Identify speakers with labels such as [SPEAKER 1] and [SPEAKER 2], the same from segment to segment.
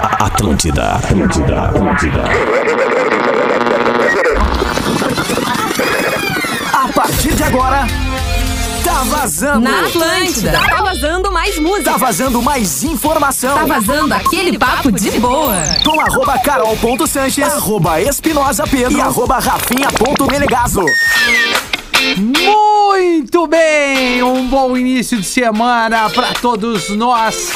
[SPEAKER 1] Atlântida, Atlântida, Atlântida.
[SPEAKER 2] A partir de agora, tá vazando.
[SPEAKER 3] Na Atlântida. Tá vazando mais música.
[SPEAKER 2] Tá vazando mais informação.
[SPEAKER 3] Tá vazando aquele papo de boa.
[SPEAKER 2] Com arroba carol.sanches, arroba espinosa pedro e arroba rafinha.melegazo.
[SPEAKER 4] Muito bem, um bom início de semana para todos nós.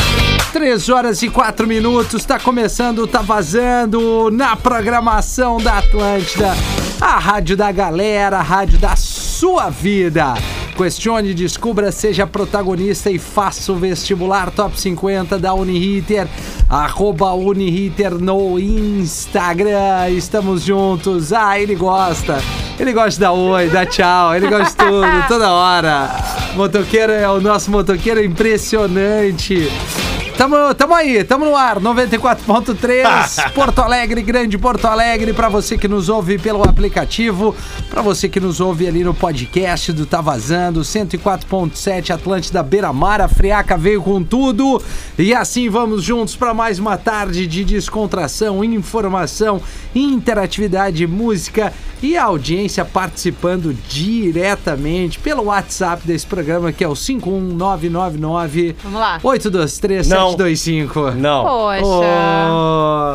[SPEAKER 4] Três horas e quatro minutos, tá começando, tá vazando na programação da Atlântida. A rádio da galera, a rádio da sua vida. Questione, descubra, seja protagonista e faça o vestibular top 50 da Uniriter. Arroba Uniriter no Instagram. Estamos juntos. Ah, ele gosta. Ele gosta de dar oi, dá tchau. Ele gosta de tudo, toda hora. Motoqueiro é o nosso motoqueiro é impressionante. Tamo, tamo aí, tamo no ar, 94.3, Porto Alegre, Grande Porto Alegre, pra você que nos ouve pelo aplicativo, pra você que nos ouve ali no podcast do Tá Vazando, 104.7 Atlântida Beira Mar, a Friaca veio com tudo, e assim vamos juntos pra mais uma tarde de descontração, informação, interatividade, música e a audiência participando diretamente pelo WhatsApp desse programa, que é o 51999
[SPEAKER 3] Vamos lá.
[SPEAKER 4] 823
[SPEAKER 5] Não.
[SPEAKER 4] 725.
[SPEAKER 5] Não.
[SPEAKER 6] Poxa.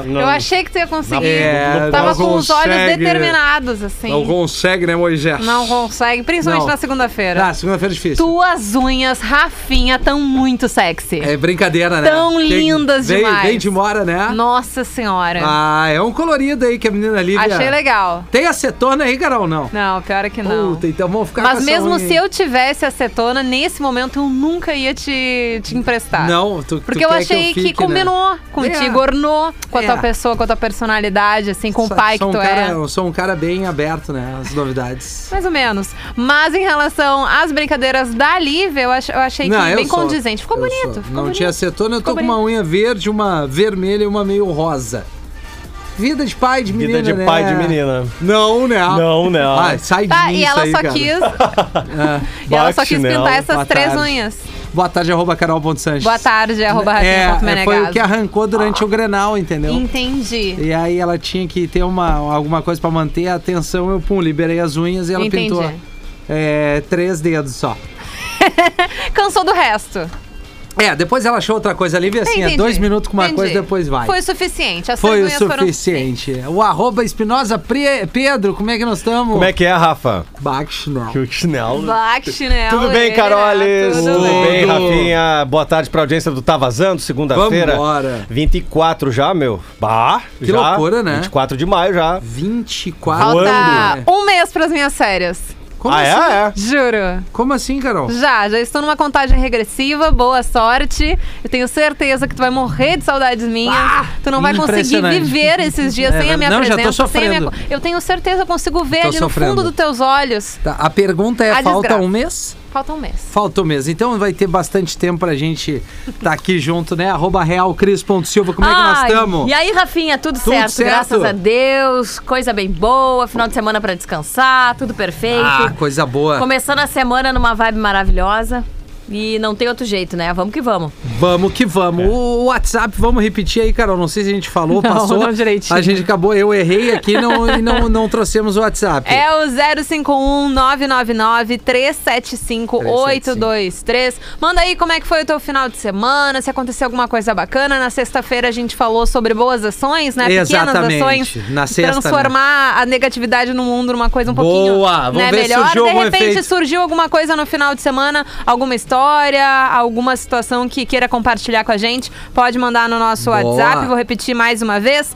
[SPEAKER 5] não.
[SPEAKER 6] Eu achei que tu ia conseguir.
[SPEAKER 4] É, Oh, não
[SPEAKER 6] Tava com os olhos
[SPEAKER 4] consegue. né?
[SPEAKER 6] determinados, assim.
[SPEAKER 4] Não consegue, né, Moisés?
[SPEAKER 6] Não consegue. Principalmente
[SPEAKER 4] Não.
[SPEAKER 6] na segunda-feira.
[SPEAKER 4] Ah, segunda-feira é difícil.
[SPEAKER 6] Tuas unhas, Rafinha, tão muito sexy.
[SPEAKER 4] É brincadeira, né?
[SPEAKER 6] Tão lindas
[SPEAKER 4] vem,
[SPEAKER 6] demais.
[SPEAKER 4] Vem de mora, né?
[SPEAKER 6] Nossa senhora.
[SPEAKER 4] Ah, é um colorido aí que a menina Lívia...
[SPEAKER 6] Achei legal.
[SPEAKER 4] Tem acetona aí, Carol, não?
[SPEAKER 6] Não, pior é que não.
[SPEAKER 4] Puta, então vamos ficar com
[SPEAKER 6] Mas
[SPEAKER 4] essa
[SPEAKER 6] mesmo
[SPEAKER 4] unha
[SPEAKER 6] se
[SPEAKER 4] aí.
[SPEAKER 6] eu tivesse acetona, nesse momento eu nunca ia te, te emprestar.
[SPEAKER 4] Não, tu, tu
[SPEAKER 6] Porque eu
[SPEAKER 4] quer
[SPEAKER 6] achei que,
[SPEAKER 4] fique, né?
[SPEAKER 6] combinou contigo,
[SPEAKER 4] É.
[SPEAKER 6] ornou com a tua
[SPEAKER 4] É.
[SPEAKER 6] pessoa, com a tua personalidade, assim, com
[SPEAKER 4] Sou-
[SPEAKER 6] o pai que
[SPEAKER 4] sou
[SPEAKER 6] tu
[SPEAKER 4] um
[SPEAKER 6] é.
[SPEAKER 4] cara, Eu sou um cara bem aberto, né? As novidades.
[SPEAKER 6] Mais ou menos. Mas em relação às brincadeiras da Lívia, eu, ach- eu achei
[SPEAKER 4] Não,
[SPEAKER 6] que
[SPEAKER 4] eu
[SPEAKER 6] bem
[SPEAKER 4] sou-
[SPEAKER 6] condizente. Ficou
[SPEAKER 4] eu
[SPEAKER 6] bonito.
[SPEAKER 4] sou.
[SPEAKER 6] Ficou
[SPEAKER 4] Não
[SPEAKER 6] bonito.
[SPEAKER 4] tinha acetona, eu tô
[SPEAKER 6] Ficou
[SPEAKER 4] com uma unha verde, uma vermelha e uma meio rosa. Vida de pai de menina,
[SPEAKER 5] Vida de
[SPEAKER 4] né?
[SPEAKER 5] pai de menina.
[SPEAKER 4] Não, né?
[SPEAKER 5] Não, né?
[SPEAKER 4] Ah, sai de
[SPEAKER 6] Tá,
[SPEAKER 4] mim
[SPEAKER 6] e
[SPEAKER 4] isso
[SPEAKER 6] ela
[SPEAKER 4] aí,
[SPEAKER 6] só
[SPEAKER 4] cara.
[SPEAKER 6] quis.
[SPEAKER 4] É.
[SPEAKER 6] e ela só
[SPEAKER 5] Bate
[SPEAKER 6] quis pintar
[SPEAKER 5] nela.
[SPEAKER 6] essas
[SPEAKER 4] Boa
[SPEAKER 6] três
[SPEAKER 4] tarde.
[SPEAKER 6] unhas.
[SPEAKER 4] Boa tarde, arroba carol.sanches.
[SPEAKER 6] Boa tarde, arroba
[SPEAKER 4] É,
[SPEAKER 6] rafinha.menegaso.
[SPEAKER 4] é, foi o que arrancou durante o Grenal, entendeu?
[SPEAKER 6] Entendi.
[SPEAKER 4] E aí ela tinha que ter uma, alguma coisa pra manter a atenção, eu pum, liberei as unhas e ela
[SPEAKER 6] Entendi.
[SPEAKER 4] pintou é, três dedos só.
[SPEAKER 6] Cansou do resto.
[SPEAKER 4] É, depois ela achou outra coisa ali, vê assim, é
[SPEAKER 6] Entendi.
[SPEAKER 4] dois minutos com uma
[SPEAKER 6] Entendi.
[SPEAKER 4] coisa, depois vai.
[SPEAKER 6] Foi o suficiente. As
[SPEAKER 4] Foi o
[SPEAKER 6] três unhas foram-
[SPEAKER 4] suficiente. O arroba Espinosa Pre- Pedro, como é que nós estamos?
[SPEAKER 5] Como é que é, Rafa?
[SPEAKER 4] Baixo, não.
[SPEAKER 5] Que o chinelo.
[SPEAKER 6] Black chinelo.
[SPEAKER 5] Tudo bem,
[SPEAKER 6] ele,
[SPEAKER 5] Caroles?
[SPEAKER 6] né?
[SPEAKER 5] Tudo
[SPEAKER 6] Tudo bem.
[SPEAKER 5] bem,
[SPEAKER 4] Tudo.
[SPEAKER 5] Rafinha? Boa tarde pra audiência do Tá Vazando, segunda-feira.
[SPEAKER 4] Vambora.
[SPEAKER 5] 24 já, meu. Bah,
[SPEAKER 4] Que
[SPEAKER 5] já.
[SPEAKER 4] loucura, né?
[SPEAKER 5] 24 de maio já.
[SPEAKER 4] 24
[SPEAKER 6] Falta
[SPEAKER 5] Voando.
[SPEAKER 6] um mês pras minhas férias.
[SPEAKER 4] Como
[SPEAKER 5] ah,
[SPEAKER 4] assim?
[SPEAKER 5] é? é?
[SPEAKER 6] Juro.
[SPEAKER 4] Como assim, Carol?
[SPEAKER 6] Já, já estou numa contagem regressiva, boa sorte. Eu tenho certeza que tu vai morrer de saudades minhas. tu não vai conseguir
[SPEAKER 4] Ah, impressionante.
[SPEAKER 6] viver esses dias
[SPEAKER 4] É
[SPEAKER 6] sem a minha
[SPEAKER 4] verdade. Não, já tô
[SPEAKER 6] presença. sem a minha
[SPEAKER 4] sofrendo.
[SPEAKER 6] co- Eu tenho certeza, eu consigo ver
[SPEAKER 4] Tô
[SPEAKER 6] ali
[SPEAKER 4] sofrendo.
[SPEAKER 6] no fundo dos teus olhos.
[SPEAKER 4] Tá, a pergunta é,
[SPEAKER 6] A
[SPEAKER 4] falta
[SPEAKER 6] desgraça.
[SPEAKER 4] um mês?
[SPEAKER 6] Falta um mês.
[SPEAKER 4] Falta um mês. Então vai ter bastante tempo pra gente tá aqui junto, né? Arroba realcris.silva, como é que nós
[SPEAKER 3] Ai,
[SPEAKER 4] estamos?
[SPEAKER 3] E aí, Rafinha, tudo,
[SPEAKER 4] Tudo
[SPEAKER 3] certo,
[SPEAKER 4] certo.
[SPEAKER 3] graças a Deus. Coisa bem boa, final de semana pra descansar, tudo perfeito.
[SPEAKER 4] Ah, coisa
[SPEAKER 6] é
[SPEAKER 4] boa.
[SPEAKER 3] Começando a semana numa vibe maravilhosa. E não tem outro jeito, né? Vamos que vamos.
[SPEAKER 4] Vamos que vamos. O WhatsApp, vamos repetir aí, Carol. Não sei se a gente falou, passou.
[SPEAKER 6] não direitinho.
[SPEAKER 4] A gente acabou, eu errei aqui não, e não, não trouxemos o WhatsApp.
[SPEAKER 6] É o um, 051-999-375-8223. Manda aí como é que foi o teu final de semana, se aconteceu alguma coisa bacana. Na sexta-feira a gente falou sobre boas ações, né?
[SPEAKER 4] Exatamente.
[SPEAKER 6] Pequenas ações.
[SPEAKER 4] Na sexta, né?
[SPEAKER 6] transformar a negatividade no mundo numa coisa um pouquinho
[SPEAKER 4] Boa! Vamos
[SPEAKER 6] né,
[SPEAKER 4] ver se
[SPEAKER 6] melhor.
[SPEAKER 4] surgiu
[SPEAKER 6] De
[SPEAKER 4] algum
[SPEAKER 6] repente
[SPEAKER 4] efeito.
[SPEAKER 6] surgiu alguma coisa no final de semana, alguma história, alguma situação que queira compartilhar com a gente. Pode mandar no nosso
[SPEAKER 4] Boa.
[SPEAKER 6] WhatsApp. Vou repetir mais uma vez: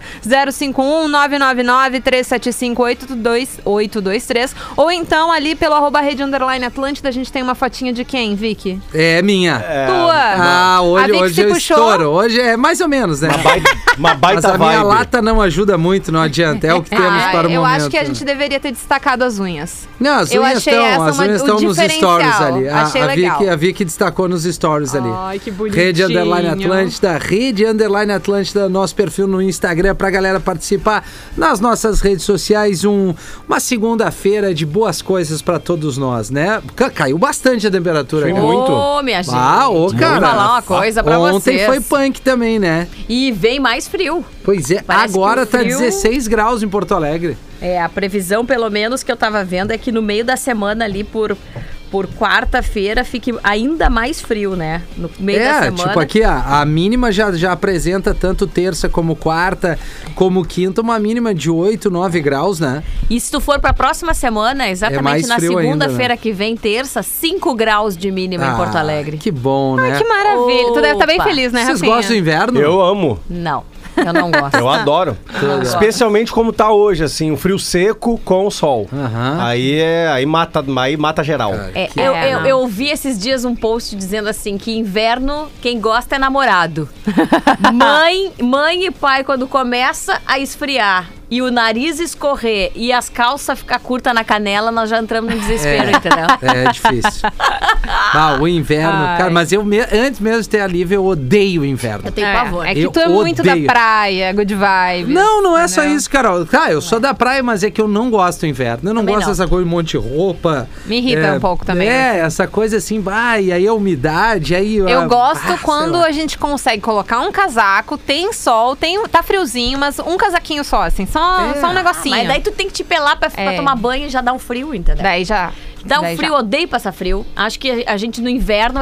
[SPEAKER 6] 051 999 375 823. Ou então ali pelo arroba rede underline Atlântida, a gente tem uma fotinha de quem, Vicky?
[SPEAKER 4] É minha.
[SPEAKER 6] Tua!
[SPEAKER 4] Ah,
[SPEAKER 6] a
[SPEAKER 4] hoje,
[SPEAKER 6] Vicky
[SPEAKER 4] hoje
[SPEAKER 6] se
[SPEAKER 4] eu
[SPEAKER 6] puxou.
[SPEAKER 4] estouro. Hoje é mais ou menos, né?
[SPEAKER 5] Uma baita, uma
[SPEAKER 4] Mas
[SPEAKER 5] baita
[SPEAKER 4] a minha
[SPEAKER 5] vibe.
[SPEAKER 4] lata não ajuda muito, não adianta. É o que temos
[SPEAKER 6] Ah,
[SPEAKER 4] para o
[SPEAKER 6] eu
[SPEAKER 4] momento. né?
[SPEAKER 6] acho que a gente deveria ter destacado as unhas.
[SPEAKER 4] Não, as
[SPEAKER 6] eu
[SPEAKER 4] unhas
[SPEAKER 6] achei
[SPEAKER 4] estão,
[SPEAKER 6] essa
[SPEAKER 4] as
[SPEAKER 6] uma-
[SPEAKER 4] unhas
[SPEAKER 6] o
[SPEAKER 4] estão nos stories
[SPEAKER 6] diferencial.
[SPEAKER 4] ali. A,
[SPEAKER 6] Achei
[SPEAKER 4] a
[SPEAKER 6] legal.
[SPEAKER 4] Vicky, a Vicky vi que destacou nos stories ali.
[SPEAKER 6] Ai, que bonitinho.
[SPEAKER 4] Rede Underline Atlântida, Rede Underline Atlântida, nosso perfil no Instagram pra galera participar nas nossas redes sociais. Um, uma segunda-feira de boas coisas pra todos nós, né? Ca- Caiu bastante a temperatura.
[SPEAKER 5] Foi
[SPEAKER 4] cara.
[SPEAKER 5] muito.
[SPEAKER 3] Ô, minha gente.
[SPEAKER 4] Ah, ô, cara.
[SPEAKER 3] Vou falar uma coisa pra
[SPEAKER 4] Ontem
[SPEAKER 3] vocês.
[SPEAKER 4] foi punk também, né?
[SPEAKER 3] E vem mais frio.
[SPEAKER 4] Pois é,
[SPEAKER 3] Parece que
[SPEAKER 4] agora
[SPEAKER 3] o
[SPEAKER 4] tá
[SPEAKER 3] frio-
[SPEAKER 4] 16 graus em Porto Alegre.
[SPEAKER 3] É, a previsão, pelo menos, que eu tava vendo é que no meio da semana ali por, por quarta-feira fique ainda mais frio, né? No meio da
[SPEAKER 4] é,
[SPEAKER 3] semana.
[SPEAKER 4] tipo aqui a, a mínima já, já apresenta tanto terça como quarta, como quinta, uma mínima de 8, 9 graus, né?
[SPEAKER 3] E se tu for pra próxima semana,
[SPEAKER 4] É mais
[SPEAKER 3] exatamente na
[SPEAKER 4] frio ainda, né?
[SPEAKER 3] segunda-feira que vem, terça, 5 graus de mínima em Porto
[SPEAKER 4] Ah,
[SPEAKER 3] Alegre.
[SPEAKER 4] Que bom, né?
[SPEAKER 6] Que maravilha. Tu deve estar bem
[SPEAKER 3] Opa.
[SPEAKER 6] feliz, né,
[SPEAKER 4] Vocês
[SPEAKER 6] Rafinha?
[SPEAKER 4] gostam do inverno?
[SPEAKER 5] Eu amo.
[SPEAKER 3] Não, eu não gosto.
[SPEAKER 5] Eu adoro. Especialmente como tá hoje, assim, o frio seco com o sol.
[SPEAKER 4] Aham.
[SPEAKER 5] Aí é. Aí mata, aí mata geral.
[SPEAKER 3] É,
[SPEAKER 6] Que-
[SPEAKER 3] eu,
[SPEAKER 6] É,
[SPEAKER 3] eu,
[SPEAKER 6] não.
[SPEAKER 3] eu ouvi esses dias um post dizendo assim que inverno quem gosta é namorado. mãe, mãe e pai quando começa a esfriar e o nariz escorrer e as calças ficar curta na canela, nós já entramos no desespero,
[SPEAKER 4] É.
[SPEAKER 3] entendeu?
[SPEAKER 4] É difícil. Ah, o inverno,
[SPEAKER 6] Ai.
[SPEAKER 4] cara, mas eu me- antes mesmo de ter a Lívia, eu odeio o
[SPEAKER 3] Eu
[SPEAKER 4] inverno.
[SPEAKER 3] tenho
[SPEAKER 6] é,
[SPEAKER 3] pavor.
[SPEAKER 6] É que
[SPEAKER 4] Eu
[SPEAKER 6] tu é muito
[SPEAKER 4] odeio.
[SPEAKER 6] da praia, good vibe.
[SPEAKER 4] Não, não é só isso, Carol. Tá, eu sou da praia, mas é que eu não gosto do inverno. Eu não
[SPEAKER 3] Também
[SPEAKER 4] gosto
[SPEAKER 3] não.
[SPEAKER 4] dessa coisa de um monte de roupa.
[SPEAKER 6] Me irrita um pouco também,
[SPEAKER 4] É, essa coisa assim, vai, aí a umidade, aí...
[SPEAKER 6] Eu
[SPEAKER 4] a-
[SPEAKER 6] gosto
[SPEAKER 4] ah,
[SPEAKER 6] quando
[SPEAKER 4] sei lá.
[SPEAKER 6] a gente consegue colocar um casaco, tem sol, tem, tá friozinho, mas um casaquinho só, assim, só,
[SPEAKER 4] É.
[SPEAKER 6] só um negocinho.
[SPEAKER 3] Ah, Mas daí tu tem que te pelar pra, pra
[SPEAKER 6] É.
[SPEAKER 3] tomar banho e já dá um frio, entendeu?
[SPEAKER 6] Daí já.
[SPEAKER 3] Dá um
[SPEAKER 6] daí
[SPEAKER 3] frio,
[SPEAKER 6] já.
[SPEAKER 3] odeio passar frio. Acho que a gente no inverno,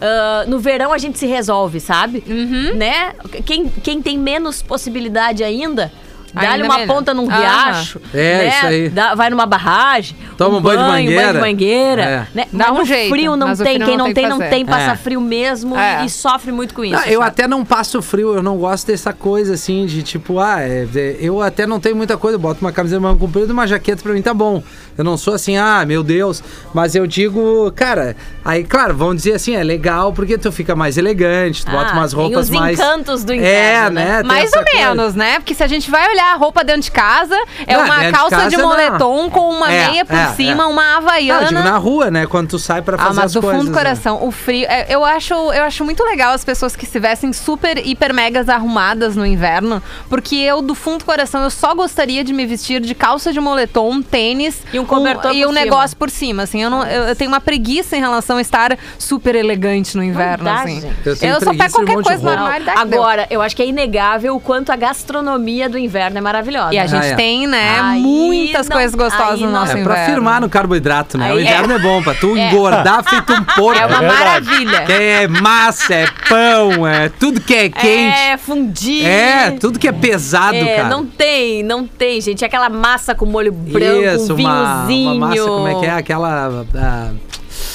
[SPEAKER 3] ah, no verão a gente se resolve, sabe?
[SPEAKER 6] Uhum.
[SPEAKER 3] Né? Quem, quem tem menos possibilidade ainda, dá-lhe
[SPEAKER 6] Ainda
[SPEAKER 3] uma
[SPEAKER 6] melhor. Ah.
[SPEAKER 3] ponta num
[SPEAKER 6] Aham.
[SPEAKER 3] riacho.
[SPEAKER 4] É,
[SPEAKER 3] né?
[SPEAKER 4] isso aí.
[SPEAKER 3] Dá- vai numa barragem.
[SPEAKER 4] Toma um banho de
[SPEAKER 3] Um banho de
[SPEAKER 4] mangueira.
[SPEAKER 3] mangueira.
[SPEAKER 4] É.
[SPEAKER 3] Né?
[SPEAKER 6] Dá
[SPEAKER 3] Mas
[SPEAKER 6] um
[SPEAKER 3] no
[SPEAKER 6] jeito,
[SPEAKER 3] frio não
[SPEAKER 6] mas o
[SPEAKER 3] tem.
[SPEAKER 6] frio
[SPEAKER 3] Quem
[SPEAKER 6] não
[SPEAKER 3] não
[SPEAKER 6] tem
[SPEAKER 3] tem,
[SPEAKER 6] que
[SPEAKER 3] não
[SPEAKER 6] fazer.
[SPEAKER 3] tem. Passa
[SPEAKER 4] É.
[SPEAKER 3] frio mesmo
[SPEAKER 6] É.
[SPEAKER 3] e sofre muito com isso.
[SPEAKER 4] Não, eu
[SPEAKER 3] sabe?
[SPEAKER 4] até não passo frio, eu não gosto dessa coisa assim de tipo, ah, é, é, eu até não tenho muita coisa, eu boto uma camisa de manga comprida e uma jaqueta pra mim tá bom. Eu não sou assim, ah, meu Deus, mas eu digo, cara, aí claro, vão dizer assim, é legal porque tu fica mais elegante, tu
[SPEAKER 3] Ah,
[SPEAKER 4] bota umas
[SPEAKER 3] tem os
[SPEAKER 4] roupas mais
[SPEAKER 3] encantos do
[SPEAKER 4] É,
[SPEAKER 3] inverno, né?
[SPEAKER 4] né? tem
[SPEAKER 6] Mais
[SPEAKER 4] essa
[SPEAKER 6] ou
[SPEAKER 4] coisa.
[SPEAKER 6] menos, né? Porque se a gente vai olhar a roupa dentro de casa, é
[SPEAKER 4] Não,
[SPEAKER 6] uma
[SPEAKER 4] dentro de
[SPEAKER 6] calça de,
[SPEAKER 4] casa, não.
[SPEAKER 6] moletom com uma
[SPEAKER 4] É,
[SPEAKER 6] meia por
[SPEAKER 4] é,
[SPEAKER 6] cima,
[SPEAKER 4] é.
[SPEAKER 6] uma
[SPEAKER 4] Não, eu digo
[SPEAKER 6] havaiana.
[SPEAKER 4] na rua, né, quando tu sai pra fazer
[SPEAKER 6] Ah, mas
[SPEAKER 4] as
[SPEAKER 6] do
[SPEAKER 4] coisas.
[SPEAKER 6] fundo do
[SPEAKER 4] né?
[SPEAKER 6] coração, o frio. é, eu, acho, eu acho muito legal as pessoas que se vestem super, hiper, megas arrumadas no inverno, porque eu, do fundo do coração, eu só gostaria de me vestir de calça de moletom, tênis
[SPEAKER 3] E um cobertor
[SPEAKER 6] e
[SPEAKER 3] por cima.
[SPEAKER 6] um negócio por cima. Assim, eu, não, eu, eu tenho uma preguiça em relação a estar super elegante no inverno.
[SPEAKER 3] dá,
[SPEAKER 6] assim.
[SPEAKER 3] gente.
[SPEAKER 4] Eu tenho
[SPEAKER 6] só
[SPEAKER 4] preguiça
[SPEAKER 6] pego
[SPEAKER 4] de um
[SPEAKER 6] qualquer
[SPEAKER 4] monte de
[SPEAKER 6] coisa
[SPEAKER 4] roupa.
[SPEAKER 6] normal.
[SPEAKER 3] Agora, eu acho que é inegável o quanto a gastronomia do inverno é maravilhosa.
[SPEAKER 6] E a gente
[SPEAKER 4] é.
[SPEAKER 6] tem, né,
[SPEAKER 3] Aí
[SPEAKER 6] muitas
[SPEAKER 3] não-
[SPEAKER 6] coisas gostosas
[SPEAKER 3] aí
[SPEAKER 6] no
[SPEAKER 3] não-
[SPEAKER 6] nosso
[SPEAKER 4] É,
[SPEAKER 6] assim, inverno.
[SPEAKER 4] pra firmar no carboidrato, né? o
[SPEAKER 3] Aí-
[SPEAKER 4] inverno é, bom, pra tu engordar feito um porco.
[SPEAKER 6] É uma maravilha.
[SPEAKER 4] Que é massa, é pão, é tudo que é quente.
[SPEAKER 3] É, fundir.
[SPEAKER 4] É, tudo que é pesado,
[SPEAKER 3] É,
[SPEAKER 4] cara.
[SPEAKER 3] não tem, não tem, gente. É Aquela massa com molho branco,
[SPEAKER 4] Isso,
[SPEAKER 3] um
[SPEAKER 4] uma,
[SPEAKER 3] vinhozinho.
[SPEAKER 4] uma massa, como é que é? Aquela ah,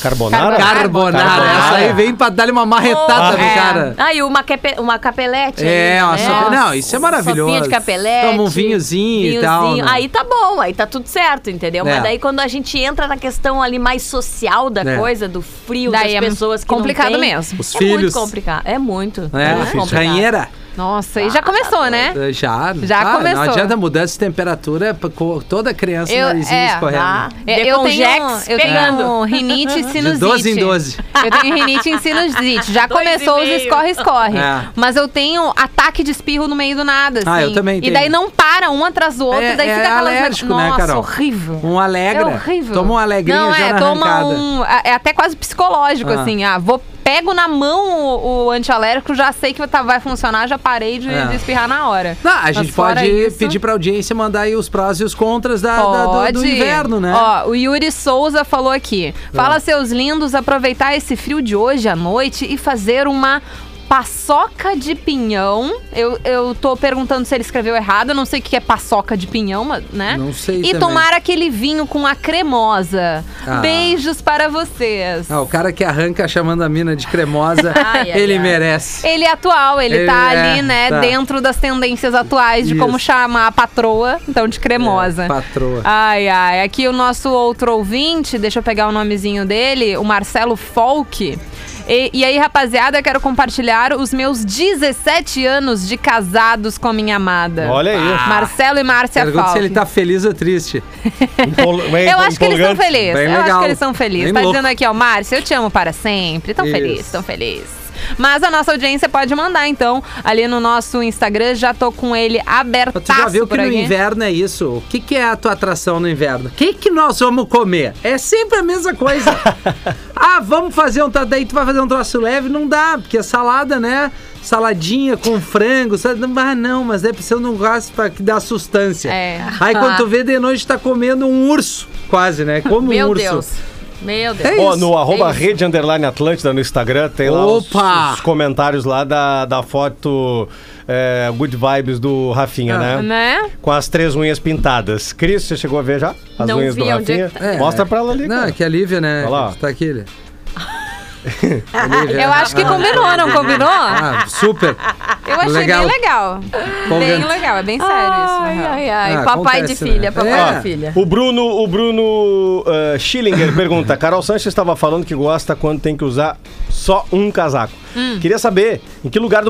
[SPEAKER 5] Carbonara?
[SPEAKER 4] carbonara.
[SPEAKER 5] Carbonara.
[SPEAKER 4] Essa aí vem pra dar uma marretada no
[SPEAKER 3] é.
[SPEAKER 4] cara.
[SPEAKER 3] Ah, e uma, cape- uma capelete.
[SPEAKER 4] É,
[SPEAKER 3] aí,
[SPEAKER 4] uma
[SPEAKER 3] né?
[SPEAKER 4] sopa- não, isso é maravilhoso.
[SPEAKER 3] Sopinha de capelete.
[SPEAKER 4] Toma um vinhozinho e tal, né?
[SPEAKER 3] Aí tá bom, aí tá tudo certo, entendeu?
[SPEAKER 4] É.
[SPEAKER 3] Mas daí quando a gente entra na questão ali mais social da
[SPEAKER 4] É.
[SPEAKER 3] coisa, do frio,
[SPEAKER 6] Daí é
[SPEAKER 3] das pessoas que não
[SPEAKER 6] complicado
[SPEAKER 3] têm,
[SPEAKER 6] mesmo.
[SPEAKER 4] Os
[SPEAKER 3] é
[SPEAKER 4] filhos.
[SPEAKER 3] muito complicado. É muito.
[SPEAKER 4] É,
[SPEAKER 3] muito complicado.
[SPEAKER 4] ranheira.
[SPEAKER 6] Nossa, e já começou, né?
[SPEAKER 4] Eh, Já.
[SPEAKER 6] Já
[SPEAKER 4] Ah,
[SPEAKER 6] começou.
[SPEAKER 4] Não adianta mudança de temperatura, é pra co- toda criança
[SPEAKER 6] Eu-
[SPEAKER 4] narizinho
[SPEAKER 6] é,
[SPEAKER 4] escorrendo.
[SPEAKER 3] dá.
[SPEAKER 6] É, eu tenho,
[SPEAKER 3] Deconjex
[SPEAKER 6] eu tenho um
[SPEAKER 3] pegando.
[SPEAKER 6] rinite e sinusite.
[SPEAKER 4] De 12 em 12.
[SPEAKER 6] Eu tenho rinite e sinusite. Já
[SPEAKER 3] Dois
[SPEAKER 6] começou
[SPEAKER 3] e
[SPEAKER 6] os
[SPEAKER 3] meio.
[SPEAKER 6] escorre-escorre.
[SPEAKER 4] É.
[SPEAKER 6] Mas eu tenho ataque de espirro no meio do nada, assim.
[SPEAKER 4] Ah, eu também
[SPEAKER 6] E
[SPEAKER 4] tenho.
[SPEAKER 6] daí não para um atrás do outro.
[SPEAKER 4] É-
[SPEAKER 6] daí
[SPEAKER 4] é
[SPEAKER 6] fica aquela...
[SPEAKER 4] alérgico,
[SPEAKER 6] Nossa,
[SPEAKER 4] né, Carol?
[SPEAKER 6] horrível.
[SPEAKER 4] Um alegra.
[SPEAKER 6] É horrível.
[SPEAKER 4] Toma um alegrinha
[SPEAKER 6] Não,
[SPEAKER 4] já
[SPEAKER 6] é,
[SPEAKER 4] na
[SPEAKER 6] toma
[SPEAKER 4] arrancada.
[SPEAKER 6] um. É até quase psicológico,
[SPEAKER 4] Ah.
[SPEAKER 6] assim. Ah, vou, pego na mão o, o antialérgico, já sei que tá- vai funcionar, já parei de,
[SPEAKER 4] É.
[SPEAKER 6] de espirrar na hora.
[SPEAKER 4] Não, a
[SPEAKER 6] Mas
[SPEAKER 4] gente
[SPEAKER 6] fora
[SPEAKER 4] pode
[SPEAKER 6] isso-
[SPEAKER 4] pedir pra audiência mandar aí os prós e os contras da, da- do, do inverno, né?
[SPEAKER 6] Ó, o Yuri Souza falou aqui.
[SPEAKER 4] Ah.
[SPEAKER 6] Fala, seus lindos, aproveitar esse frio de hoje à noite e fazer uma paçoca de pinhão. Eu, eu tô perguntando se ele escreveu errado. Eu não sei o que é paçoca de pinhão, mas, né?
[SPEAKER 4] Não sei
[SPEAKER 6] E
[SPEAKER 4] também.
[SPEAKER 6] tomar aquele vinho com a cremosa.
[SPEAKER 4] Ah.
[SPEAKER 6] Beijos para vocês.
[SPEAKER 4] Ah, o cara que arranca chamando a mina de cremosa,
[SPEAKER 3] Ai, ai,
[SPEAKER 4] ele
[SPEAKER 3] ai.
[SPEAKER 4] merece.
[SPEAKER 6] Ele é atual, ele,
[SPEAKER 4] Ele
[SPEAKER 6] tá
[SPEAKER 4] é,
[SPEAKER 6] ali, né,
[SPEAKER 4] tá.
[SPEAKER 6] dentro das tendências atuais de
[SPEAKER 4] Isso.
[SPEAKER 6] como chamar a patroa, então de cremosa.
[SPEAKER 4] É, patroa.
[SPEAKER 3] Ah,
[SPEAKER 6] Ai, ai. Aqui o nosso outro ouvinte, deixa eu pegar o nomezinho dele, o Marcelo Folk. E, e aí, rapaziada, eu quero compartilhar os meus 17 anos de casados com a minha amada. Ah.
[SPEAKER 5] Olha aí.
[SPEAKER 6] Marcelo e
[SPEAKER 3] é
[SPEAKER 6] Márcia
[SPEAKER 4] Pergunta se
[SPEAKER 6] Falk.
[SPEAKER 4] ele tá feliz ou triste.
[SPEAKER 5] Empol- bem
[SPEAKER 6] Eu acho que eles estão
[SPEAKER 5] empolgante.
[SPEAKER 6] felizes.
[SPEAKER 4] Bem
[SPEAKER 6] Eu acho
[SPEAKER 4] legal.
[SPEAKER 6] que eles estão felizes.
[SPEAKER 4] Bem
[SPEAKER 6] tá
[SPEAKER 4] louco.
[SPEAKER 6] dizendo aqui, ó, Márcia, eu te amo para sempre. Tão
[SPEAKER 4] Isso.
[SPEAKER 6] felizes, tão felizes. Mas a nossa audiência pode mandar, então, ali no nosso Instagram. Já tô com ele abertaço
[SPEAKER 4] Mas Tu já viu que
[SPEAKER 6] por
[SPEAKER 4] no
[SPEAKER 6] aqui.
[SPEAKER 4] inverno é isso? O que, que é a tua atração no inverno? O que, que nós vamos comer? É sempre a mesma coisa. ah, vamos fazer um. tra- Daí tu vai fazer um troço leve? Não dá, porque é salada, né? Saladinha com frango. sabe? Não, Ah, não, mas é precisa de um gasto pra que dá sustância.
[SPEAKER 6] É.
[SPEAKER 4] Aí quando tu vê de noite, tá comendo um urso, quase, né? Como um
[SPEAKER 3] Meu
[SPEAKER 4] urso.
[SPEAKER 3] Deus. Meu Deus.
[SPEAKER 4] É
[SPEAKER 5] Ó,
[SPEAKER 4] isso,
[SPEAKER 5] no arroba
[SPEAKER 3] é isso.
[SPEAKER 5] rede underline Atlântida no Instagram tem lá os,
[SPEAKER 4] Opa!
[SPEAKER 5] os comentários lá da, da foto é, Good Vibes do
[SPEAKER 3] Ah,
[SPEAKER 5] Rafinha, né?
[SPEAKER 6] Né?
[SPEAKER 5] Com as três unhas pintadas. Cris, você chegou a ver já? As
[SPEAKER 3] Não
[SPEAKER 5] unhas
[SPEAKER 3] vi,
[SPEAKER 5] do
[SPEAKER 3] onde é
[SPEAKER 5] Rafinha?
[SPEAKER 3] que
[SPEAKER 4] É.
[SPEAKER 5] Mostra pra ela ali.
[SPEAKER 4] Não,
[SPEAKER 5] cara.
[SPEAKER 4] é que a Lívia, né?
[SPEAKER 5] Olha lá.
[SPEAKER 4] Tá aqui. né? Lívia.
[SPEAKER 6] Eu acho que combinou, não
[SPEAKER 4] É.
[SPEAKER 6] combinou?
[SPEAKER 4] Ah, super.
[SPEAKER 6] Eu achei
[SPEAKER 4] legal.
[SPEAKER 6] bem legal. Bem
[SPEAKER 4] Empolgante.
[SPEAKER 6] legal, é bem sério isso. na
[SPEAKER 3] Ai,
[SPEAKER 6] real.
[SPEAKER 3] ai, ai.
[SPEAKER 4] Ah,
[SPEAKER 3] papai
[SPEAKER 4] acontece,
[SPEAKER 3] de filha,
[SPEAKER 4] né?
[SPEAKER 3] papai
[SPEAKER 4] É.
[SPEAKER 3] de filha.
[SPEAKER 5] O Bruno, o Bruno eh, Schillinger pergunta: Carol Sanches estava falando que gosta quando tem que usar só um casaco.
[SPEAKER 3] Hum.
[SPEAKER 5] Queria saber em que lugar do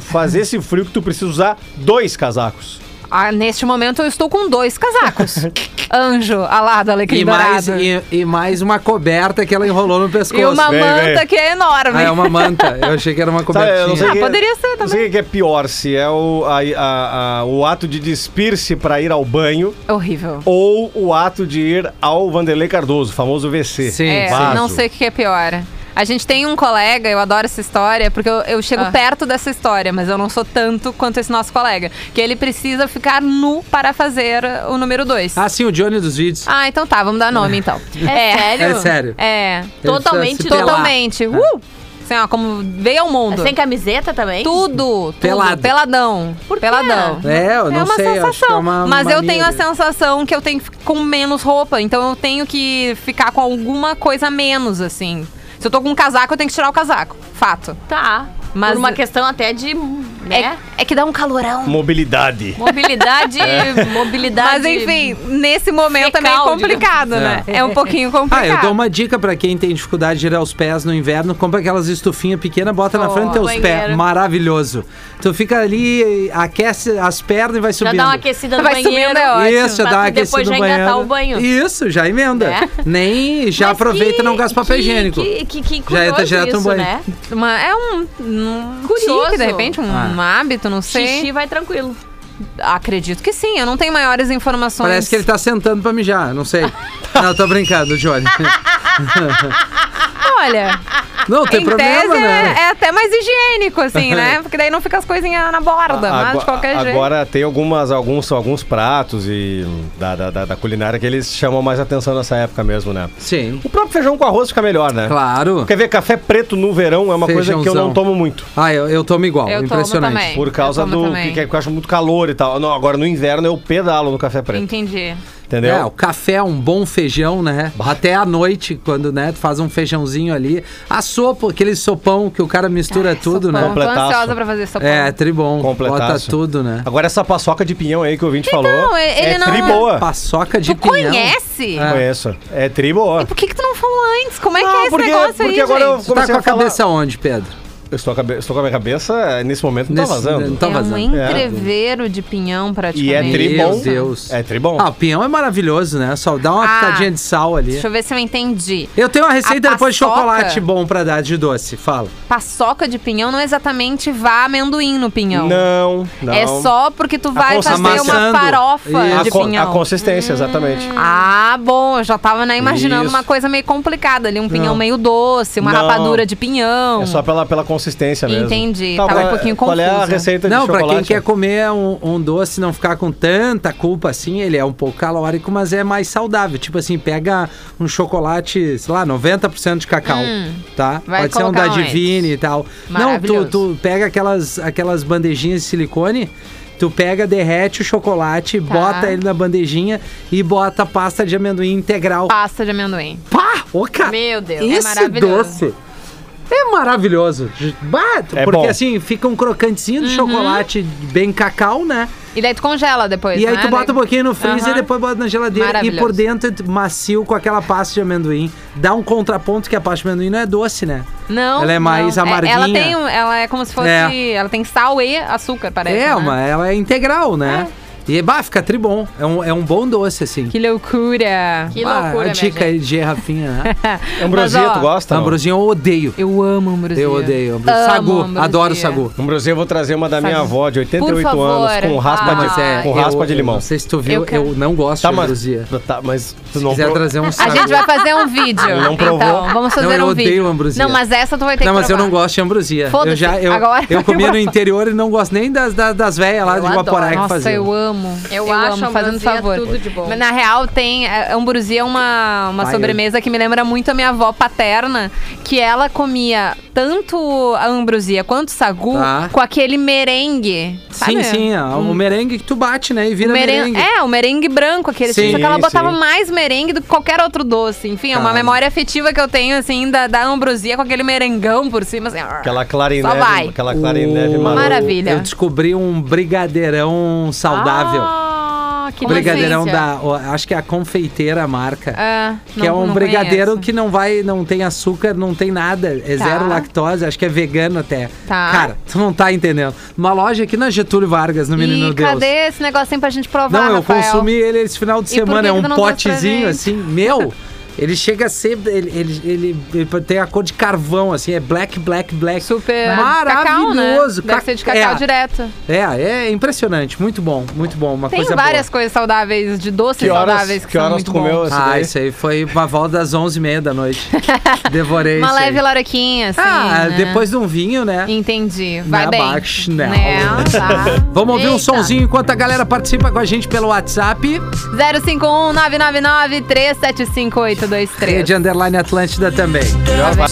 [SPEAKER 5] faz esse frio que tu precisa usar dois casacos.
[SPEAKER 6] Ah, neste momento eu estou com dois casacos. Anjo, alado, alecrim
[SPEAKER 4] E mais,
[SPEAKER 6] dourado.
[SPEAKER 4] e, e mais uma coberta que ela enrolou no pescoço.
[SPEAKER 6] E uma
[SPEAKER 5] Vem,
[SPEAKER 6] manta
[SPEAKER 5] vem.
[SPEAKER 6] que é enorme.
[SPEAKER 4] Ah, é uma manta. Eu achei que era uma
[SPEAKER 5] Sabe,
[SPEAKER 4] cobertinha.
[SPEAKER 6] Ah, poderia ser
[SPEAKER 5] Não sei o que é pior, se é o, a- a- a- o ato de despir-se para ir ao banho
[SPEAKER 6] É Horrível.
[SPEAKER 5] ou o ato de ir ao Vanderlei Cardoso, famoso VC.
[SPEAKER 4] Sim,
[SPEAKER 6] É,
[SPEAKER 5] vaso.
[SPEAKER 6] não sei o que é pior. A gente tem um colega, eu adoro essa história, porque eu, eu chego
[SPEAKER 3] Ah.
[SPEAKER 6] perto dessa história, mas eu não sou tanto quanto esse nosso colega. Que ele precisa ficar nu para fazer o número dois.
[SPEAKER 4] Ah, sim, o Johnny dos vídeos.
[SPEAKER 6] Ah, então tá, vamos dar nome então.
[SPEAKER 3] É
[SPEAKER 4] é
[SPEAKER 3] sério?
[SPEAKER 4] sério.
[SPEAKER 6] É.
[SPEAKER 4] Ele
[SPEAKER 3] totalmente
[SPEAKER 4] precisa se pelar.
[SPEAKER 6] Totalmente.
[SPEAKER 4] Ah.
[SPEAKER 6] Uh! Assim, ó, como veio ao mundo.
[SPEAKER 3] Sem camiseta também?
[SPEAKER 6] Tudo, tudo.
[SPEAKER 4] Pelado.
[SPEAKER 6] Peladão.
[SPEAKER 3] É Por quê?
[SPEAKER 6] Peladão.
[SPEAKER 4] É, eu não
[SPEAKER 6] é uma
[SPEAKER 4] sei.
[SPEAKER 6] sensação.
[SPEAKER 4] Acho que é uma
[SPEAKER 6] mas eu
[SPEAKER 4] mania
[SPEAKER 6] tenho a
[SPEAKER 4] dele.
[SPEAKER 6] sensação que eu tenho que ficar com menos roupa. Então eu tenho que ficar com alguma coisa a menos, assim. Se eu tô com um casaco, eu tenho que tirar o casaco. Fato.
[SPEAKER 3] Tá.
[SPEAKER 6] Ah, Mas-
[SPEAKER 3] Por uma questão até de. Né?
[SPEAKER 6] É, é que dá um calorão.
[SPEAKER 5] Mobilidade.
[SPEAKER 3] Mobilidade.
[SPEAKER 4] É.
[SPEAKER 3] Mobilidade.
[SPEAKER 6] Mas enfim, nesse momento é meio
[SPEAKER 3] fecal,
[SPEAKER 6] complicado, né?
[SPEAKER 4] digamos.
[SPEAKER 6] É um pouquinho complicado.
[SPEAKER 4] Ah, eu dou uma dica pra quem tem dificuldade de ir aos pés no inverno. Compra aquelas estufinhas pequenas, bota na
[SPEAKER 3] Oh,
[SPEAKER 4] frente teus pés.
[SPEAKER 3] banheiro.
[SPEAKER 4] Maravilhoso. Tu fica ali, aquece as pernas e vai
[SPEAKER 3] Já
[SPEAKER 4] subindo.
[SPEAKER 3] dá uma aquecida no
[SPEAKER 6] Vai
[SPEAKER 3] banheiro.
[SPEAKER 6] subindo, é ótimo.
[SPEAKER 4] Isso, já
[SPEAKER 3] pra
[SPEAKER 4] dá uma
[SPEAKER 3] tu depois
[SPEAKER 4] aquecida
[SPEAKER 3] já
[SPEAKER 4] no
[SPEAKER 3] engatar
[SPEAKER 4] banheiro.
[SPEAKER 3] o banho.
[SPEAKER 4] Isso, já emenda.
[SPEAKER 3] Né?
[SPEAKER 4] Nem já
[SPEAKER 3] Mas
[SPEAKER 4] aproveita e
[SPEAKER 3] que-
[SPEAKER 4] não gasta papel
[SPEAKER 3] que-
[SPEAKER 4] higiênico.
[SPEAKER 3] Que, que, que
[SPEAKER 4] Já entra
[SPEAKER 3] curioso
[SPEAKER 4] direto no
[SPEAKER 3] isso,
[SPEAKER 4] banho.
[SPEAKER 3] né?
[SPEAKER 6] Uma- é um, um
[SPEAKER 3] Curioso.
[SPEAKER 6] tique, de repente, um,
[SPEAKER 4] Ah.
[SPEAKER 6] hábito, não sei.
[SPEAKER 3] Xixi vai tranquilo.
[SPEAKER 6] Acredito que sim, eu não tenho maiores informações.
[SPEAKER 4] Parece que ele tá sentando pra mijar, não sei. não, tô brincando, Johnny.
[SPEAKER 6] Olha,
[SPEAKER 4] Não, tem
[SPEAKER 6] em
[SPEAKER 4] problema,
[SPEAKER 6] tese é-
[SPEAKER 4] né?
[SPEAKER 6] é, até mais higiênico, assim, né? Porque daí não fica as coisinhas na borda, mas de qualquer jeito.
[SPEAKER 5] Agora tem algumas, alguns, alguns pratos e da, da, da- da culinária que eles chamam mais atenção nessa época mesmo, né?
[SPEAKER 4] Sim,
[SPEAKER 5] O próprio feijão com arroz fica melhor, né?
[SPEAKER 4] claro.
[SPEAKER 5] Quer ver, café preto no verão é uma coisa que eu
[SPEAKER 4] Feijãozão.
[SPEAKER 5] não tomo muito.
[SPEAKER 4] Ah, eu, eu tomo igual,
[SPEAKER 6] Eu tomo
[SPEAKER 4] impressionante.
[SPEAKER 6] também.
[SPEAKER 5] Por causa
[SPEAKER 6] eu tomo
[SPEAKER 5] do.
[SPEAKER 6] também.
[SPEAKER 5] Que, que eu acho muito calor e tal. Não, agora no inverno eu pedalo no café preto.
[SPEAKER 6] Entendi.
[SPEAKER 5] Entendeu?
[SPEAKER 4] É, o café, um bom feijão, né? Até à noite, quando, né, tu faz um feijãozinho ali. A sopa, aquele sopão que o cara mistura tudo,
[SPEAKER 6] Ah, é Sopão,
[SPEAKER 4] né?
[SPEAKER 6] Tô
[SPEAKER 5] Completaço.
[SPEAKER 6] ansiosa pra fazer sopão.
[SPEAKER 4] É, tribom. Bota
[SPEAKER 5] Completaço.
[SPEAKER 4] tudo, né?
[SPEAKER 5] Agora essa paçoca de pinhão aí que o ouvinte falou.
[SPEAKER 6] Então, ele
[SPEAKER 5] é
[SPEAKER 6] não-
[SPEAKER 5] tri boa.
[SPEAKER 4] Paçoca de
[SPEAKER 6] tu
[SPEAKER 4] pinhão.
[SPEAKER 6] conhece?
[SPEAKER 4] É.
[SPEAKER 5] Conheço. É tri boa.
[SPEAKER 6] E por que, que tu não falou antes? Como é que
[SPEAKER 5] Não,
[SPEAKER 6] é esse
[SPEAKER 5] porque-
[SPEAKER 6] negócio aí,
[SPEAKER 5] porque agora eu-
[SPEAKER 6] gente?
[SPEAKER 4] Tu tá
[SPEAKER 5] Comecei
[SPEAKER 4] com
[SPEAKER 5] a
[SPEAKER 4] a
[SPEAKER 5] falar-
[SPEAKER 4] cabeça onde, Pedro?
[SPEAKER 5] Eu estou com, a, cabe- estou com a minha cabeça, nesse momento não
[SPEAKER 4] Nesse-
[SPEAKER 5] tá vazando.
[SPEAKER 4] não tá
[SPEAKER 6] é um
[SPEAKER 4] vazando.
[SPEAKER 6] entreveiro de pinhão,
[SPEAKER 5] E é
[SPEAKER 6] praticamente.
[SPEAKER 5] tri
[SPEAKER 4] Meu
[SPEAKER 5] bom.
[SPEAKER 4] Deus.
[SPEAKER 5] É tri bom.
[SPEAKER 4] Ah, o pinhão é maravilhoso, né? Só dá uma
[SPEAKER 6] Ah.
[SPEAKER 4] pitadinha de sal ali.
[SPEAKER 6] Deixa eu ver se eu entendi.
[SPEAKER 4] Eu tenho uma receita
[SPEAKER 6] A
[SPEAKER 4] depois de
[SPEAKER 6] paçoca?
[SPEAKER 4] chocolate bom pra dar de doce. Fala.
[SPEAKER 6] Paçoca de pinhão não é exatamente vá amendoim no pinhão.
[SPEAKER 5] Não, não.
[SPEAKER 6] É só porque tu vai fazer uma
[SPEAKER 4] consistência.
[SPEAKER 6] farofa
[SPEAKER 4] Isso.
[SPEAKER 6] de
[SPEAKER 5] a, co-
[SPEAKER 6] pinhão.
[SPEAKER 5] a consistência, exatamente.
[SPEAKER 6] Ah, bom, eu já tava né, imaginando
[SPEAKER 4] Isso.
[SPEAKER 6] uma coisa meio complicada ali, um pinhão
[SPEAKER 4] Não.
[SPEAKER 6] meio doce, uma
[SPEAKER 5] Não.
[SPEAKER 6] rapadura de pinhão.
[SPEAKER 5] É só pela, pela consistência mesmo.
[SPEAKER 6] Entendi, tava
[SPEAKER 5] qual
[SPEAKER 6] um
[SPEAKER 5] é-
[SPEAKER 6] pouquinho
[SPEAKER 5] Qual é a
[SPEAKER 6] confusa.
[SPEAKER 5] receita de
[SPEAKER 4] Não, pra
[SPEAKER 5] chocolate?
[SPEAKER 4] quem quer comer um, um doce, não ficar com tanta culpa assim, ele é um pouco calórico, mas é mais saudável. Tipo assim, pega um chocolate, sei lá, 90% de cacau, tá?
[SPEAKER 6] Hum, vai
[SPEAKER 4] Pode ser um da
[SPEAKER 6] colocar onde?
[SPEAKER 4] Divine e tal. Não, tu,
[SPEAKER 6] Maravilhoso.
[SPEAKER 4] tu pega aquelas, aquelas bandejinhas de silicone. Tu pega, derrete o chocolate,
[SPEAKER 6] Tá.
[SPEAKER 4] bota ele na bandejinha e bota a pasta de amendoim integral.
[SPEAKER 6] Pasta de amendoim.
[SPEAKER 4] Pá! Ô, cara!
[SPEAKER 3] Meu Deus.
[SPEAKER 6] é
[SPEAKER 4] Ah, Esse
[SPEAKER 6] maravilhoso.
[SPEAKER 4] doce é maravilhoso. Bah,
[SPEAKER 5] É
[SPEAKER 4] porque
[SPEAKER 5] bom.
[SPEAKER 6] Uhum.
[SPEAKER 4] assim, fica um crocantezinho de chocolate bem cacau, né?
[SPEAKER 6] E daí tu congela depois.
[SPEAKER 4] E aí
[SPEAKER 6] né?
[SPEAKER 4] tu bota um
[SPEAKER 6] Daí-
[SPEAKER 4] pouquinho no freezer,
[SPEAKER 6] Aham.
[SPEAKER 4] depois bota na geladeira. E
[SPEAKER 6] Maravilhoso.
[SPEAKER 4] por dentro, tu- macio, com aquela pasta de amendoim. Dá um contraponto que a pasta de amendoim não é doce, né?
[SPEAKER 6] Não.
[SPEAKER 4] Ela é mais
[SPEAKER 6] não.
[SPEAKER 4] amarguinha.
[SPEAKER 6] Ela tem, um- ela é como se fosse,
[SPEAKER 4] É.
[SPEAKER 6] ela tem sal e açúcar, parece.
[SPEAKER 4] É,
[SPEAKER 6] né?
[SPEAKER 4] uma, ela é integral, né? E, bah, fica tribom. É um, é um bom doce, assim.
[SPEAKER 6] Que loucura. né, Tá
[SPEAKER 3] Que
[SPEAKER 4] Bah,
[SPEAKER 3] loucura,
[SPEAKER 4] a
[SPEAKER 3] minha
[SPEAKER 4] Ah, dica
[SPEAKER 3] gente.
[SPEAKER 4] aí de Rafinha, né?
[SPEAKER 5] Ambrosia,
[SPEAKER 6] Mas, ó,
[SPEAKER 5] tu gosta? não?
[SPEAKER 4] Ambrosinha eu odeio.
[SPEAKER 6] Eu amo ambrosia.
[SPEAKER 4] Eu odeio. ambrosia.
[SPEAKER 6] Amo
[SPEAKER 4] Sagu,
[SPEAKER 6] ambrosia.
[SPEAKER 4] adoro sagu.
[SPEAKER 5] Ambrosia, eu vou trazer uma da minha
[SPEAKER 6] Sabe-
[SPEAKER 5] avó de 88
[SPEAKER 6] Por favor.
[SPEAKER 5] anos, com raspa,
[SPEAKER 6] Ah,
[SPEAKER 5] de,
[SPEAKER 6] mas é,
[SPEAKER 5] com
[SPEAKER 4] eu-
[SPEAKER 5] raspa de limão.
[SPEAKER 4] Não sei se tu viu,
[SPEAKER 6] Eu
[SPEAKER 4] eu,
[SPEAKER 6] quero-
[SPEAKER 4] não gosto
[SPEAKER 5] Tá,
[SPEAKER 4] de
[SPEAKER 5] mas,
[SPEAKER 4] ambrosia.
[SPEAKER 5] tá, mas tu
[SPEAKER 4] Se
[SPEAKER 5] não
[SPEAKER 4] quiser
[SPEAKER 5] pro-
[SPEAKER 4] trazer um
[SPEAKER 6] A
[SPEAKER 4] sagu.
[SPEAKER 6] gente vai fazer um vídeo.
[SPEAKER 5] Não provou.
[SPEAKER 6] Então, vamos fazer
[SPEAKER 4] Não, eu
[SPEAKER 6] um
[SPEAKER 4] odeio
[SPEAKER 6] vídeo.
[SPEAKER 4] ambrosia.
[SPEAKER 6] Não, mas essa tu vai ter
[SPEAKER 4] Não,
[SPEAKER 6] que
[SPEAKER 4] mas eu
[SPEAKER 6] provar.
[SPEAKER 4] não gosto de ambrosia. Eu
[SPEAKER 6] Foda-se,
[SPEAKER 4] já eu,
[SPEAKER 6] agora
[SPEAKER 4] eu
[SPEAKER 6] vai
[SPEAKER 4] comia no
[SPEAKER 6] provar.
[SPEAKER 4] interior e não gosto nem das das, das velhas lá
[SPEAKER 3] Eu
[SPEAKER 4] de Guaporá
[SPEAKER 3] adoro.
[SPEAKER 4] que
[SPEAKER 6] Nossa,
[SPEAKER 4] faziam.
[SPEAKER 6] eu amo.
[SPEAKER 3] Eu acho a
[SPEAKER 6] fazendo
[SPEAKER 3] ambrosia
[SPEAKER 6] favor.
[SPEAKER 3] tudo de bom.
[SPEAKER 6] Mas na real tem é, ambrosia é uma uma
[SPEAKER 4] Ai,
[SPEAKER 6] sobremesa que me lembra muito a minha avó paterna, que ela comia tanto a ambrosia quanto sagu
[SPEAKER 4] Tá.
[SPEAKER 6] com aquele merengue.
[SPEAKER 4] Sim,
[SPEAKER 6] sabe?
[SPEAKER 4] sim, ó, o merengue que tu bate, né, e vira
[SPEAKER 6] O Hum. meren-
[SPEAKER 4] merengue.
[SPEAKER 6] É, o merengue branco, aquele.
[SPEAKER 4] Sim, Tá.
[SPEAKER 6] só que ela botava
[SPEAKER 5] sim.
[SPEAKER 6] mais merengue do que qualquer outro doce. Enfim, é uma
[SPEAKER 4] Cara.
[SPEAKER 6] memória afetiva que eu tenho, assim, da, da ambrosia com aquele merengão por cima, assim. ar.
[SPEAKER 5] Aquela clara em
[SPEAKER 6] Só
[SPEAKER 5] neve,
[SPEAKER 6] vai. Uh,
[SPEAKER 5] aquela clara em neve
[SPEAKER 4] O-
[SPEAKER 5] maluca.
[SPEAKER 6] Maravilha.
[SPEAKER 4] Eu descobri um brigadeirão saudável.
[SPEAKER 3] Ah, que
[SPEAKER 4] O brigadeirão da, ó, acho que é a confeiteira a marca.
[SPEAKER 6] Ah,
[SPEAKER 4] Que
[SPEAKER 6] não-
[SPEAKER 4] é um
[SPEAKER 6] não
[SPEAKER 4] brigadeiro
[SPEAKER 6] conheço.
[SPEAKER 4] que não vai, não tem açúcar, não tem nada. É
[SPEAKER 6] Tá.
[SPEAKER 4] zero lactose, acho que é vegano até.
[SPEAKER 6] Tá.
[SPEAKER 4] Cara, tu não tá entendendo. Uma loja aqui na Getúlio Vargas, no Menino
[SPEAKER 6] e
[SPEAKER 4] Deus.
[SPEAKER 6] cadê esse negocinho pra gente provar,
[SPEAKER 4] Não, eu
[SPEAKER 6] Ah, Rafael?
[SPEAKER 4] consumi ele esse final de
[SPEAKER 6] E por
[SPEAKER 4] semana.
[SPEAKER 6] que
[SPEAKER 4] É
[SPEAKER 6] que
[SPEAKER 4] um
[SPEAKER 6] tu não trouxe pra
[SPEAKER 4] potezinho
[SPEAKER 6] gente?
[SPEAKER 4] assim, meu. Ele chega a ser. Ele, ele, ele- ele tem a cor de carvão, assim, é black, black, black.
[SPEAKER 6] Super
[SPEAKER 4] maravilhoso.
[SPEAKER 6] Cacau, né? Deve ser de cacau
[SPEAKER 4] é,
[SPEAKER 6] direto.
[SPEAKER 4] É, é impressionante, muito bom, muito bom. Uma
[SPEAKER 6] Tem
[SPEAKER 4] coisa
[SPEAKER 6] várias
[SPEAKER 4] boa.
[SPEAKER 6] coisas saudáveis, de doces
[SPEAKER 5] Que horas,
[SPEAKER 6] saudáveis que,
[SPEAKER 5] que
[SPEAKER 6] são
[SPEAKER 5] horas
[SPEAKER 6] muito
[SPEAKER 5] tu comeu
[SPEAKER 6] bons.
[SPEAKER 5] essa
[SPEAKER 4] Ah,
[SPEAKER 5] daí?
[SPEAKER 4] isso aí foi uma volta das 11h30 da noite. Devorei
[SPEAKER 6] Uma
[SPEAKER 4] isso aí.
[SPEAKER 6] leve loroquinha, assim,
[SPEAKER 4] Ah,
[SPEAKER 6] né?
[SPEAKER 4] depois de um vinho, né?
[SPEAKER 6] Entendi, vai
[SPEAKER 4] Né,
[SPEAKER 6] bem.
[SPEAKER 4] abaixo, né?
[SPEAKER 6] Né, tá.
[SPEAKER 4] Vamos ouvir um
[SPEAKER 3] Eita.
[SPEAKER 4] sonzinho enquanto a galera participa com a gente pelo WhatsApp.
[SPEAKER 6] 051 999 375 823.
[SPEAKER 4] Rede Underline Atlântida também.
[SPEAKER 5] é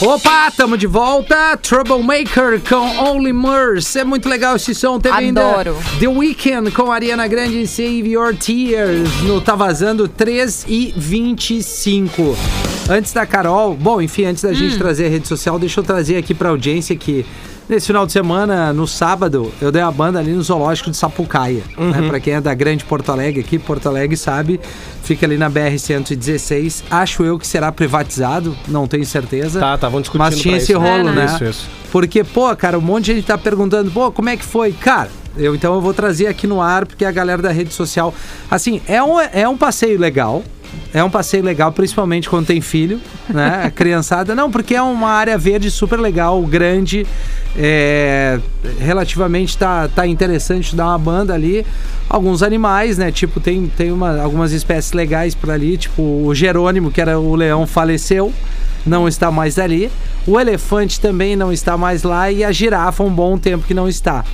[SPEAKER 4] Opa, tamo de volta. Troublemaker com Only Merce. É muito legal esse som. Teve
[SPEAKER 6] Adoro.
[SPEAKER 4] ainda The Weeknd com Ariana Grande e Save Your Tears no Tá Vazando 3 e 25. Antes da Carol, bom, enfim, antes da gente trazer a rede social, deixa eu trazer aqui pra audiência que nesse final de semana, no sábado, eu dei a banda ali no Zoológico de Sapucaia. Né? Pra quem é da grande Porto Alegre aqui, Porto Alegre sabe, fica ali na BR-116. Acho eu que será privatizado, não tenho certeza.
[SPEAKER 5] Tá, estavam discutindo
[SPEAKER 4] Mas tinha
[SPEAKER 5] pra
[SPEAKER 4] esse
[SPEAKER 5] isso.
[SPEAKER 4] rolo, né?
[SPEAKER 5] É, né? Isso, isso.
[SPEAKER 4] Porque, pô, cara, um monte de gente tá perguntando, pô, como é que foi? Cara, eu então eu vou trazer aqui no ar, porque a galera da rede social. Assim, é um, é um passeio legal. É um passeio legal, principalmente quando tem filho, né? A criançada. Não, porque é uma área verde super legal, grande. É, relativamente tá, tá interessante dar uma banda ali. Alguns animais, né? Tipo, tem, tem uma, algumas espécies legais por ali. Tipo, o Jerônimo, que era o leão, faleceu não está mais ali. O elefante também não está mais lá e a girafa um bom tempo que não está.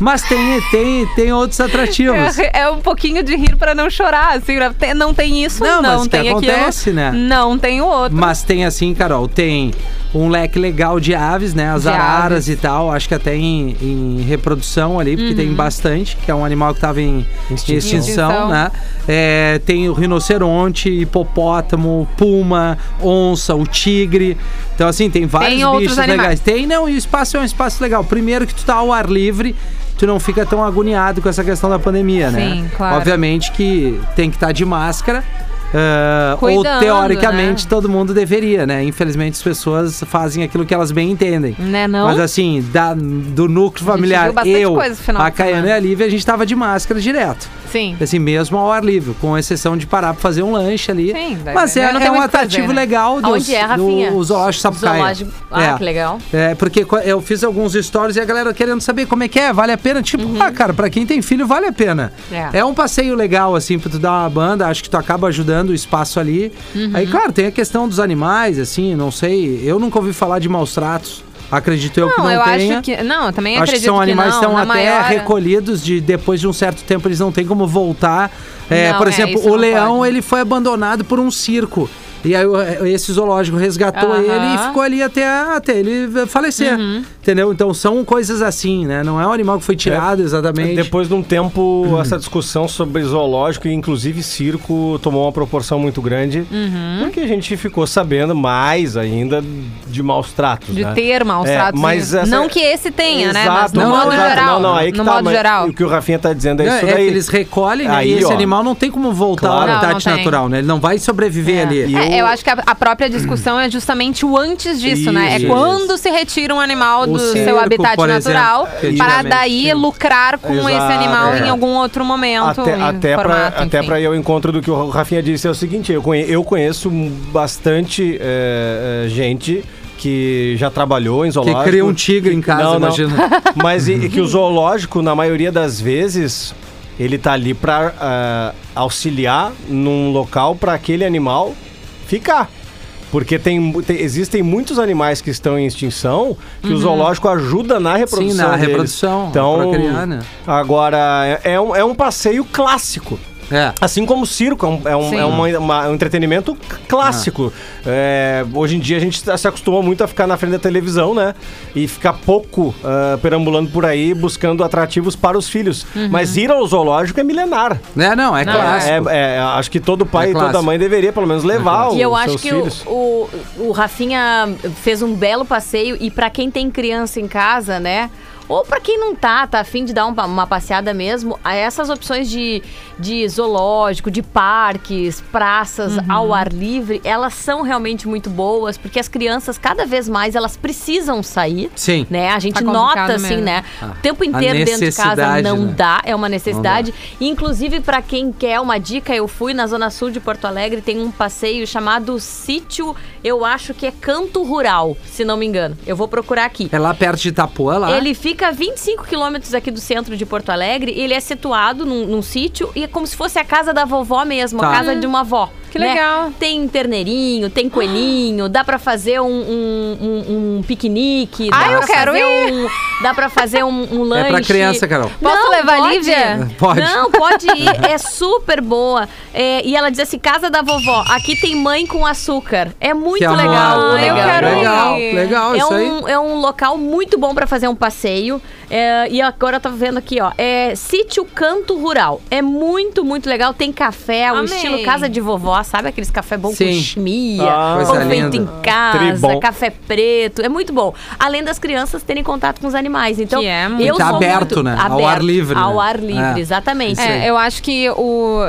[SPEAKER 4] Mas tem tem tem outros atrativos.
[SPEAKER 6] É, é um pouquinho de rir pra não chorar, assim, né? Tem- não tem isso,
[SPEAKER 4] Não,
[SPEAKER 6] não,
[SPEAKER 4] mas que
[SPEAKER 6] tem aquilo.
[SPEAKER 4] acontece, né?
[SPEAKER 6] Não tem o outro.
[SPEAKER 4] Mas tem assim, Carol, tem um leque legal de aves, né? As
[SPEAKER 6] De
[SPEAKER 4] araras e tal, acho que até em, em reprodução ali, porque
[SPEAKER 6] Uhum.
[SPEAKER 4] tem bastante, que é um animal que estava em extinção,
[SPEAKER 6] Extinção.
[SPEAKER 4] né? É, tem o rinoceronte, hipopótamo, puma, onça, o tigre. Então, assim, tem vários
[SPEAKER 6] outros
[SPEAKER 4] bichos
[SPEAKER 6] animais.
[SPEAKER 4] legais. Tem, não, e o espaço é um espaço legal. Primeiro que tu tá ao ar livre, tu não fica tão agoniado com essa questão da pandemia, né?
[SPEAKER 6] Sim, claro.
[SPEAKER 4] Obviamente que tem que estar de máscara. ah, ou
[SPEAKER 6] Cuidando,
[SPEAKER 4] teoricamente
[SPEAKER 6] né?
[SPEAKER 4] todo mundo deveria, né? Infelizmente as pessoas fazem aquilo que elas bem entendem.
[SPEAKER 6] Né, não?
[SPEAKER 4] Mas assim, da, do núcleo familiar,
[SPEAKER 6] viu bastante
[SPEAKER 4] eu,
[SPEAKER 6] coisa no final
[SPEAKER 4] a
[SPEAKER 6] de
[SPEAKER 4] Caiana
[SPEAKER 6] semana.
[SPEAKER 4] e a Lívia, a gente tava de máscara direto.
[SPEAKER 6] Sim.
[SPEAKER 4] Assim, mesmo ao ar livre, com exceção de parar pra fazer um lanche ali.
[SPEAKER 6] Sim, daí-
[SPEAKER 4] Mas é,
[SPEAKER 6] daí não tem
[SPEAKER 4] é um
[SPEAKER 6] muito o que fazer,
[SPEAKER 4] atrativo
[SPEAKER 6] né?
[SPEAKER 4] legal do,
[SPEAKER 3] Onde é, Rafinha?
[SPEAKER 4] do Zoológico Sapucaia.
[SPEAKER 3] Zoológico. Ah,
[SPEAKER 4] É.
[SPEAKER 3] que legal.
[SPEAKER 4] É, porque co- eu fiz alguns stories e a galera querendo saber como é que é, vale a pena? Tipo, ah, cara, pra quem tem filho, vale a pena. É.
[SPEAKER 6] Uhum. É.
[SPEAKER 4] um passeio legal, assim, pra tu dar uma banda, acho que tu acaba ajudando o espaço ali.
[SPEAKER 6] Uhum.
[SPEAKER 4] Aí, claro, tem a questão dos animais, assim, não sei, eu nunca ouvi falar de maus tratos, acredito eu que
[SPEAKER 6] Não,
[SPEAKER 4] não
[SPEAKER 6] eu
[SPEAKER 4] tenha.
[SPEAKER 6] acho que. Não, eu também
[SPEAKER 4] Acho que
[SPEAKER 6] acredito
[SPEAKER 4] são animais
[SPEAKER 6] não,
[SPEAKER 4] que estão
[SPEAKER 6] na
[SPEAKER 4] até
[SPEAKER 6] maior-
[SPEAKER 4] recolhidos de depois de um certo tempo eles não têm como voltar. É,
[SPEAKER 6] Não,
[SPEAKER 4] por
[SPEAKER 6] é,
[SPEAKER 4] exemplo,
[SPEAKER 6] isso
[SPEAKER 4] o
[SPEAKER 6] não
[SPEAKER 4] leão
[SPEAKER 6] pode.
[SPEAKER 4] ele foi abandonado por um circo. E aí o- esse zoológico resgatou
[SPEAKER 6] Aham. Uhum.
[SPEAKER 4] ele e ficou ali até, até ele falecer. Entendeu? Então são coisas assim, né? Não é um animal que foi tirado exatamente.
[SPEAKER 5] Depois de um tempo,
[SPEAKER 4] Uhum.
[SPEAKER 5] essa discussão sobre zoológico e inclusive circo tomou uma proporção muito grande,
[SPEAKER 6] Uhum.
[SPEAKER 5] porque a gente ficou sabendo mais ainda de maus tratos.
[SPEAKER 6] De
[SPEAKER 5] né?
[SPEAKER 6] ter maus
[SPEAKER 5] É,
[SPEAKER 6] tratos.
[SPEAKER 5] mas essa-
[SPEAKER 6] Não que esse tenha, né? Mas
[SPEAKER 5] Exato,
[SPEAKER 6] no
[SPEAKER 4] não,
[SPEAKER 6] modo
[SPEAKER 4] exato.
[SPEAKER 6] geral.
[SPEAKER 5] Não, não, aí que
[SPEAKER 6] no
[SPEAKER 5] tá,
[SPEAKER 6] modo
[SPEAKER 5] mas
[SPEAKER 6] geral.
[SPEAKER 5] O que o Rafinha tá dizendo é
[SPEAKER 4] Não,
[SPEAKER 5] isso
[SPEAKER 4] é
[SPEAKER 5] daí.
[SPEAKER 4] que eles recolhem né?
[SPEAKER 5] Aí,
[SPEAKER 4] e esse
[SPEAKER 5] ó.
[SPEAKER 4] animal não tem como voltar
[SPEAKER 5] Claro.
[SPEAKER 4] ao
[SPEAKER 6] Não,
[SPEAKER 4] habitat
[SPEAKER 6] não tem.
[SPEAKER 4] natural, né? Ele não vai sobreviver ali.
[SPEAKER 6] É, eu acho que a, a própria discussão é justamente o antes disso, né? É
[SPEAKER 4] Isso.
[SPEAKER 6] quando se retira um animal
[SPEAKER 4] O
[SPEAKER 6] do seu
[SPEAKER 4] circo,
[SPEAKER 6] habitat
[SPEAKER 4] por
[SPEAKER 6] natural
[SPEAKER 4] exemplo, que
[SPEAKER 6] para
[SPEAKER 4] antigamente
[SPEAKER 6] daí
[SPEAKER 4] tinha.
[SPEAKER 6] lucrar com
[SPEAKER 5] Exato,
[SPEAKER 6] esse animal
[SPEAKER 5] é.
[SPEAKER 6] em algum outro momento.
[SPEAKER 5] Até,
[SPEAKER 6] em
[SPEAKER 5] até,
[SPEAKER 6] formato,
[SPEAKER 5] pra, até
[SPEAKER 6] enfim.
[SPEAKER 5] pra ir ao encontro do que o Rafinha disse é o seguinte: eu conhe- eu conheço, bastante é, é, gente que já trabalhou em zoológico.
[SPEAKER 4] cria um tigre em casa,
[SPEAKER 5] não, não.
[SPEAKER 4] imagina.
[SPEAKER 5] Mas e, e que o zoológico, na maioria das vezes, ele tá ali pra ah, auxiliar num local pra aquele animal ficar. Porque tem, mu- tem- existem muitos animais que estão em extinção que
[SPEAKER 6] Uhum.
[SPEAKER 5] o zoológico ajuda na reprodução.
[SPEAKER 4] Sim, na
[SPEAKER 5] deles.
[SPEAKER 4] reprodução,
[SPEAKER 5] Então,
[SPEAKER 4] pra criar, né?
[SPEAKER 5] agora, é, é um, é um passeio clássico.
[SPEAKER 4] É.
[SPEAKER 5] Assim como o circo, é um, é um-
[SPEAKER 6] Sim.
[SPEAKER 5] é uma- uma- um entretenimento c- clássico.
[SPEAKER 4] Ah.
[SPEAKER 5] É, hoje em dia a gente tá- se acostuma muito a ficar na frente da televisão, né? E ficar pouco ah, perambulando por aí buscando atrativos para os filhos. Mas ir ao zoológico é milenar.
[SPEAKER 4] É, não, Uhum. é clássico.
[SPEAKER 5] É- é, acho que todo pai
[SPEAKER 4] É
[SPEAKER 5] e toda
[SPEAKER 4] clássico. É
[SPEAKER 5] mãe deveria, pelo menos, levar os
[SPEAKER 3] E eu acho
[SPEAKER 5] seus
[SPEAKER 3] que o,
[SPEAKER 5] filhos.
[SPEAKER 3] o, o Rafinha fez um belo passeio e pra quem tem criança em casa, né? Ou pra quem não tá, tá afim de dar uma, uma passeada mesmo, a essas opções de, de zoológico, de parques, praças
[SPEAKER 6] Uhum.
[SPEAKER 3] ao ar livre, elas são realmente muito boas, porque as crianças, cada vez mais, elas precisam sair.
[SPEAKER 4] Sim.
[SPEAKER 3] Né? A gente
[SPEAKER 6] Tá complicado
[SPEAKER 3] nota, assim,
[SPEAKER 6] mesmo.
[SPEAKER 3] né?
[SPEAKER 4] Ah,
[SPEAKER 3] o tempo
[SPEAKER 4] a
[SPEAKER 3] inteiro dentro de casa
[SPEAKER 4] necessidade,
[SPEAKER 3] não
[SPEAKER 4] né?
[SPEAKER 3] dá, é uma necessidade. Inclusive, pra quem quer uma dica, eu fui na Zona Sul de Porto Alegre, tem um passeio chamado Sítio, eu acho que é Canto Rural, se não me engano. Eu vou procurar aqui.
[SPEAKER 4] É lá perto de Itapuã, lá.
[SPEAKER 3] Ele fica a 25 quilômetros aqui do centro de Porto Alegre. Ele é situado num, num sítio e é como se fosse a casa da vovó mesmo,
[SPEAKER 4] Tá.
[SPEAKER 3] a casa de uma avó.
[SPEAKER 6] Que
[SPEAKER 3] né?
[SPEAKER 6] legal.
[SPEAKER 3] Tem terneirinho, tem coelhinho, dá pra fazer um, um, um- um piquenique. dá
[SPEAKER 6] Ah, eu
[SPEAKER 3] pra
[SPEAKER 6] quero
[SPEAKER 3] fazer
[SPEAKER 6] ir.
[SPEAKER 3] um- dá pra fazer um, um
[SPEAKER 4] É
[SPEAKER 3] lanche.
[SPEAKER 4] pra criança, Carol.
[SPEAKER 6] Posso levar a Lívia?
[SPEAKER 4] Pode.
[SPEAKER 3] Não, pode ir. É super boa. É, e ela diz assim: casa da vovó, aqui tem mãe com açúcar. É muito
[SPEAKER 4] Que amor,
[SPEAKER 3] legal.
[SPEAKER 6] Ah, eu
[SPEAKER 4] legal,
[SPEAKER 6] quero ir.
[SPEAKER 4] legal, legal,
[SPEAKER 3] É
[SPEAKER 4] isso aí.
[SPEAKER 3] um, é um local muito bom pra fazer um passeio. É, e agora eu tô vendo aqui, ó. É sítio canto rural. É muito, muito legal. Tem café, o
[SPEAKER 6] Amei.
[SPEAKER 3] estilo casa de vovó, sabe? Aqueles café bom
[SPEAKER 4] Sim.
[SPEAKER 3] com chimia,
[SPEAKER 5] Ah,
[SPEAKER 3] pão
[SPEAKER 4] coisa
[SPEAKER 3] feito
[SPEAKER 4] linda.
[SPEAKER 3] em casa,
[SPEAKER 5] Tribom.
[SPEAKER 3] café preto. É muito bom. Além das crianças terem contato com os animais. Então,
[SPEAKER 6] Que é
[SPEAKER 3] eu
[SPEAKER 6] muito-
[SPEAKER 4] Tá
[SPEAKER 3] sou
[SPEAKER 4] aberto,
[SPEAKER 3] muito
[SPEAKER 4] né? Ao ar livre,
[SPEAKER 3] Ao
[SPEAKER 4] né?
[SPEAKER 3] ar livre,
[SPEAKER 4] É.
[SPEAKER 3] exatamente.
[SPEAKER 4] Isso aí.
[SPEAKER 6] É, eu acho que o.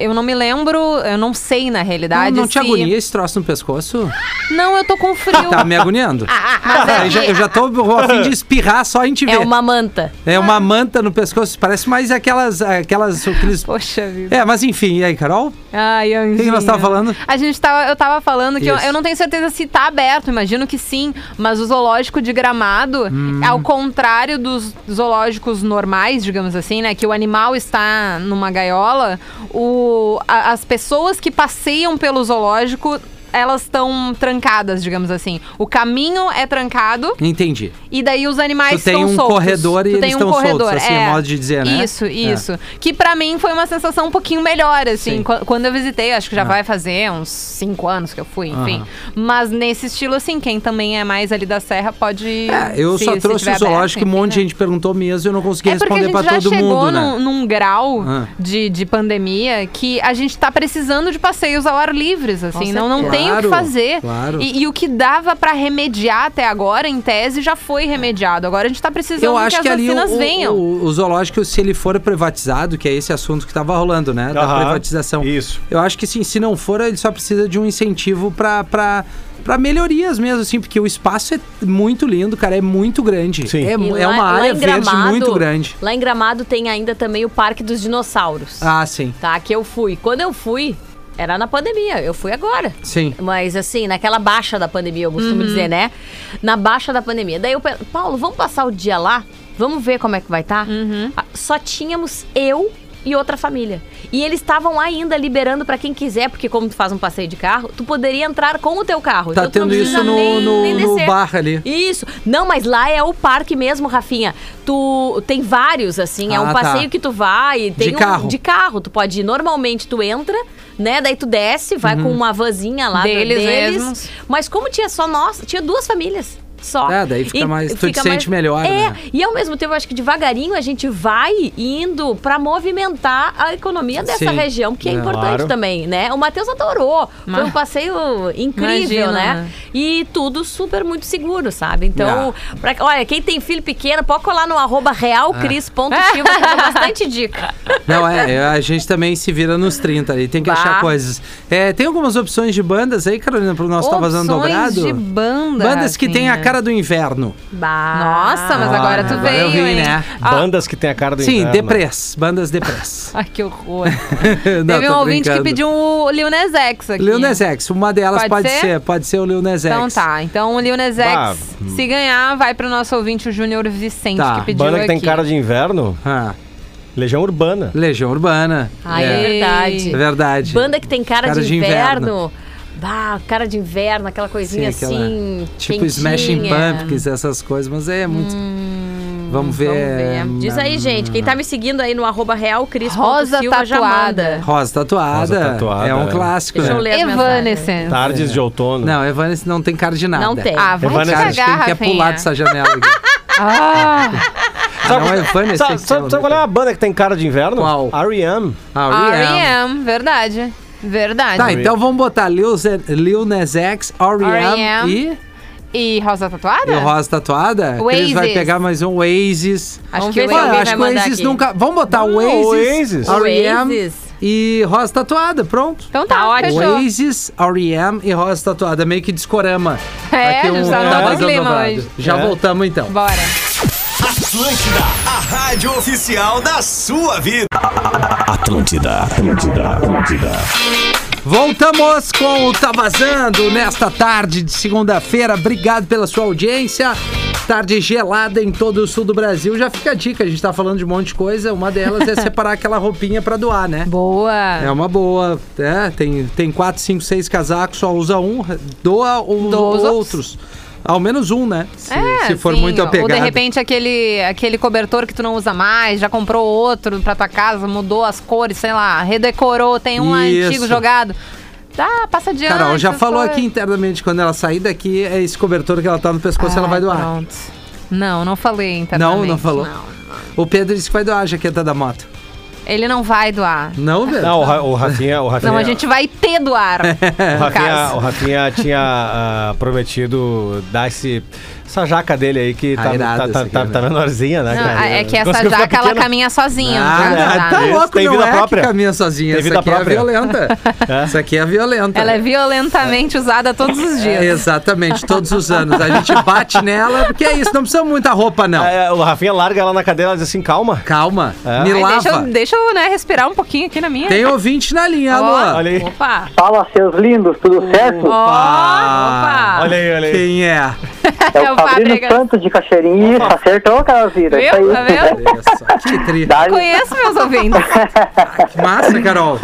[SPEAKER 6] Eu não me lembro, eu não sei na realidade.
[SPEAKER 4] Não, Ah, não
[SPEAKER 6] se-
[SPEAKER 4] te agonia esse troço no pescoço?
[SPEAKER 6] Não, eu tô com frio.
[SPEAKER 4] Tá me agoniando?
[SPEAKER 6] Mas é
[SPEAKER 4] Aí já-
[SPEAKER 6] que-
[SPEAKER 4] eu já tô a fim de espirrar só em te ver.
[SPEAKER 3] É uma manta.
[SPEAKER 4] É uma manta no pescoço, parece mais aquelas. aquelas aqueles...
[SPEAKER 6] Poxa vida.
[SPEAKER 4] É, mas enfim, e aí, Carol?
[SPEAKER 6] Ai, anjinho.
[SPEAKER 4] que nós tava falando?
[SPEAKER 6] A gente tava, eu tava falando que eu,
[SPEAKER 4] Isso.
[SPEAKER 6] eu não tenho certeza se tá aberto, imagino que sim, mas o zoológico de Gramado,
[SPEAKER 4] Hum.
[SPEAKER 6] ao contrário dos zoológicos normais, digamos assim, né, que o animal está numa gaiola, o, a- as pessoas que passeiam pelo zoológico elas estão trancadas, digamos assim. O caminho é trancado
[SPEAKER 4] Entendi.
[SPEAKER 6] e daí os animais
[SPEAKER 4] Tu tem
[SPEAKER 6] são
[SPEAKER 4] um
[SPEAKER 6] soltos.
[SPEAKER 4] corredor e
[SPEAKER 6] Tu tem
[SPEAKER 4] eles
[SPEAKER 6] um
[SPEAKER 4] estão soltos,
[SPEAKER 6] corredor,
[SPEAKER 4] assim, é modo de dizer, né?
[SPEAKER 6] Isso,
[SPEAKER 4] É.
[SPEAKER 6] isso. Que pra mim foi uma sensação um pouquinho melhor, assim.
[SPEAKER 4] Sim. Ah.
[SPEAKER 6] Qu- Quando eu visitei, acho que já vai fazer uns cinco anos que eu fui, enfim.
[SPEAKER 4] Aham.
[SPEAKER 6] Mas nesse estilo, assim, quem também é mais ali da serra pode...
[SPEAKER 4] É, eu
[SPEAKER 6] se-
[SPEAKER 4] só
[SPEAKER 6] se
[SPEAKER 4] trouxe
[SPEAKER 6] tiver
[SPEAKER 4] o zoológico e um
[SPEAKER 6] aberto,
[SPEAKER 4] monte de
[SPEAKER 6] enfim, né?
[SPEAKER 4] gente perguntou mesmo e eu não consegui
[SPEAKER 6] É porque a
[SPEAKER 4] responder
[SPEAKER 6] gente
[SPEAKER 4] pra
[SPEAKER 6] já
[SPEAKER 4] todo
[SPEAKER 6] chegou
[SPEAKER 4] mundo, né?
[SPEAKER 6] num, num grau
[SPEAKER 4] Ah.
[SPEAKER 6] de, de pandemia que a gente tá precisando de passeios ao ar livres, assim, não, não
[SPEAKER 4] certeza.
[SPEAKER 6] tem o que
[SPEAKER 4] Claro,
[SPEAKER 6] fazer.
[SPEAKER 4] claro.
[SPEAKER 6] E, e o que dava pra remediar até agora, em tese, já foi remediado. Agora a gente tá
[SPEAKER 3] é
[SPEAKER 6] precisando
[SPEAKER 3] um
[SPEAKER 4] Eu acho
[SPEAKER 6] que
[SPEAKER 4] que,
[SPEAKER 6] as
[SPEAKER 4] ali
[SPEAKER 6] vacinas
[SPEAKER 4] o,
[SPEAKER 6] venham.
[SPEAKER 4] o- o zoológico, se ele for privatizado, que é esse assunto que tava rolando, né? Da
[SPEAKER 5] Aham,
[SPEAKER 4] privatização.
[SPEAKER 5] isso.
[SPEAKER 4] Eu acho que sim, se não for, ele só precisa de um incentivo pra. pra para melhorias mesmo, assim, porque o espaço é muito lindo, cara, é muito grande.
[SPEAKER 5] Sim.
[SPEAKER 4] É,
[SPEAKER 3] E
[SPEAKER 4] é
[SPEAKER 3] lá-
[SPEAKER 4] uma
[SPEAKER 3] lá
[SPEAKER 4] área
[SPEAKER 3] em
[SPEAKER 4] verde
[SPEAKER 3] Gramado-
[SPEAKER 4] muito grande.
[SPEAKER 3] Lá em Gramado tem ainda também o Parque dos Dinossauros.
[SPEAKER 4] Ah, sim.
[SPEAKER 3] Tá, que eu fui. Quando eu fui, era na pandemia, eu fui agora.
[SPEAKER 4] Sim. Uhum.
[SPEAKER 3] Mas assim, naquela baixa da pandemia, eu costumo dizer, né? Na baixa da pandemia. Daí eu pe- Paulo, vamos passar o dia lá? Vamos ver como é que vai estar?
[SPEAKER 4] Uhum.
[SPEAKER 3] Só tínhamos eu e outra família. E eles estavam ainda liberando pra quem quiser, porque como tu faz um passeio de carro, tu poderia entrar com o teu carro.
[SPEAKER 4] Tá
[SPEAKER 3] Então, tu não
[SPEAKER 4] tendo
[SPEAKER 3] precisa
[SPEAKER 4] isso no,
[SPEAKER 3] nem-
[SPEAKER 4] no,
[SPEAKER 3] nem
[SPEAKER 4] no
[SPEAKER 3] descer.
[SPEAKER 4] bar ali.
[SPEAKER 3] Isso. Não, mas lá é o parque mesmo, Rafinha. Tu tem vários, assim. é
[SPEAKER 4] Ah,
[SPEAKER 3] um
[SPEAKER 4] tá.
[SPEAKER 3] passeio que tu vai. e Tem
[SPEAKER 4] De
[SPEAKER 3] um-
[SPEAKER 4] carro.
[SPEAKER 3] de carro. Tu pode ir. Normalmente tu entra, né? Daí tu desce, vai
[SPEAKER 4] Uhum.
[SPEAKER 3] com uma vanzinha lá
[SPEAKER 6] Deles
[SPEAKER 3] do- deles.
[SPEAKER 6] mesmos.
[SPEAKER 3] Mas como tinha só nós, tinha duas famílias. Só.
[SPEAKER 4] É, daí fica mais- tu te sente melhor,
[SPEAKER 3] É,
[SPEAKER 4] né?
[SPEAKER 3] e ao mesmo tempo, eu acho que devagarinho a gente vai indo pra movimentar a economia dessa
[SPEAKER 4] Sim.
[SPEAKER 3] região, que é,
[SPEAKER 4] É,
[SPEAKER 3] importante
[SPEAKER 5] claro.
[SPEAKER 3] também, né? O Matheus adorou. Foi
[SPEAKER 6] Mas-
[SPEAKER 3] um passeio incrível,
[SPEAKER 6] Imagina,
[SPEAKER 3] né?
[SPEAKER 6] né?
[SPEAKER 3] E tudo super muito seguro, sabe? Então,
[SPEAKER 4] Ah.
[SPEAKER 3] pra- olha, quem tem filho pequeno, pode colar no arroba realcris.silva, que eu dou
[SPEAKER 4] Ah.
[SPEAKER 3] bastante dica.
[SPEAKER 4] Não, é, é, a gente também se vira nos 30 ali, tem que
[SPEAKER 3] Bah.
[SPEAKER 4] achar coisas. É, tem algumas opções de bandas aí, Carolina, pro nosso Tá Vazando Dobrado?
[SPEAKER 6] Opções de banda. assim, né?
[SPEAKER 4] Bandas que têm a
[SPEAKER 6] Rafinha.
[SPEAKER 4] cara do inverno.
[SPEAKER 6] Nossa, mas agora tu
[SPEAKER 4] agora eu
[SPEAKER 6] veio,
[SPEAKER 4] vi,
[SPEAKER 6] hein?
[SPEAKER 4] né?
[SPEAKER 6] Ah,
[SPEAKER 5] Bandas que tem a cara do né?
[SPEAKER 4] Sim,
[SPEAKER 5] inverno.
[SPEAKER 4] depress, bandas depress.
[SPEAKER 6] Ai, que horror.
[SPEAKER 4] Não,
[SPEAKER 6] Teve um
[SPEAKER 4] tô
[SPEAKER 6] ouvinte
[SPEAKER 4] brincando.
[SPEAKER 6] que pediu o Lil Nas X aqui.
[SPEAKER 4] Lil Nas X, uma delas pode,
[SPEAKER 6] Pode
[SPEAKER 4] ser?
[SPEAKER 6] ser?
[SPEAKER 4] pode ser o Lil Nas X.
[SPEAKER 6] Então tá, então o Lil Nas X,
[SPEAKER 5] Bah,
[SPEAKER 6] se ganhar, vai pro nosso ouvinte, o Júnior Vicente,
[SPEAKER 4] Tá.
[SPEAKER 6] que pediu
[SPEAKER 5] Banda que tem
[SPEAKER 6] aqui.
[SPEAKER 5] cara de inverno?
[SPEAKER 4] Ah,
[SPEAKER 5] Legião Urbana.
[SPEAKER 4] Legião Urbana.
[SPEAKER 3] Ai, é.
[SPEAKER 4] é.
[SPEAKER 3] verdade.
[SPEAKER 4] é verdade.
[SPEAKER 3] Banda que tem cara,
[SPEAKER 4] Cara
[SPEAKER 3] de,
[SPEAKER 4] de
[SPEAKER 3] inverno. Bah, cara de inverno, aquela coisinha
[SPEAKER 4] Sim, aquela-
[SPEAKER 3] assim.
[SPEAKER 4] Tipo Smashing
[SPEAKER 3] quentinha.
[SPEAKER 4] Pumpkins, essas coisas, mas é muito. vamos ver. Hum,
[SPEAKER 6] vamos
[SPEAKER 3] Hum, Diz aí, gente, quem tá me seguindo aí no arroba
[SPEAKER 6] Rosa
[SPEAKER 3] realcris.silva já
[SPEAKER 6] tatuada.
[SPEAKER 3] manda.
[SPEAKER 4] Rosa tatuada.
[SPEAKER 5] Rosa Tatuada,
[SPEAKER 4] é um
[SPEAKER 5] né?
[SPEAKER 4] clássico,
[SPEAKER 3] Deixa eu
[SPEAKER 4] né?
[SPEAKER 3] ler as mensagens.
[SPEAKER 6] Evanescence.
[SPEAKER 5] Tardes de outono.
[SPEAKER 4] Não, Evanes não tem cara de nada.
[SPEAKER 3] Não tem.
[SPEAKER 6] Ah, vai
[SPEAKER 5] Evanescence.
[SPEAKER 4] Cara, a gente tem
[SPEAKER 6] devagar,
[SPEAKER 4] que é
[SPEAKER 6] Rafinha.
[SPEAKER 4] pular dessa janela aqui.
[SPEAKER 6] Ah,
[SPEAKER 4] Ah, não, Evanes. tem
[SPEAKER 5] Sabe,
[SPEAKER 4] que ser
[SPEAKER 5] sabe-
[SPEAKER 4] um-
[SPEAKER 5] sabe qual é uma banda que tem cara de inverno?
[SPEAKER 4] Qual?
[SPEAKER 5] R.E.M.
[SPEAKER 4] Ah, o R.E.M.
[SPEAKER 6] R.E.M., verdade. Verdade.
[SPEAKER 4] Tá, então vamos botar Lil, Ze- Lil Nas X, R.E.M.
[SPEAKER 6] R.E.M.
[SPEAKER 4] e,
[SPEAKER 6] E Rosa Tatuada?
[SPEAKER 4] e o Rosa Tatuada. que Eles vai
[SPEAKER 6] É. Oasis.
[SPEAKER 4] pegar mais um Oasis.
[SPEAKER 6] Acho
[SPEAKER 3] Vamos
[SPEAKER 6] que
[SPEAKER 3] ver
[SPEAKER 6] o
[SPEAKER 3] se
[SPEAKER 4] Olha,
[SPEAKER 3] alguém
[SPEAKER 6] Oasis.
[SPEAKER 3] vai
[SPEAKER 4] acho que o
[SPEAKER 3] mandar
[SPEAKER 4] Oasis
[SPEAKER 3] aqui.
[SPEAKER 4] nunca... Vamos botar Oasis,
[SPEAKER 5] Oasis.
[SPEAKER 4] R.E.M.
[SPEAKER 3] Oasis.
[SPEAKER 4] e Rosa Tatuada, pronto.
[SPEAKER 6] Então tá,
[SPEAKER 3] Tá ótimo.
[SPEAKER 6] fechou.
[SPEAKER 4] Oasis, R.E.M. e Rosa Tatuada, meio que discorama.
[SPEAKER 6] É,
[SPEAKER 4] Aqui
[SPEAKER 6] a gente tá no
[SPEAKER 4] Vazando
[SPEAKER 6] clima
[SPEAKER 4] Dobrado.
[SPEAKER 6] hoje.
[SPEAKER 4] Já
[SPEAKER 5] É.
[SPEAKER 4] voltamos então.
[SPEAKER 6] Bora.
[SPEAKER 2] Atlântida, a rádio oficial da sua vida.
[SPEAKER 1] Atlântida, Atlântida, Atlântida.
[SPEAKER 4] Voltamos com o Tá Vazando nesta tarde de segunda-feira. Obrigado pela sua audiência. Tarde gelada em todo o sul do Brasil. Já fica a dica, a gente tá falando de um monte de coisa. Uma delas é separar aquela roupinha pra doar, né?
[SPEAKER 6] Boa.
[SPEAKER 4] É uma boa, né? Tem, tem quatro, cinco, seis casacos, só usa um, doa os
[SPEAKER 6] Doa os
[SPEAKER 4] outros. Ao menos um, né? Se,
[SPEAKER 6] É,
[SPEAKER 4] se for
[SPEAKER 6] sim.
[SPEAKER 4] muito
[SPEAKER 6] Ou
[SPEAKER 4] apegado.
[SPEAKER 6] de repente aquele, aquele cobertor que tu não usa mais, já comprou outro pra tua casa, mudou as cores, sei lá, redecorou, tem um lá
[SPEAKER 4] Isso.
[SPEAKER 6] antigo jogado. Tá, passa adiante.
[SPEAKER 4] Carol já
[SPEAKER 6] essas
[SPEAKER 4] falou
[SPEAKER 6] coisas.
[SPEAKER 4] aqui internamente, quando ela sair daqui, é esse cobertor que ela tá no pescoço, ela
[SPEAKER 6] Ai,
[SPEAKER 4] vai doar.
[SPEAKER 6] Ah, Pronto. Não, não falei internamente.
[SPEAKER 4] Não, não falou.
[SPEAKER 6] não.
[SPEAKER 4] O Pedro disse que vai doar a jaqueta da moto.
[SPEAKER 6] Ele não vai doar.
[SPEAKER 4] Não, Pedro?
[SPEAKER 5] Não, o, Ra- o Rafinha... O Rafinha
[SPEAKER 6] Não, a gente vai ter doar.
[SPEAKER 5] o
[SPEAKER 6] no
[SPEAKER 5] Rafinha, o
[SPEAKER 6] caso.
[SPEAKER 5] Rafinha tinha ah, prometido dar esse, essa jaca dele aí que
[SPEAKER 4] Ah,
[SPEAKER 5] tá,
[SPEAKER 4] irado
[SPEAKER 5] tá,
[SPEAKER 4] esse
[SPEAKER 5] tá,
[SPEAKER 4] aqui,
[SPEAKER 5] tá-
[SPEAKER 4] né?
[SPEAKER 5] tá menorzinha, né?
[SPEAKER 6] Não,
[SPEAKER 5] cara?
[SPEAKER 6] é que
[SPEAKER 5] Conseguiu
[SPEAKER 6] essa
[SPEAKER 5] ficar
[SPEAKER 6] jaca ela
[SPEAKER 5] pequena?
[SPEAKER 6] caminha sozinha.
[SPEAKER 4] Ah,
[SPEAKER 6] não precisa
[SPEAKER 5] né?
[SPEAKER 6] usar.
[SPEAKER 4] tá
[SPEAKER 5] Isso,
[SPEAKER 4] louco,
[SPEAKER 5] tem
[SPEAKER 4] não
[SPEAKER 5] vida
[SPEAKER 4] é
[SPEAKER 5] própria.
[SPEAKER 4] que caminha sozinha.
[SPEAKER 5] Tem
[SPEAKER 4] Essa
[SPEAKER 5] vida
[SPEAKER 4] aqui é
[SPEAKER 5] própria.
[SPEAKER 4] violenta. Essa aqui é violenta.
[SPEAKER 6] Ela é violentamente usada todos os
[SPEAKER 4] É,
[SPEAKER 6] dias.
[SPEAKER 4] Exatamente, todos os anos. A gente bate nela, porque é isso, não precisa muita roupa, não.
[SPEAKER 5] Ah, é, o Rafinha larga ela na cadeira e diz assim, calma.
[SPEAKER 4] Calma,
[SPEAKER 5] É.
[SPEAKER 4] me
[SPEAKER 6] Ai,
[SPEAKER 4] lava.
[SPEAKER 6] deixa eu, deixa eu, né, respirar um pouquinho aqui na minha.
[SPEAKER 4] Tem ouvinte na linha,
[SPEAKER 6] Ó,
[SPEAKER 4] alô.
[SPEAKER 5] Olha aí.
[SPEAKER 6] Opa! Hum.
[SPEAKER 7] Fala, seus lindos, tudo certo?
[SPEAKER 6] Ó, opa!
[SPEAKER 5] Olha aí, olha aí.
[SPEAKER 4] Quem é?
[SPEAKER 7] é o Fabrício
[SPEAKER 6] Gar-
[SPEAKER 7] Santos de Cachoeirinha. Isso, acertou, Carolzira. Isso
[SPEAKER 6] Viu? Tá
[SPEAKER 7] aí.
[SPEAKER 6] vendo?
[SPEAKER 4] Olha só, que tri.
[SPEAKER 7] Dá-lhe.
[SPEAKER 6] Conheço meus ouvintes.
[SPEAKER 4] Que massa, Carol.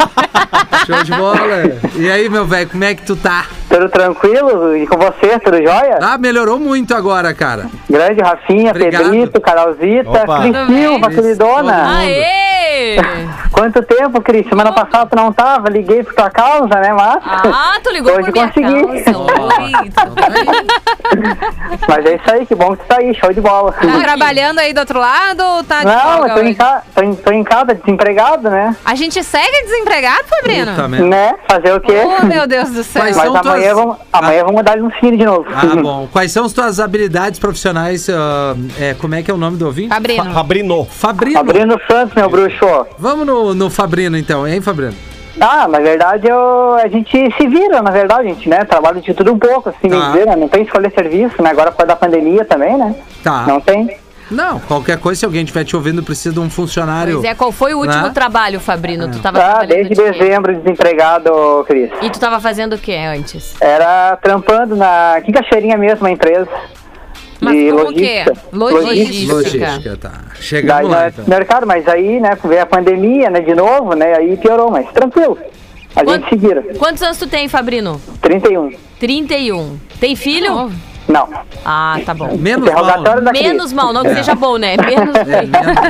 [SPEAKER 4] Show de bola. E aí, meu velho, como é que tu tá?
[SPEAKER 7] Tudo tranquilo? E com você, tudo jóia?
[SPEAKER 4] Ah, melhorou muito agora, cara.
[SPEAKER 7] Grande Rafinha,
[SPEAKER 4] Obrigado.
[SPEAKER 7] Pedrito, Carolzita,
[SPEAKER 5] Opa.
[SPEAKER 7] Cris
[SPEAKER 6] Tudo bem?
[SPEAKER 7] Silva,
[SPEAKER 4] Cris,
[SPEAKER 7] queridona.
[SPEAKER 4] todo mundo.
[SPEAKER 3] Aê!
[SPEAKER 7] Quanto tempo, Cris? Semana passada tu não tava, liguei por tua causa, né, mas...
[SPEAKER 3] Ah, tu ligou
[SPEAKER 7] Hoje
[SPEAKER 3] por minha
[SPEAKER 7] consegui.
[SPEAKER 3] causa. Oi,
[SPEAKER 4] Então
[SPEAKER 3] tudo
[SPEAKER 4] tá
[SPEAKER 6] Tá
[SPEAKER 3] bem?
[SPEAKER 7] Mas é isso aí, que bom que tu tá aí, show de bola.
[SPEAKER 4] então.
[SPEAKER 6] Tá trabalhando aí do outro lado ou tá de
[SPEAKER 7] Não,
[SPEAKER 6] folga
[SPEAKER 7] eu tô em,
[SPEAKER 6] hoje?
[SPEAKER 7] ca... tô, em, tô em casa, desempregado, né?
[SPEAKER 6] A gente segue desempregado, Fabrino?
[SPEAKER 4] Puta merda.
[SPEAKER 7] Né? Fazer o quê?
[SPEAKER 6] Oh, meu Deus do céu.
[SPEAKER 4] Mas-
[SPEAKER 7] Mas
[SPEAKER 4] É. São
[SPEAKER 7] amanhã,
[SPEAKER 4] tuas-
[SPEAKER 7] vamos, amanhã vamos dar-lhe um filho de novo.
[SPEAKER 4] Ah, bom. Quais são as tuas habilidades profissionais? ah, é, como é que é o nome do ouvinte?
[SPEAKER 5] Fa-
[SPEAKER 6] Fabrino.
[SPEAKER 5] Fabrino.
[SPEAKER 4] Fabrino.
[SPEAKER 7] Abrindo Santos, meu bruxo.
[SPEAKER 4] Vamos no, no Fabrino, então, hein, Fabrino?
[SPEAKER 7] Ah, na verdade eu, a gente se vira, na verdade, a gente, né? Trabalha de tudo um pouco,
[SPEAKER 4] Tá.
[SPEAKER 7] assim, bem dizer, né? Não tem escolher serviço, né? Agora por causa da pandemia também, né?
[SPEAKER 4] Tá.
[SPEAKER 7] Não tem.
[SPEAKER 4] Não, qualquer coisa, se alguém estiver te ouvindo, precisa de um funcionário.
[SPEAKER 3] Pois é, qual foi o último
[SPEAKER 4] Né?
[SPEAKER 3] trabalho, Fabrino? Tu tava
[SPEAKER 7] Tá,
[SPEAKER 3] trabalhando
[SPEAKER 7] desde
[SPEAKER 3] de quê?
[SPEAKER 7] dezembro desempregado, Cris.
[SPEAKER 3] E tu tava fazendo o que antes?
[SPEAKER 7] Era trampando na. Que caixeirinha mesmo a empresa.
[SPEAKER 6] Mas
[SPEAKER 7] de
[SPEAKER 6] como
[SPEAKER 7] logística.
[SPEAKER 6] o quê? Logística.
[SPEAKER 4] Logística, tá.
[SPEAKER 7] Daí,
[SPEAKER 4] Chegamos lá,
[SPEAKER 7] né,
[SPEAKER 4] então.
[SPEAKER 7] mercado, mas aí, né, veio a pandemia, né, de novo, né? Aí piorou, mas tranquilo. A gente
[SPEAKER 3] Quant-
[SPEAKER 7] se vira.
[SPEAKER 3] Quantos anos tu tem, Fabrino?
[SPEAKER 7] 31.
[SPEAKER 3] 31. Tem filho?
[SPEAKER 6] Novo.
[SPEAKER 7] Não.
[SPEAKER 3] Ah, tá bom.
[SPEAKER 4] Menos mal.
[SPEAKER 7] Interrogatório da crise.
[SPEAKER 3] Menos mal, não que seja bom, né? Menos
[SPEAKER 4] É, menos mal.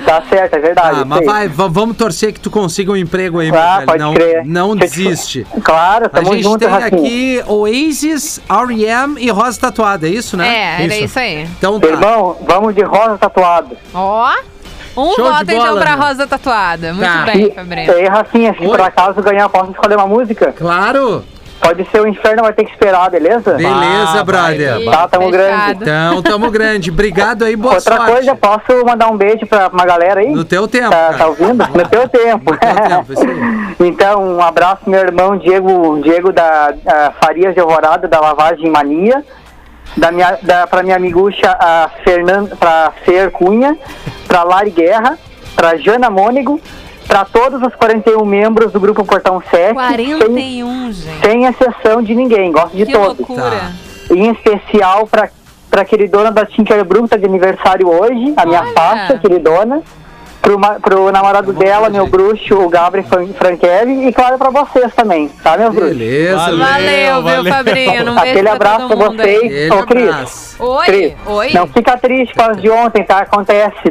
[SPEAKER 7] Tá certo, é verdade.
[SPEAKER 4] Ah,
[SPEAKER 7] isso
[SPEAKER 4] mas
[SPEAKER 7] aí.
[SPEAKER 4] vai, va- vamos torcer que tu consiga um emprego aí, meu
[SPEAKER 7] Ah,
[SPEAKER 4] velho.
[SPEAKER 7] pode
[SPEAKER 4] não,
[SPEAKER 7] crer.
[SPEAKER 4] não
[SPEAKER 7] Deixa eu te-
[SPEAKER 4] desiste.
[SPEAKER 7] Claro,
[SPEAKER 4] A
[SPEAKER 7] tamo
[SPEAKER 4] gente
[SPEAKER 7] junto,
[SPEAKER 4] tem
[SPEAKER 7] Rafinha.
[SPEAKER 4] aqui Oasis, R.E.M. e Rosa Tatuada, é isso, né?
[SPEAKER 6] É, era isso aí.
[SPEAKER 4] Então tá.
[SPEAKER 7] Irmão, vamos de rosa tatuado.
[SPEAKER 6] Ó. Um
[SPEAKER 4] Show de
[SPEAKER 6] voto então
[SPEAKER 4] bola,
[SPEAKER 6] pra
[SPEAKER 4] meu.
[SPEAKER 6] Rosa Tatuada. Muito
[SPEAKER 4] Tá.
[SPEAKER 6] bem,
[SPEAKER 7] E, e
[SPEAKER 6] Fabrina.
[SPEAKER 7] aí, Rafinha, se
[SPEAKER 4] Oi.
[SPEAKER 7] por acaso ganhar, posso escolher uma música?
[SPEAKER 4] Claro.
[SPEAKER 7] Pode ser o inferno, vai ter que esperar, beleza?
[SPEAKER 4] Beleza,
[SPEAKER 5] vai,
[SPEAKER 4] brother.
[SPEAKER 6] Ih,
[SPEAKER 7] Tá, tamo
[SPEAKER 6] fechado.
[SPEAKER 4] Então, tamo grande. Obrigado aí, boa
[SPEAKER 7] Outra
[SPEAKER 4] sorte.
[SPEAKER 7] coisa, posso mandar um beijo pra uma galera aí?
[SPEAKER 4] No teu tempo,
[SPEAKER 7] Tá,
[SPEAKER 4] cara.
[SPEAKER 7] tá ouvindo? No teu tempo.
[SPEAKER 4] No teu tempo, isso aí.
[SPEAKER 7] então, um abraço, meu irmão Diego, Diego da ah, Farias de Alvorada, da Lavagem Mania. Da minha, da, pra minha amigucha a Fernan, pra Fer Cunha, pra Lari Guerra, pra Jana Mônigo, pra todos os 41 membros do Grupo Portão 7. Sem,
[SPEAKER 6] 41, gente.
[SPEAKER 7] sem exceção de ninguém, gosto de
[SPEAKER 6] Que
[SPEAKER 7] todos
[SPEAKER 6] loucura.
[SPEAKER 7] em especial para para queridona da Tinker Brook, tá de aniversário hoje, a minha
[SPEAKER 6] Olha!
[SPEAKER 7] pasta, queridona. Pro, ma- pro namorado
[SPEAKER 4] Vamos
[SPEAKER 7] dela,
[SPEAKER 4] ver,
[SPEAKER 7] meu
[SPEAKER 4] É gente.
[SPEAKER 7] bruxo, o Gabriel Fran- Frankelli, e claro, para vocês também, tá, meus bruxos?
[SPEAKER 4] Beleza,
[SPEAKER 5] Valeu.
[SPEAKER 4] meu.
[SPEAKER 6] Valeu,
[SPEAKER 5] valeu.
[SPEAKER 6] meu Fabrina. Um beijo
[SPEAKER 7] Aquele
[SPEAKER 6] pra
[SPEAKER 7] abraço pra
[SPEAKER 6] todo mundo aí.
[SPEAKER 7] vocês.
[SPEAKER 4] Aquele
[SPEAKER 7] Ô, Cris.
[SPEAKER 4] abraço.
[SPEAKER 6] Oi,
[SPEAKER 7] Cris,
[SPEAKER 6] oi.
[SPEAKER 7] Não fica triste com as de ontem, tá? Acontece,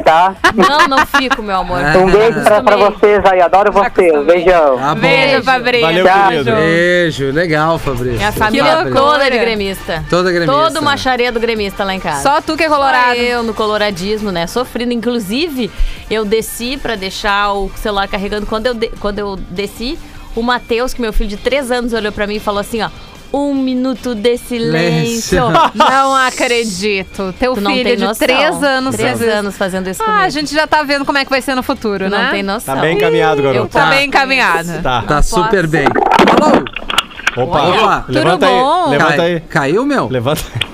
[SPEAKER 7] tá?
[SPEAKER 3] Não, não fico, meu amor.
[SPEAKER 4] Ah.
[SPEAKER 7] Um beijo pra, pra
[SPEAKER 3] Acostumei.
[SPEAKER 7] vocês aí, adoro vocês,
[SPEAKER 6] Acostumei.
[SPEAKER 7] beijão.
[SPEAKER 4] Tá bom.
[SPEAKER 6] Beijo, Fabrina.
[SPEAKER 5] Valeu,
[SPEAKER 6] Tamo
[SPEAKER 5] querido.
[SPEAKER 6] junto.
[SPEAKER 4] Beijo, legal, Fabrício.
[SPEAKER 3] Minha família
[SPEAKER 4] Fabrício.
[SPEAKER 3] toda de gremista.
[SPEAKER 4] Toda gremista,
[SPEAKER 3] Todo
[SPEAKER 4] né?
[SPEAKER 3] macharedo gremista lá em casa.
[SPEAKER 6] Só tu que é
[SPEAKER 3] Só
[SPEAKER 6] colorado.
[SPEAKER 3] eu no coloradismo, né? Sofrendo. Inclusive, eu desci pra deixar o celular carregando. Quando eu, de- Quando eu desci, o Matheus, que é meu filho de 3 anos, olhou pra mim e falou assim, ó... Um minuto de silêncio.
[SPEAKER 4] Silêncio.
[SPEAKER 6] Não acredito. Teu
[SPEAKER 3] Tu não
[SPEAKER 6] filho
[SPEAKER 3] tem
[SPEAKER 6] de
[SPEAKER 3] noção.
[SPEAKER 6] 3 anos.
[SPEAKER 3] Três
[SPEAKER 6] fazendo-
[SPEAKER 3] anos fazendo isso comigo.
[SPEAKER 6] Ah, a gente já tá vendo como é que vai ser no futuro,
[SPEAKER 3] Tu
[SPEAKER 6] né?
[SPEAKER 3] não tem noção.
[SPEAKER 5] Tá bem encaminhado,
[SPEAKER 6] Eu
[SPEAKER 5] garoto.
[SPEAKER 6] tá
[SPEAKER 4] Tá.
[SPEAKER 6] bem encaminhada.
[SPEAKER 5] Tá.
[SPEAKER 4] Tá
[SPEAKER 3] posso.
[SPEAKER 4] super bem. Alô?
[SPEAKER 5] Opa,
[SPEAKER 4] Olha, tudo
[SPEAKER 5] levanta
[SPEAKER 6] bom?
[SPEAKER 5] aí. Levanta
[SPEAKER 4] Cai-
[SPEAKER 5] aí.
[SPEAKER 4] Caiu, meu?
[SPEAKER 5] Levanta aí.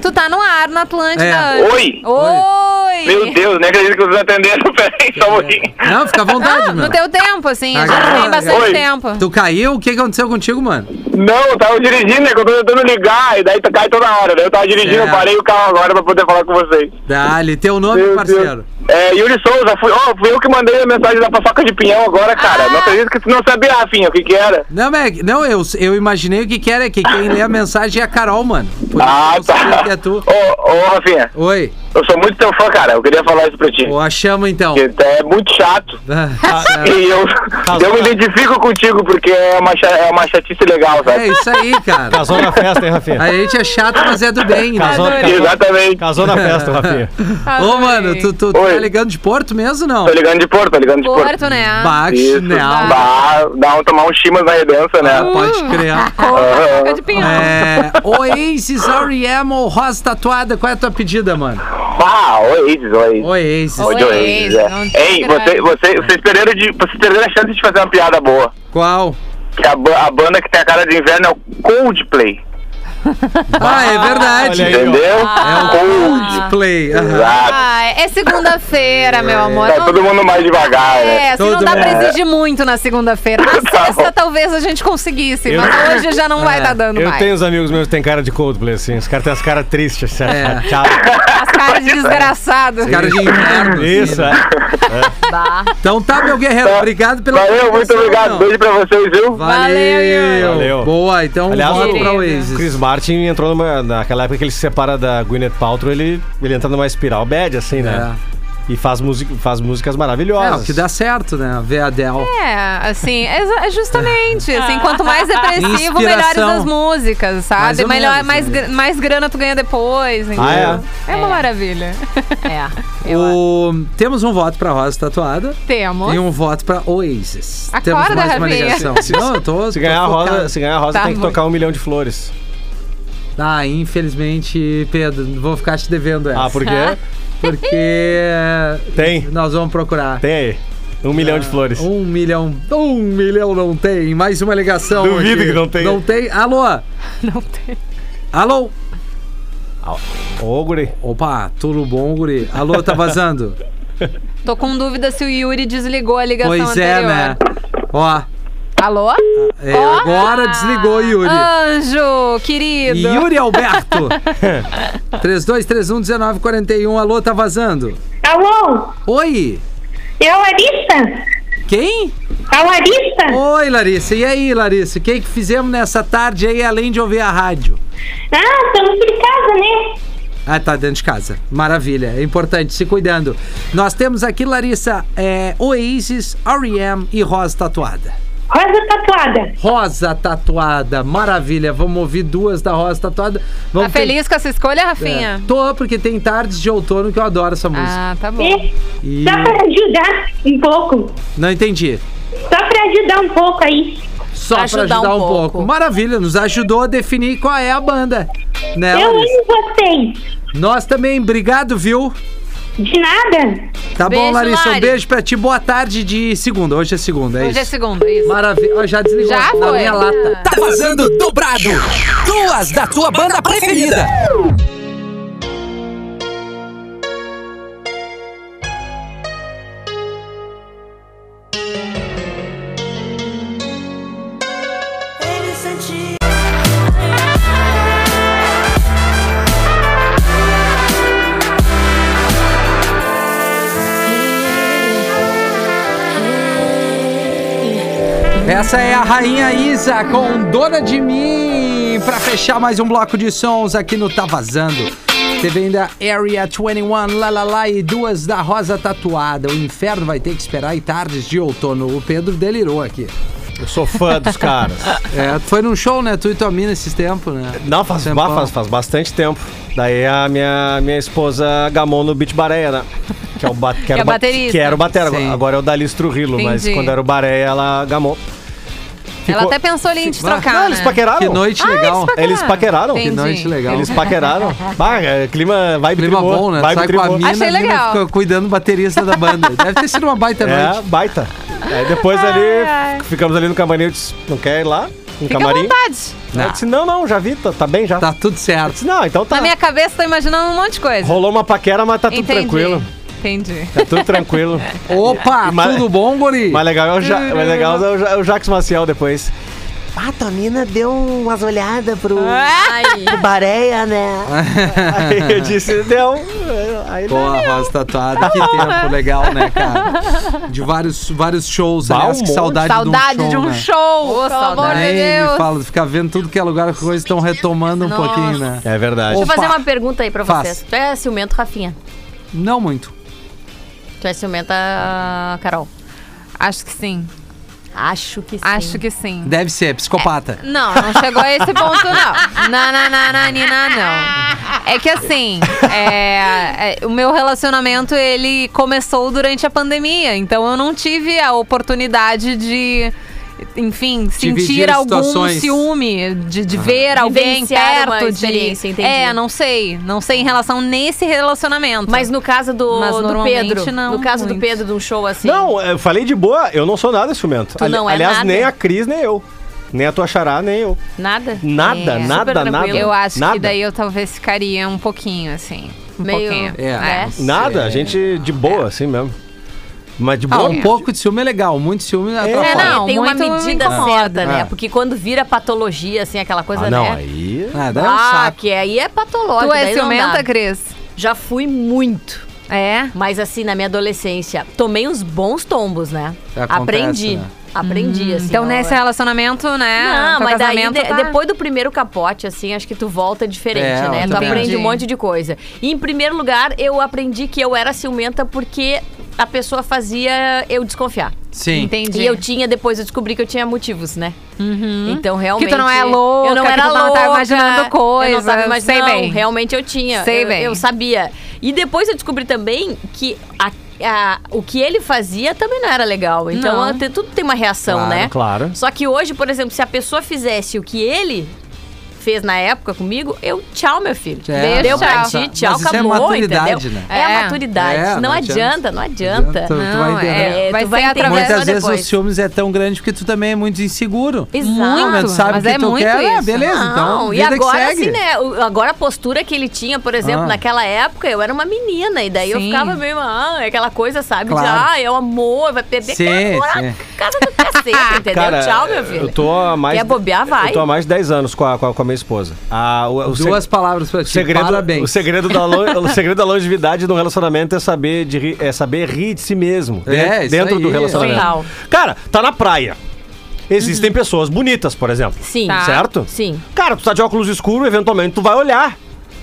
[SPEAKER 6] Tu tá no ar na Atlântida.
[SPEAKER 4] É.
[SPEAKER 8] Oi!
[SPEAKER 6] Oi!
[SPEAKER 8] Meu Deus, nem acredito que vocês atenderam. Peraí, só um
[SPEAKER 4] É.
[SPEAKER 8] pouquinho.
[SPEAKER 4] Não, fica à vontade,
[SPEAKER 6] Ah,
[SPEAKER 4] meu.
[SPEAKER 6] no teu tempo, assim, a
[SPEAKER 4] Agora-
[SPEAKER 6] gente tem bastante
[SPEAKER 8] Oi.
[SPEAKER 6] tempo.
[SPEAKER 4] Tu caiu? O que aconteceu contigo, mano?
[SPEAKER 8] Não, eu tava dirigindo, né? Que eu tô tentando ligar, e daí tu cai toda hora. Daí eu tava dirigindo,
[SPEAKER 4] É.
[SPEAKER 8] eu parei o carro agora pra poder falar com vocês.
[SPEAKER 4] Dali, teu nome,
[SPEAKER 8] Meu
[SPEAKER 4] parceiro.
[SPEAKER 8] Deus. É, Yuri Souza, fui, ó, fui eu que mandei a mensagem da paçoca de pinhão agora, cara.
[SPEAKER 6] Ah.
[SPEAKER 8] Não acredito que tu não sabia, Rafinha, o que que era.
[SPEAKER 4] Não, mas é que- não eu, eu imaginei o que que era, que quem lê a mensagem é a Carol, mano. Por
[SPEAKER 8] Ah,
[SPEAKER 4] isso que eu sabia
[SPEAKER 8] tá.
[SPEAKER 4] que é tu.
[SPEAKER 8] Ô, ô, Rafinha,
[SPEAKER 4] Oi,
[SPEAKER 8] eu sou muito teu fã, cara. Eu queria falar isso pra ti.
[SPEAKER 4] Ô, achamos então.
[SPEAKER 8] Que tu É muito chato.
[SPEAKER 4] Ah,
[SPEAKER 8] E eu, eu me identifico contigo, porque é uma, cha- é uma chatice legal,
[SPEAKER 4] É
[SPEAKER 8] sabe?
[SPEAKER 4] isso aí, cara.
[SPEAKER 5] Casou na festa, hein, Rafinha?
[SPEAKER 4] A gente é chato, mas é do bem, né?
[SPEAKER 5] Casou,
[SPEAKER 6] Adorei.
[SPEAKER 5] casou,
[SPEAKER 8] Exatamente.
[SPEAKER 5] casou na festa, Rafinha.
[SPEAKER 4] Ô, mano, tu, tu tá
[SPEAKER 8] Oi.
[SPEAKER 4] ligando de Porto mesmo ou não?
[SPEAKER 8] Tô ligando de Porto, tô ligando de Porto.
[SPEAKER 6] Porto, né?
[SPEAKER 4] Baixo,
[SPEAKER 8] Isso.
[SPEAKER 4] né?
[SPEAKER 6] Ah.
[SPEAKER 8] Dá, dá um tomar um chimas na redença, né?
[SPEAKER 4] Ah, Pode crer.
[SPEAKER 6] Boca Uhum. de pinhão.
[SPEAKER 4] É, Oasis, R.E.M. ou Rosa Tatuada, qual é a tua pedida, mano?
[SPEAKER 8] Ah, Oasis, Oasis.
[SPEAKER 4] Oasis.
[SPEAKER 6] Oi. Oasis,
[SPEAKER 8] Oasis, é.
[SPEAKER 6] não tem
[SPEAKER 8] Ei, você,
[SPEAKER 6] grande.
[SPEAKER 8] você, vocês, perderam de, vocês perderam a chance de fazer uma piada boa.
[SPEAKER 4] Qual?
[SPEAKER 8] Que a, ba- a banda que tem a cara de inverno é o Coldplay.
[SPEAKER 4] Ah, é verdade.
[SPEAKER 5] olha aí.
[SPEAKER 8] Entendeu? Cold.
[SPEAKER 4] Play. É aham.
[SPEAKER 8] Exato.
[SPEAKER 6] Ah, é segunda-feira, meu amor.
[SPEAKER 8] Tá todo mundo mais devagar, né?
[SPEAKER 6] É, assim, não
[SPEAKER 4] Todo
[SPEAKER 6] dá pra
[SPEAKER 4] mundo.
[SPEAKER 6] exigir muito na segunda-feira. Na
[SPEAKER 8] Tá
[SPEAKER 6] sexta
[SPEAKER 8] bom.
[SPEAKER 6] talvez a gente conseguisse,
[SPEAKER 5] Eu-
[SPEAKER 6] mas hoje já
[SPEAKER 4] É,
[SPEAKER 6] não vai estar dando
[SPEAKER 5] Eu
[SPEAKER 6] mais.
[SPEAKER 5] tenho uns amigos meus que têm cara de Coldplay, assim. Os caras têm as caras tristes, assim. certo?
[SPEAKER 4] É.
[SPEAKER 6] As caras
[SPEAKER 8] é.
[SPEAKER 6] de desgraçado.
[SPEAKER 4] Cara de inferno.
[SPEAKER 5] Isso,
[SPEAKER 4] assim,
[SPEAKER 5] é.
[SPEAKER 4] né?
[SPEAKER 3] Bah.
[SPEAKER 4] Então tá, meu guerreiro. Obrigado pela
[SPEAKER 8] Valeu, muito
[SPEAKER 4] participação,
[SPEAKER 8] obrigado.
[SPEAKER 4] meu.
[SPEAKER 8] Beijo pra vocês, viu?
[SPEAKER 6] Valeu,
[SPEAKER 4] Valeu.
[SPEAKER 6] Ian.
[SPEAKER 5] Valeu.
[SPEAKER 4] Boa, então
[SPEAKER 5] Aliás,
[SPEAKER 4] volta
[SPEAKER 5] o-
[SPEAKER 4] pra
[SPEAKER 5] O
[SPEAKER 4] Oasis.
[SPEAKER 5] Chris Martin entrou numa, naquela época que ele se separa da Gwyneth Paltrow, ele, ele entra numa espiral bad, assim, né? E faz, music, faz músicas
[SPEAKER 4] É,
[SPEAKER 5] maravilhosas.
[SPEAKER 4] o que dá certo, né? Ver a Adele.
[SPEAKER 6] É, assim, é exa- é justamente, assim, quanto mais depressivo,
[SPEAKER 4] Inspiração.
[SPEAKER 6] melhores as músicas,
[SPEAKER 4] Mais
[SPEAKER 6] sabe?
[SPEAKER 4] ou
[SPEAKER 6] Melhor,
[SPEAKER 4] menos,
[SPEAKER 6] mais,
[SPEAKER 4] né? Ah,
[SPEAKER 6] gr- mais grana tu ganha depois, entendeu? é? uma maravilha.
[SPEAKER 3] É. Eu
[SPEAKER 4] O... Temos um voto pra Rosa Tatuada
[SPEAKER 6] Temos.
[SPEAKER 4] e um voto pra Oasis.
[SPEAKER 6] Acorda,
[SPEAKER 4] Temos mais uma
[SPEAKER 6] Rafinha.
[SPEAKER 4] ligação. Não, eu tô.
[SPEAKER 5] Se ganhar, a rosa, se ganhar a rosa,
[SPEAKER 6] Tá
[SPEAKER 5] tem que
[SPEAKER 6] bom.
[SPEAKER 5] tocar um milhão de flores.
[SPEAKER 4] Ah, infelizmente, Pedro, vou ficar te devendo essa.
[SPEAKER 5] Ah, por quê?
[SPEAKER 4] Porque.
[SPEAKER 5] Tem.
[SPEAKER 4] Nós vamos procurar.
[SPEAKER 5] Tem aí. Um milhão de flores.
[SPEAKER 4] Um milhão. Um milhão não tem. Mais uma ligação.
[SPEAKER 5] Duvido
[SPEAKER 4] aqui.
[SPEAKER 5] que não tenha.
[SPEAKER 4] Não tem. Alô? um-
[SPEAKER 6] Não tem.
[SPEAKER 4] Alô?
[SPEAKER 5] Ô, guri.
[SPEAKER 4] Opa, tudo bom, guri? Alô, tá vazando?
[SPEAKER 6] Tô com dúvida se o Yuri desligou a ligação
[SPEAKER 4] pois é,
[SPEAKER 6] anterior.
[SPEAKER 4] né? Ó,
[SPEAKER 6] Alô?
[SPEAKER 4] é, agora desligou, Yuri.
[SPEAKER 6] Anjo, querido.
[SPEAKER 4] Yuri Alberto. 32311941. Alô, tá vazando?
[SPEAKER 9] Alô,
[SPEAKER 4] Oi.
[SPEAKER 9] é a Larissa?
[SPEAKER 4] Quem?
[SPEAKER 9] A Larissa?
[SPEAKER 4] Oi, Larissa. E aí, Larissa? O que que fizemos nessa tarde aí, além de ouvir a rádio?
[SPEAKER 9] Ah, estamos de casa, né?
[SPEAKER 4] Ah, tá dentro de casa. Maravilha. É importante, se cuidando. Nós temos aqui, Larissa, é, Oasis, R.E.M. e Rosa Tatuada.
[SPEAKER 9] Rosa tatuada.
[SPEAKER 4] Rosa Tatuada, maravilha. Vamos ouvir duas da Rosa Tatuada.
[SPEAKER 6] Tá
[SPEAKER 4] Vamos ter-
[SPEAKER 6] feliz com essa escolha, Rafinha?
[SPEAKER 4] É, tô, porque tem tardes de outono que eu adoro essa música.
[SPEAKER 6] Ah, tá bom.
[SPEAKER 9] né?
[SPEAKER 4] E-
[SPEAKER 9] Só pra ajudar um pouco.
[SPEAKER 4] Não entendi.
[SPEAKER 9] Só pra ajudar um pouco aí.
[SPEAKER 4] Só
[SPEAKER 3] Ajudar
[SPEAKER 4] pra ajudar um,
[SPEAKER 3] um
[SPEAKER 4] pouco.
[SPEAKER 3] pouco.
[SPEAKER 4] Maravilha, nos ajudou a definir qual é a banda. Né,
[SPEAKER 9] Eu
[SPEAKER 4] Larissa?
[SPEAKER 9] amo vocês.
[SPEAKER 4] Nós também, obrigado, viu?
[SPEAKER 9] De nada.
[SPEAKER 4] Tá bom,
[SPEAKER 6] Beijo,
[SPEAKER 4] Larissa, um
[SPEAKER 6] Lari.
[SPEAKER 4] beijo pra ti. Boa tarde de segunda. Hoje é segunda, é
[SPEAKER 6] Hoje é
[SPEAKER 4] isso.
[SPEAKER 6] segunda, isso.
[SPEAKER 4] Maravilha. Ó, já desligou
[SPEAKER 6] Já
[SPEAKER 4] na
[SPEAKER 6] foi.
[SPEAKER 4] minha lata.
[SPEAKER 2] Tá vazando dobrado. Duas da tua banda preferida.
[SPEAKER 4] Essa é a rainha Isa com Dona de Mim. Pra fechar mais um bloco de sons aqui no Tá Vazando. Teve ainda Area 21, La La La e duas da Rosa Tatuada. O inferno vai ter que esperar e tardes de outono. O Pedro delirou aqui.
[SPEAKER 5] Eu sou fã dos caras.
[SPEAKER 4] É, foi num show, né? Tu e tua mina esses tempos, né?
[SPEAKER 5] Não, faz,
[SPEAKER 4] Tempão.
[SPEAKER 5] ba- faz, faz bastante tempo. Daí a minha, minha esposa gamou no Beat Bareia, né? Que é o, ba que era
[SPEAKER 6] é
[SPEAKER 5] o ba-
[SPEAKER 6] baterista.
[SPEAKER 5] Que era o batera.
[SPEAKER 4] Sim.
[SPEAKER 5] Agora é o Dalistro Rilo, mas
[SPEAKER 6] Entendi.
[SPEAKER 5] quando era o Bareia, ela gamou.
[SPEAKER 6] Ela
[SPEAKER 5] Ficou-
[SPEAKER 6] até pensou ali em te trocar.
[SPEAKER 5] Não, eles
[SPEAKER 6] né?
[SPEAKER 5] paqueraram.
[SPEAKER 4] Que noite
[SPEAKER 6] Ah,
[SPEAKER 4] legal.
[SPEAKER 6] eles
[SPEAKER 5] Eles paqueraram.
[SPEAKER 4] Que noite legal.
[SPEAKER 5] Eles paqueraram. Bah, é, clima, vibe
[SPEAKER 4] Clima
[SPEAKER 5] tribô,
[SPEAKER 4] bom, né? Sai
[SPEAKER 5] Vibe
[SPEAKER 4] com a
[SPEAKER 5] tribô.
[SPEAKER 4] mina,
[SPEAKER 6] Achei
[SPEAKER 4] a mina
[SPEAKER 6] legal.
[SPEAKER 4] fica cuidando do baterista da banda. Deve ter sido uma baita
[SPEAKER 5] É,
[SPEAKER 4] noite.
[SPEAKER 5] baita. Aí depois ali, ficamos ali no camarim, eu disse, não quer ir lá? No
[SPEAKER 6] Fica à
[SPEAKER 5] camarim?
[SPEAKER 6] vontade.
[SPEAKER 5] Aí Eu disse, não, não, já vi, tá, tá bem já.
[SPEAKER 4] Tá tudo certo.
[SPEAKER 5] Disse, não, então tá.
[SPEAKER 6] Na minha cabeça, tô imaginando um monte de coisa.
[SPEAKER 5] Rolou uma paquera, mas tá tudo
[SPEAKER 6] Entendi.
[SPEAKER 5] tranquilo.
[SPEAKER 6] Entendi.
[SPEAKER 5] Tá tudo tranquilo.
[SPEAKER 4] Opa,
[SPEAKER 5] E mais-
[SPEAKER 4] tudo bom, guri?
[SPEAKER 5] Mais legal é o, ja mais legal é o, ja o Jax Maciel depois. Ah, tua mina deu umas olhadas pro
[SPEAKER 3] Ai,
[SPEAKER 5] Bareia, né? Aí eu disse, deu. Aí
[SPEAKER 4] Pô, a Rosa Tatuada, que tempo legal, né, cara? De vários, vários shows,
[SPEAKER 5] Bah,
[SPEAKER 4] aliás,
[SPEAKER 5] um
[SPEAKER 4] que
[SPEAKER 5] monte.
[SPEAKER 4] saudade,
[SPEAKER 6] Saudade de um
[SPEAKER 4] né?
[SPEAKER 6] show,
[SPEAKER 3] Ô,
[SPEAKER 6] pelo amor
[SPEAKER 3] saudade.
[SPEAKER 6] de
[SPEAKER 4] Nem me
[SPEAKER 6] Deus.
[SPEAKER 4] fala, ficar vendo tudo que é lugar, que coisas estão retomando um
[SPEAKER 3] Nossa.
[SPEAKER 4] pouquinho, né?
[SPEAKER 5] É verdade.
[SPEAKER 3] Deixa eu
[SPEAKER 4] Opa.
[SPEAKER 3] fazer uma pergunta aí pra
[SPEAKER 4] Faz.
[SPEAKER 3] vocês. Tu é ciumento, Rafinha?
[SPEAKER 4] Não muito.
[SPEAKER 3] Tu é ciumenta, Carol?
[SPEAKER 6] Acho que sim.
[SPEAKER 3] Acho que sim.
[SPEAKER 6] Acho que sim.
[SPEAKER 4] Deve ser, é psicopata.
[SPEAKER 6] Não, não chegou a esse ponto, não. Não, não, não, não, Nina, não. É que assim, é, é, o meu relacionamento, ele começou durante a pandemia. Então eu não tive a oportunidade de, enfim,
[SPEAKER 4] Dividir
[SPEAKER 6] sentir algum
[SPEAKER 4] situações.
[SPEAKER 6] ciúme, de, de ver alguém
[SPEAKER 3] Vivenciar uma
[SPEAKER 6] perto
[SPEAKER 3] experiência,
[SPEAKER 6] de.
[SPEAKER 3] entendi.
[SPEAKER 6] É, não sei. Não sei em relação nesse relacionamento.
[SPEAKER 3] Mas no caso do,
[SPEAKER 6] Mas
[SPEAKER 3] do
[SPEAKER 6] normalmente
[SPEAKER 3] Pedro.
[SPEAKER 6] não,
[SPEAKER 3] no caso do
[SPEAKER 6] muito.
[SPEAKER 3] Pedro de um show assim.
[SPEAKER 5] Não, eu falei de boa, eu não sou nada ciumento.
[SPEAKER 3] Tu não é
[SPEAKER 5] Aliás,
[SPEAKER 3] nada.
[SPEAKER 5] nem a Cris, nem eu. Nem a tua Xará, nem eu.
[SPEAKER 3] Nada?
[SPEAKER 5] Nada,
[SPEAKER 6] É,
[SPEAKER 5] nada,
[SPEAKER 3] super
[SPEAKER 5] nada.
[SPEAKER 3] tranquilo.
[SPEAKER 6] eu acho
[SPEAKER 5] nada.
[SPEAKER 6] que daí eu talvez ficaria um pouquinho, assim. Um
[SPEAKER 3] Meio-
[SPEAKER 6] pouquinho.
[SPEAKER 4] É.
[SPEAKER 3] É.
[SPEAKER 5] Nada, a gente de boa, assim mesmo. Mas de
[SPEAKER 4] Ah,
[SPEAKER 5] boa.
[SPEAKER 4] um pouco de ciúme é legal, muito ciúme é,
[SPEAKER 6] É, não,
[SPEAKER 3] tem uma
[SPEAKER 6] muito
[SPEAKER 3] medida
[SPEAKER 6] incomoda.
[SPEAKER 3] certa, né?
[SPEAKER 4] Ah.
[SPEAKER 5] É.
[SPEAKER 3] Porque quando vira patologia, assim, aquela coisa,
[SPEAKER 5] Ah, não,
[SPEAKER 3] né?
[SPEAKER 5] aí.
[SPEAKER 4] Ah, daí é um
[SPEAKER 3] Ah,
[SPEAKER 4] saco.
[SPEAKER 3] que aí é patológico.
[SPEAKER 6] Tu é
[SPEAKER 3] daí não
[SPEAKER 6] ciumenta,
[SPEAKER 3] dá.
[SPEAKER 6] Cris?
[SPEAKER 3] Já fui muito.
[SPEAKER 6] É?
[SPEAKER 3] Mas assim, na minha adolescência, tomei uns bons tombos, né?
[SPEAKER 4] Acontece,
[SPEAKER 3] Aprendi.
[SPEAKER 4] né?
[SPEAKER 3] Aprendi, assim.
[SPEAKER 6] Então,
[SPEAKER 3] não-
[SPEAKER 6] nesse relacionamento, né?
[SPEAKER 3] Não,
[SPEAKER 6] teu
[SPEAKER 3] mas daí,
[SPEAKER 6] casamento
[SPEAKER 3] de-
[SPEAKER 6] tá-
[SPEAKER 3] depois do primeiro capote, assim, acho que tu volta diferente,
[SPEAKER 4] É, eu
[SPEAKER 3] né? Tu
[SPEAKER 4] também
[SPEAKER 3] aprende
[SPEAKER 6] acho.
[SPEAKER 3] um monte de coisa. E, em primeiro lugar, eu aprendi que eu era ciumenta porque a pessoa fazia eu desconfiar.
[SPEAKER 4] Sim.
[SPEAKER 6] Entendi.
[SPEAKER 3] E eu tinha, depois eu descobri que eu tinha motivos, né? Então, realmente...
[SPEAKER 6] Que tu não é louca,
[SPEAKER 3] Eu não
[SPEAKER 6] que
[SPEAKER 3] era
[SPEAKER 6] tu não
[SPEAKER 3] louca.
[SPEAKER 6] tá imaginando
[SPEAKER 3] Eu não
[SPEAKER 6] coisa,
[SPEAKER 3] tava
[SPEAKER 6] sei
[SPEAKER 3] imaginando. Não,
[SPEAKER 6] bem.
[SPEAKER 3] realmente eu tinha.
[SPEAKER 6] Sei
[SPEAKER 3] eu,
[SPEAKER 6] bem.
[SPEAKER 3] Eu sabia. E depois eu descobri também que... a- a- o que ele fazia também não era legal. Então,
[SPEAKER 6] Não.
[SPEAKER 3] te- tudo tem uma reação,
[SPEAKER 4] Claro,
[SPEAKER 3] né?
[SPEAKER 5] Claro.
[SPEAKER 3] Só que hoje, por exemplo, se a pessoa fizesse o que ele fez na época comigo, eu tchau, meu filho.
[SPEAKER 4] É,
[SPEAKER 3] Deu pra
[SPEAKER 6] tchau.
[SPEAKER 3] ti, tchau,
[SPEAKER 4] Mas isso é
[SPEAKER 3] acabou,
[SPEAKER 4] maturidade,
[SPEAKER 3] entendeu?
[SPEAKER 4] né?
[SPEAKER 3] É,
[SPEAKER 6] É.
[SPEAKER 3] a maturidade.
[SPEAKER 4] É,
[SPEAKER 3] não,
[SPEAKER 4] não
[SPEAKER 3] adianta,
[SPEAKER 4] adianta.
[SPEAKER 3] não adianta.
[SPEAKER 4] Tu- tu
[SPEAKER 6] Não,
[SPEAKER 4] vai entender.
[SPEAKER 6] é,
[SPEAKER 3] É,
[SPEAKER 6] vai
[SPEAKER 3] tu vai
[SPEAKER 6] ser
[SPEAKER 3] entender.
[SPEAKER 6] através
[SPEAKER 4] Muitas
[SPEAKER 3] Atravessa
[SPEAKER 4] vezes
[SPEAKER 3] depois.
[SPEAKER 4] os ciúmes é tão grande porque tu também é muito inseguro.
[SPEAKER 3] Exato.
[SPEAKER 4] Mas tu sabe
[SPEAKER 6] mas
[SPEAKER 4] que
[SPEAKER 6] é
[SPEAKER 4] tu
[SPEAKER 6] muito
[SPEAKER 4] quer,
[SPEAKER 6] isso.
[SPEAKER 4] beleza, então
[SPEAKER 3] Não, e
[SPEAKER 4] vida que
[SPEAKER 3] agora
[SPEAKER 4] segue.
[SPEAKER 3] sim, né? o- Agora a postura que ele tinha, por exemplo,
[SPEAKER 4] Ah.
[SPEAKER 3] naquela época, eu era uma menina, e daí eu
[SPEAKER 6] Sim.
[SPEAKER 3] ficava meio, ah, aquela coisa, sabe?
[SPEAKER 4] Claro.
[SPEAKER 3] De, ah, é o amor, vai perder
[SPEAKER 4] Sim,
[SPEAKER 3] aquela
[SPEAKER 4] sim.
[SPEAKER 3] casa do cacete, entendeu?
[SPEAKER 5] Cara,
[SPEAKER 3] tchau, meu filho.
[SPEAKER 5] Eu tô há mais.
[SPEAKER 3] Quer bobear, vai.
[SPEAKER 5] Eu tô há mais de 10 anos com a, com a, com a minha esposa. Ah, o, o seg-
[SPEAKER 4] Duas palavras pra
[SPEAKER 5] o
[SPEAKER 4] ti.
[SPEAKER 5] segredo,
[SPEAKER 4] Parabéns.
[SPEAKER 5] O segredo, da lo- o segredo da longevidade de um relacionamento é saber, de ri- é saber rir de si mesmo.
[SPEAKER 4] É,
[SPEAKER 5] dentro
[SPEAKER 4] isso
[SPEAKER 5] dentro
[SPEAKER 4] aí.
[SPEAKER 5] do relacionamento.
[SPEAKER 3] Total.
[SPEAKER 5] Cara, tá na praia.
[SPEAKER 6] Uhum.
[SPEAKER 5] Existem pessoas bonitas, por exemplo.
[SPEAKER 3] Sim.
[SPEAKER 6] Tá.
[SPEAKER 5] Certo?
[SPEAKER 3] Sim.
[SPEAKER 5] Cara, tu tá de óculos escuro, eventualmente tu vai olhar.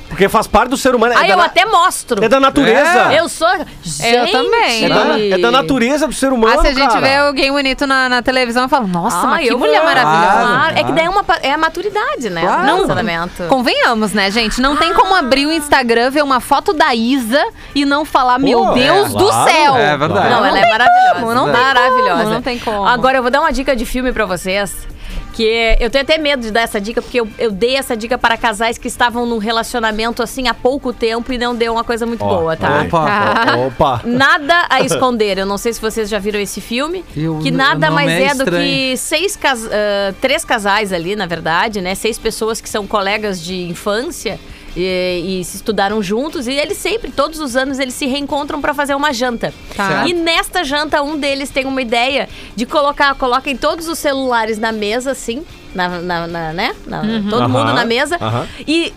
[SPEAKER 5] Porque faz parte do ser humano. é
[SPEAKER 3] Aí
[SPEAKER 5] da
[SPEAKER 3] eu
[SPEAKER 5] na-
[SPEAKER 3] até mostro.
[SPEAKER 5] É da natureza.
[SPEAKER 3] Eu sou. Gente.
[SPEAKER 6] também.
[SPEAKER 5] É, da, é da natureza do ser humano,
[SPEAKER 6] Ah, se a gente
[SPEAKER 5] cara.
[SPEAKER 6] vê alguém bonito na, na televisão, eu falo, nossa,
[SPEAKER 3] Ah,
[SPEAKER 6] mas que
[SPEAKER 3] eu
[SPEAKER 6] mulher
[SPEAKER 3] vou.
[SPEAKER 6] maravilhosa.
[SPEAKER 3] Claro, É que
[SPEAKER 4] claro.
[SPEAKER 3] daí é, uma, pa- é a maturidade, né?
[SPEAKER 4] Claro.
[SPEAKER 3] Não, relacionamento.
[SPEAKER 6] Convenhamos, né, gente? Não tem como abrir o
[SPEAKER 3] Ah.
[SPEAKER 6] Instagram, ver uma foto da Isa e não falar, meu
[SPEAKER 5] Pô,
[SPEAKER 6] Deus
[SPEAKER 5] é,
[SPEAKER 6] do
[SPEAKER 5] claro,
[SPEAKER 6] céu!
[SPEAKER 4] É verdade.
[SPEAKER 3] Não,
[SPEAKER 6] Não
[SPEAKER 3] ela é
[SPEAKER 6] tem
[SPEAKER 3] maravilhosa.
[SPEAKER 6] como, não tem
[SPEAKER 3] maravilhosa.
[SPEAKER 6] como, não tem como.
[SPEAKER 3] Agora eu vou dar uma dica de filme pra vocês. Que eu tenho até medo de dar essa dica, porque eu, eu dei essa dica para casais que estavam num relacionamento assim há pouco tempo e não deu uma coisa muito
[SPEAKER 5] Ó,
[SPEAKER 3] boa, tá?
[SPEAKER 5] aí. Opa.
[SPEAKER 3] Nada a esconder. Eu não sei se vocês já viram esse filme.
[SPEAKER 4] Eu-
[SPEAKER 3] que
[SPEAKER 4] o
[SPEAKER 3] nada
[SPEAKER 4] nome
[SPEAKER 3] mais
[SPEAKER 4] é
[SPEAKER 3] é, do
[SPEAKER 4] estranho.
[SPEAKER 3] que seis cas ah, três casais ali, na verdade, né? Seis pessoas que são colegas de infância e, e se estudaram juntos. E eles sempre, todos os anos, eles se reencontram pra fazer uma janta.
[SPEAKER 6] Tá.
[SPEAKER 3] E nesta janta, um deles tem uma ideia de colocar, coloquem todos os celulares na mesa, assim, na, na- na- né? Na-
[SPEAKER 4] Uhum.
[SPEAKER 3] Todo
[SPEAKER 5] Aham,
[SPEAKER 3] mundo na mesa.
[SPEAKER 5] aham.
[SPEAKER 3] E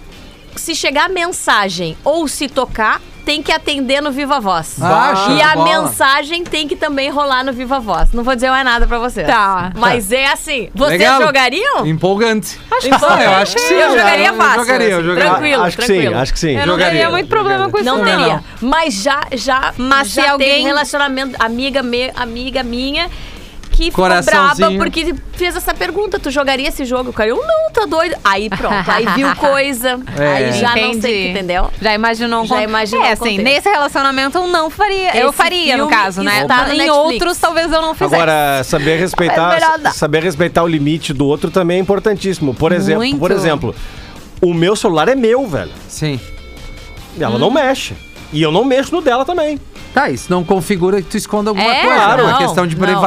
[SPEAKER 3] se chegar mensagem ou se tocar, tem que atender no Viva Voz.
[SPEAKER 4] Ah, show
[SPEAKER 3] e
[SPEAKER 4] de
[SPEAKER 3] a
[SPEAKER 4] bola.
[SPEAKER 3] mensagem tem que também rolar no Viva Voz. Não vou dizer mais nada pra vocês.
[SPEAKER 6] Tá.
[SPEAKER 3] Mas é assim. Vocês
[SPEAKER 4] Legal.
[SPEAKER 3] jogariam?
[SPEAKER 4] Empolgante. Acho
[SPEAKER 3] Então,
[SPEAKER 4] eu acho que sim.
[SPEAKER 3] Eu jogaria
[SPEAKER 4] eu
[SPEAKER 3] fácil.
[SPEAKER 4] jogaria, eu
[SPEAKER 3] assim,
[SPEAKER 4] jogaria.
[SPEAKER 3] Tranquilo,
[SPEAKER 5] acho que
[SPEAKER 3] tranquilo.
[SPEAKER 5] sim, acho que sim.
[SPEAKER 6] Eu não
[SPEAKER 4] Jogaria,
[SPEAKER 6] teria muito problema com isso,
[SPEAKER 3] Não
[SPEAKER 6] não.
[SPEAKER 3] teria. Mas já, já,
[SPEAKER 6] Mas
[SPEAKER 3] já
[SPEAKER 6] se alguém-
[SPEAKER 3] tem relacionamento, amiga, me, amiga minha. Que ficou braba
[SPEAKER 4] Coraçãozinho.
[SPEAKER 3] porque fez essa pergunta. Tu jogaria esse jogo? O cara, eu não, tá doido. Aí pronto, aí viu coisa.
[SPEAKER 4] É.
[SPEAKER 3] Aí já não sei,
[SPEAKER 6] Entendi.
[SPEAKER 3] entendeu?
[SPEAKER 6] Já imaginou um
[SPEAKER 3] Já
[SPEAKER 6] con-
[SPEAKER 3] imaginou
[SPEAKER 6] É,
[SPEAKER 3] um
[SPEAKER 6] assim,
[SPEAKER 3] contexto.
[SPEAKER 6] nesse relacionamento eu não faria. eu
[SPEAKER 3] Esse
[SPEAKER 6] faria, no
[SPEAKER 3] filme
[SPEAKER 6] caso, né?
[SPEAKER 3] está no
[SPEAKER 6] em
[SPEAKER 3] Netflix.
[SPEAKER 6] outros, talvez eu não fizesse.
[SPEAKER 5] Agora, saber
[SPEAKER 6] Mas é. melhor
[SPEAKER 5] respeitar,
[SPEAKER 6] não.
[SPEAKER 5] saber respeitar o limite do outro também é importantíssimo. Por exemplo,
[SPEAKER 6] Muito.
[SPEAKER 5] por exemplo, o meu celular é meu, velho.
[SPEAKER 4] Sim.
[SPEAKER 5] Ela
[SPEAKER 6] Hum.
[SPEAKER 5] não mexe. E eu não mexo no dela também.
[SPEAKER 4] Tá, isso não configura que tu esconda alguma
[SPEAKER 3] É,
[SPEAKER 4] coisa.
[SPEAKER 5] claro.
[SPEAKER 4] é uma
[SPEAKER 3] não,
[SPEAKER 4] questão de
[SPEAKER 3] não,
[SPEAKER 5] Claro,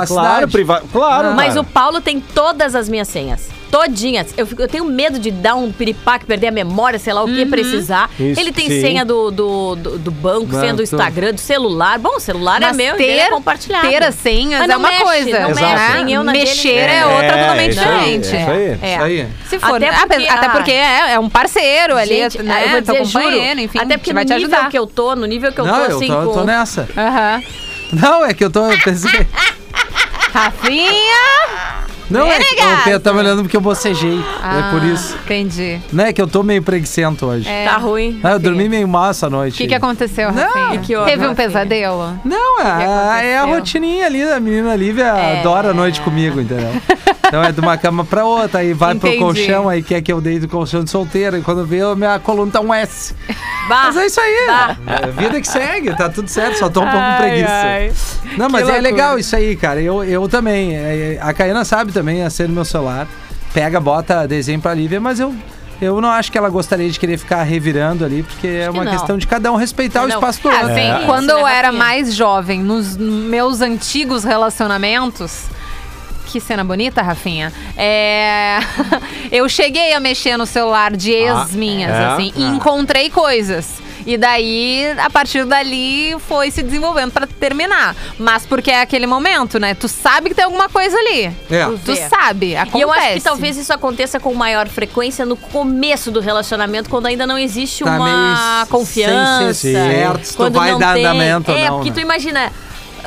[SPEAKER 4] privacidade.
[SPEAKER 5] priva...
[SPEAKER 6] Ah.
[SPEAKER 5] claro.
[SPEAKER 3] Mas
[SPEAKER 5] cara.
[SPEAKER 3] o Paulo tem todas as minhas senhas. Todinhas. Eu, fico- eu tenho medo de dar um piripaque, perder a memória, sei lá o
[SPEAKER 6] Uhum.
[SPEAKER 3] que precisar.
[SPEAKER 5] Isso,
[SPEAKER 3] ele tem
[SPEAKER 5] sim.
[SPEAKER 3] senha do, do, do, do banco, senha do
[SPEAKER 4] Banco.
[SPEAKER 3] Instagram, do celular. Bom, o celular é
[SPEAKER 6] Mas
[SPEAKER 3] meu,
[SPEAKER 6] ter,
[SPEAKER 3] ter, é compartilhado.
[SPEAKER 6] ter as senhas
[SPEAKER 3] Mas
[SPEAKER 6] é
[SPEAKER 3] não
[SPEAKER 6] uma
[SPEAKER 3] mexe,
[SPEAKER 6] coisa.
[SPEAKER 3] não
[SPEAKER 5] mexe,
[SPEAKER 6] né?
[SPEAKER 3] nem eu na
[SPEAKER 6] Mexer
[SPEAKER 3] dele, nem
[SPEAKER 6] é
[SPEAKER 3] eu.
[SPEAKER 6] outra
[SPEAKER 5] É,
[SPEAKER 6] totalmente
[SPEAKER 5] isso aí,
[SPEAKER 6] diferente.
[SPEAKER 5] isso aí.
[SPEAKER 6] É.
[SPEAKER 4] Isso aí.
[SPEAKER 6] Se for,
[SPEAKER 3] né, Até
[SPEAKER 6] até
[SPEAKER 3] porque
[SPEAKER 6] porque, até
[SPEAKER 3] a-
[SPEAKER 6] porque é, é um parceiro ali,
[SPEAKER 3] Gente,
[SPEAKER 6] né?
[SPEAKER 3] eu vou dizer,
[SPEAKER 6] teu
[SPEAKER 3] juro,
[SPEAKER 6] companheiro, enfim,
[SPEAKER 3] até porque
[SPEAKER 6] que vai
[SPEAKER 3] no
[SPEAKER 6] te
[SPEAKER 3] nível
[SPEAKER 6] ajudar.
[SPEAKER 3] que eu tô, no nível que eu
[SPEAKER 4] Não,
[SPEAKER 3] tô,
[SPEAKER 4] eu
[SPEAKER 3] assim,
[SPEAKER 4] tô, eu
[SPEAKER 3] com...
[SPEAKER 4] tô nessa.
[SPEAKER 6] Aham.
[SPEAKER 4] Não, é que eu tô. Eu pensei.
[SPEAKER 6] Rafinha!
[SPEAKER 4] Não, é que
[SPEAKER 6] Renegado.
[SPEAKER 4] eu, eu tava olhando porque eu bocejei. é por
[SPEAKER 3] Ah.
[SPEAKER 4] isso.
[SPEAKER 6] Ah, Entendi.
[SPEAKER 4] Não é que eu tô meio preguiçento hoje.
[SPEAKER 6] É.
[SPEAKER 3] Tá ruim.
[SPEAKER 4] Ah, eu dormi meio mal essa noite.
[SPEAKER 6] O que, que aconteceu,
[SPEAKER 4] Não.
[SPEAKER 6] Rafinha?
[SPEAKER 3] E que hora,
[SPEAKER 6] Teve um
[SPEAKER 3] Rafinha?
[SPEAKER 6] pesadelo?
[SPEAKER 4] Não, é, é a
[SPEAKER 6] aconteceu?
[SPEAKER 4] rotininha ali da menina Lívia adora a noite comigo, entendeu? Então é de uma cama pra outra, aí vai
[SPEAKER 6] Entendi.
[SPEAKER 4] pro colchão, aí quer que eu deite do colchão de solteira, e quando vê, eu- minha coluna tá um S.
[SPEAKER 3] Bah.
[SPEAKER 4] Mas é isso aí.
[SPEAKER 3] Tá.
[SPEAKER 4] É vida que segue, tá tudo certo, só tô um pouco
[SPEAKER 6] Ai,
[SPEAKER 4] preguiça.
[SPEAKER 6] ai.
[SPEAKER 4] Não, mas é
[SPEAKER 6] loucura.
[SPEAKER 4] legal isso aí, cara. Eu, eu também. É, é, A Caiana sabe também, acendo meu celular. Pega, bota desenho pra Lívia, mas eu. Eu não acho que ela gostaria de querer ficar revirando ali, porque é
[SPEAKER 3] que
[SPEAKER 4] uma
[SPEAKER 3] não.
[SPEAKER 4] questão de cada um respeitar o
[SPEAKER 3] Não.
[SPEAKER 4] espaço do
[SPEAKER 6] Ah,
[SPEAKER 4] outro.
[SPEAKER 6] Assim,
[SPEAKER 3] É.
[SPEAKER 6] quando
[SPEAKER 3] Isso,
[SPEAKER 6] eu
[SPEAKER 3] né,
[SPEAKER 6] era
[SPEAKER 3] Rafinha?
[SPEAKER 6] mais jovem, nos meus antigos relacionamentos. Que cena bonita, Rafinha. É, eu cheguei a mexer no celular de ex minhas,
[SPEAKER 5] é?
[SPEAKER 6] assim, e encontrei coisas. E daí, a partir dali, foi se desenvolvendo pra terminar. Mas porque é aquele momento, né? Tu sabe que tem alguma coisa ali.
[SPEAKER 4] É.
[SPEAKER 6] Tu
[SPEAKER 3] Vê.
[SPEAKER 6] sabe, acontece.
[SPEAKER 3] E eu acho que talvez isso aconteça com maior frequência no começo do relacionamento, quando ainda não existe
[SPEAKER 4] Tá
[SPEAKER 3] uma
[SPEAKER 4] meio
[SPEAKER 3] confiança.
[SPEAKER 4] sem ser certo se tu
[SPEAKER 3] quando
[SPEAKER 4] vai
[SPEAKER 3] não
[SPEAKER 4] dar
[SPEAKER 3] tem-
[SPEAKER 4] andamento ou
[SPEAKER 3] É,
[SPEAKER 4] não,
[SPEAKER 3] porque
[SPEAKER 4] né?
[SPEAKER 3] tu imagina.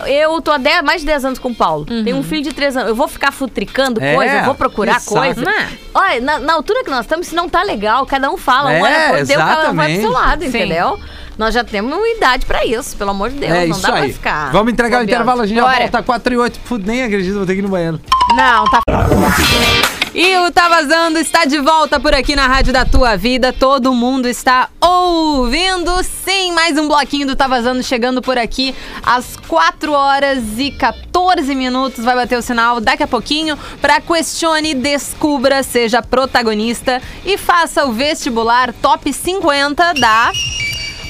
[SPEAKER 3] Eu tô há dez- mais de 10 anos com o Paulo.
[SPEAKER 6] Uhum.
[SPEAKER 3] Tenho um filho de 3 anos. Eu vou ficar futricando
[SPEAKER 4] É,
[SPEAKER 3] coisa, eu vou procurar
[SPEAKER 4] que
[SPEAKER 3] coisa.
[SPEAKER 4] saco.
[SPEAKER 6] né?
[SPEAKER 3] Não. Olha, na, na altura que nós estamos, se não tá legal, cada um fala, um
[SPEAKER 4] É,
[SPEAKER 3] olha por Deus, cada um vai pro seu
[SPEAKER 4] exatamente.
[SPEAKER 3] lado,
[SPEAKER 6] Sim.
[SPEAKER 3] entendeu? Nós já temos idade pra isso, pelo amor de Deus.
[SPEAKER 4] é
[SPEAKER 3] não
[SPEAKER 4] isso
[SPEAKER 3] dá
[SPEAKER 4] aí.
[SPEAKER 3] pra ficar.
[SPEAKER 4] Vamos entregar o
[SPEAKER 3] bobeando.
[SPEAKER 4] intervalo, a gente já
[SPEAKER 6] Bora.
[SPEAKER 4] volta 4 e 8. Puta, nem acredito, vou ter que ir no banheiro.
[SPEAKER 6] Não, tá. E o Tá Vazando está de volta por aqui na Rádio da Tua Vida. Todo mundo está ouvindo, sim. Mais um bloquinho do Tá Vazando chegando por aqui às 4 horas e 14 minutos. Vai bater o sinal daqui a pouquinho para Questione, Descubra, seja protagonista e faça o vestibular top 50 da.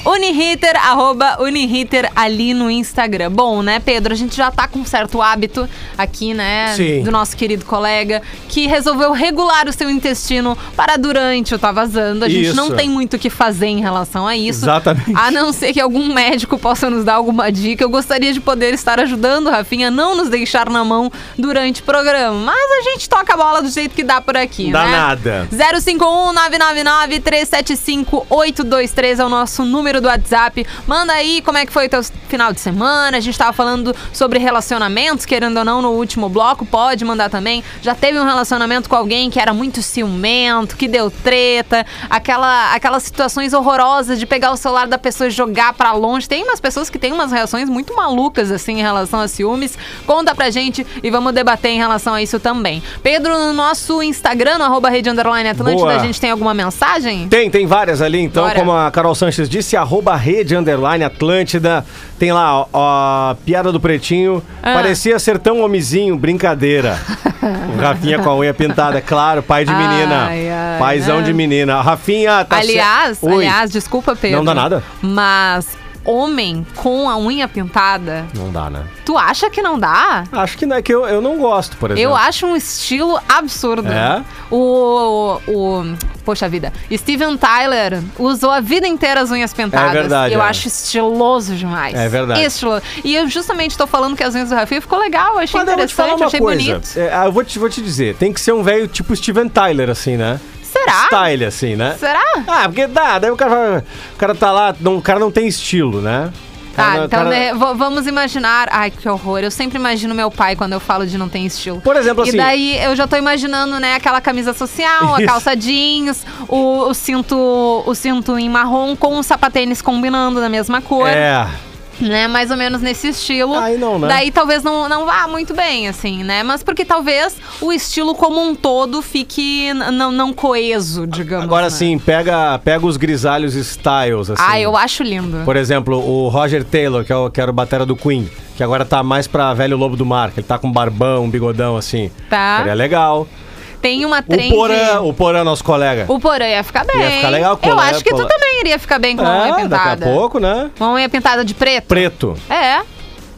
[SPEAKER 6] Uniriter, arroba Uniriter ali no Instagram. Bom, né, Pedro? A gente já tá com um certo hábito aqui, né?
[SPEAKER 5] Sim.
[SPEAKER 6] Do nosso querido colega, que resolveu regular o seu intestino para durante o Tá Vazando. A gente
[SPEAKER 5] Isso.
[SPEAKER 6] não tem muito o que fazer em relação a isso.
[SPEAKER 5] Exatamente.
[SPEAKER 6] A não ser que algum médico possa nos dar alguma dica. Eu gostaria de poder estar ajudando, Rafinha, a não nos deixar na mão durante o programa. Mas a gente toca a bola do jeito que dá por aqui, né?
[SPEAKER 5] Danada.
[SPEAKER 6] 051 999 375 823 é o nosso número número do WhatsApp. Manda aí como é que foi o teu final de semana. A gente tava falando sobre relacionamentos, querendo ou não, no último bloco. Pode mandar também. Já teve um relacionamento com alguém que era muito ciumento, que deu treta. Aquela, aquelas situações horrorosas de pegar o celular da pessoa e jogar pra longe. Tem umas pessoas que têm umas reações muito malucas, assim, em relação a ciúmes. Conta pra gente e vamos debater em relação a isso também. Pedro, no nosso Instagram, no arroba Rede Underline Atlântida,
[SPEAKER 5] Boa.
[SPEAKER 6] a gente tem alguma mensagem?
[SPEAKER 5] Tem, tem várias ali, então,
[SPEAKER 6] Bora.
[SPEAKER 5] como a Carol Sanches disse, arroba rede underline Atlântida. Tem lá, ó, ó, a piada do pretinho.
[SPEAKER 6] Ah.
[SPEAKER 5] Parecia ser tão homizinho, brincadeira. o Rafinha com a unha pintada, claro, pai de menina.
[SPEAKER 6] Ai, ai,
[SPEAKER 5] Paizão
[SPEAKER 6] né?
[SPEAKER 5] de menina. Rafinha, tá
[SPEAKER 6] aliás,
[SPEAKER 5] cer- Oi.
[SPEAKER 6] aliás, desculpa, Pedro.
[SPEAKER 5] Não dá nada.
[SPEAKER 6] Mas homem com a unha pintada,
[SPEAKER 5] Não dá, né?
[SPEAKER 6] tu acha que não dá?
[SPEAKER 5] Acho que não é que eu, eu não gosto, por exemplo.
[SPEAKER 6] Eu acho um estilo absurdo.
[SPEAKER 5] É?
[SPEAKER 6] O, o, o- Poxa vida. Steven Tyler usou a vida inteira as unhas pintadas.
[SPEAKER 5] É verdade,
[SPEAKER 6] Eu
[SPEAKER 5] é.
[SPEAKER 6] acho estiloso demais.
[SPEAKER 5] É verdade.
[SPEAKER 6] Estiloso. E eu justamente tô falando que as unhas do Rafinha ficou legal. Achei
[SPEAKER 5] Mas eu vou te falar
[SPEAKER 6] interessante,
[SPEAKER 5] uma
[SPEAKER 6] achei
[SPEAKER 5] coisa.
[SPEAKER 6] bonito.
[SPEAKER 5] É, ah, eu vou te, vou te dizer, tem que ser um velho tipo Steven Tyler, assim, né?
[SPEAKER 6] Será?
[SPEAKER 5] Style, assim, né?
[SPEAKER 6] Será?
[SPEAKER 5] Ah, porque dá, daí o cara, vai- o cara tá lá, não, o cara não tem estilo, né? O
[SPEAKER 6] Tá,
[SPEAKER 5] cara- o
[SPEAKER 6] então
[SPEAKER 5] cara-
[SPEAKER 6] né, v- vamos imaginar. Ai, que horror. Eu sempre imagino meu pai quando eu falo de não tem estilo.
[SPEAKER 5] Por exemplo,
[SPEAKER 6] E
[SPEAKER 5] assim-
[SPEAKER 6] daí eu já tô imaginando, né, aquela camisa social,
[SPEAKER 5] Isso.
[SPEAKER 6] a calça jeans, o, o cinto o cinto em marrom com o sapatênis combinando da mesma cor,
[SPEAKER 5] É,
[SPEAKER 6] né? Mais ou menos nesse estilo.
[SPEAKER 5] Aí não, né?
[SPEAKER 6] Daí talvez não, não vá muito bem, assim, né? Mas porque talvez o estilo como um todo fique n- não, não coeso, digamos.
[SPEAKER 5] agora
[SPEAKER 6] né?
[SPEAKER 5] sim, pega, pega os grisalhos styles, assim.
[SPEAKER 6] Ah, eu acho lindo.
[SPEAKER 5] Por exemplo, o Roger Taylor, que, é o, que era o batera do Queen, que agora tá mais pra velho lobo do mar, que ele tá com barbão, um bigodão, assim.
[SPEAKER 6] Tá.
[SPEAKER 5] Ele é legal.
[SPEAKER 6] Tem uma
[SPEAKER 5] O
[SPEAKER 6] trend...
[SPEAKER 5] Porã, o Porã, nosso colega.
[SPEAKER 6] O porã ia ficar bem.
[SPEAKER 5] Ia ficar legal com
[SPEAKER 6] Eu
[SPEAKER 5] a-
[SPEAKER 6] acho que
[SPEAKER 5] com
[SPEAKER 6] tu
[SPEAKER 5] a-
[SPEAKER 6] também iria ficar bem com uma unha
[SPEAKER 5] É, daqui a
[SPEAKER 6] pintada.
[SPEAKER 5] pouco, né?
[SPEAKER 6] Uma unha pintada de preto?
[SPEAKER 5] Preto.
[SPEAKER 6] É.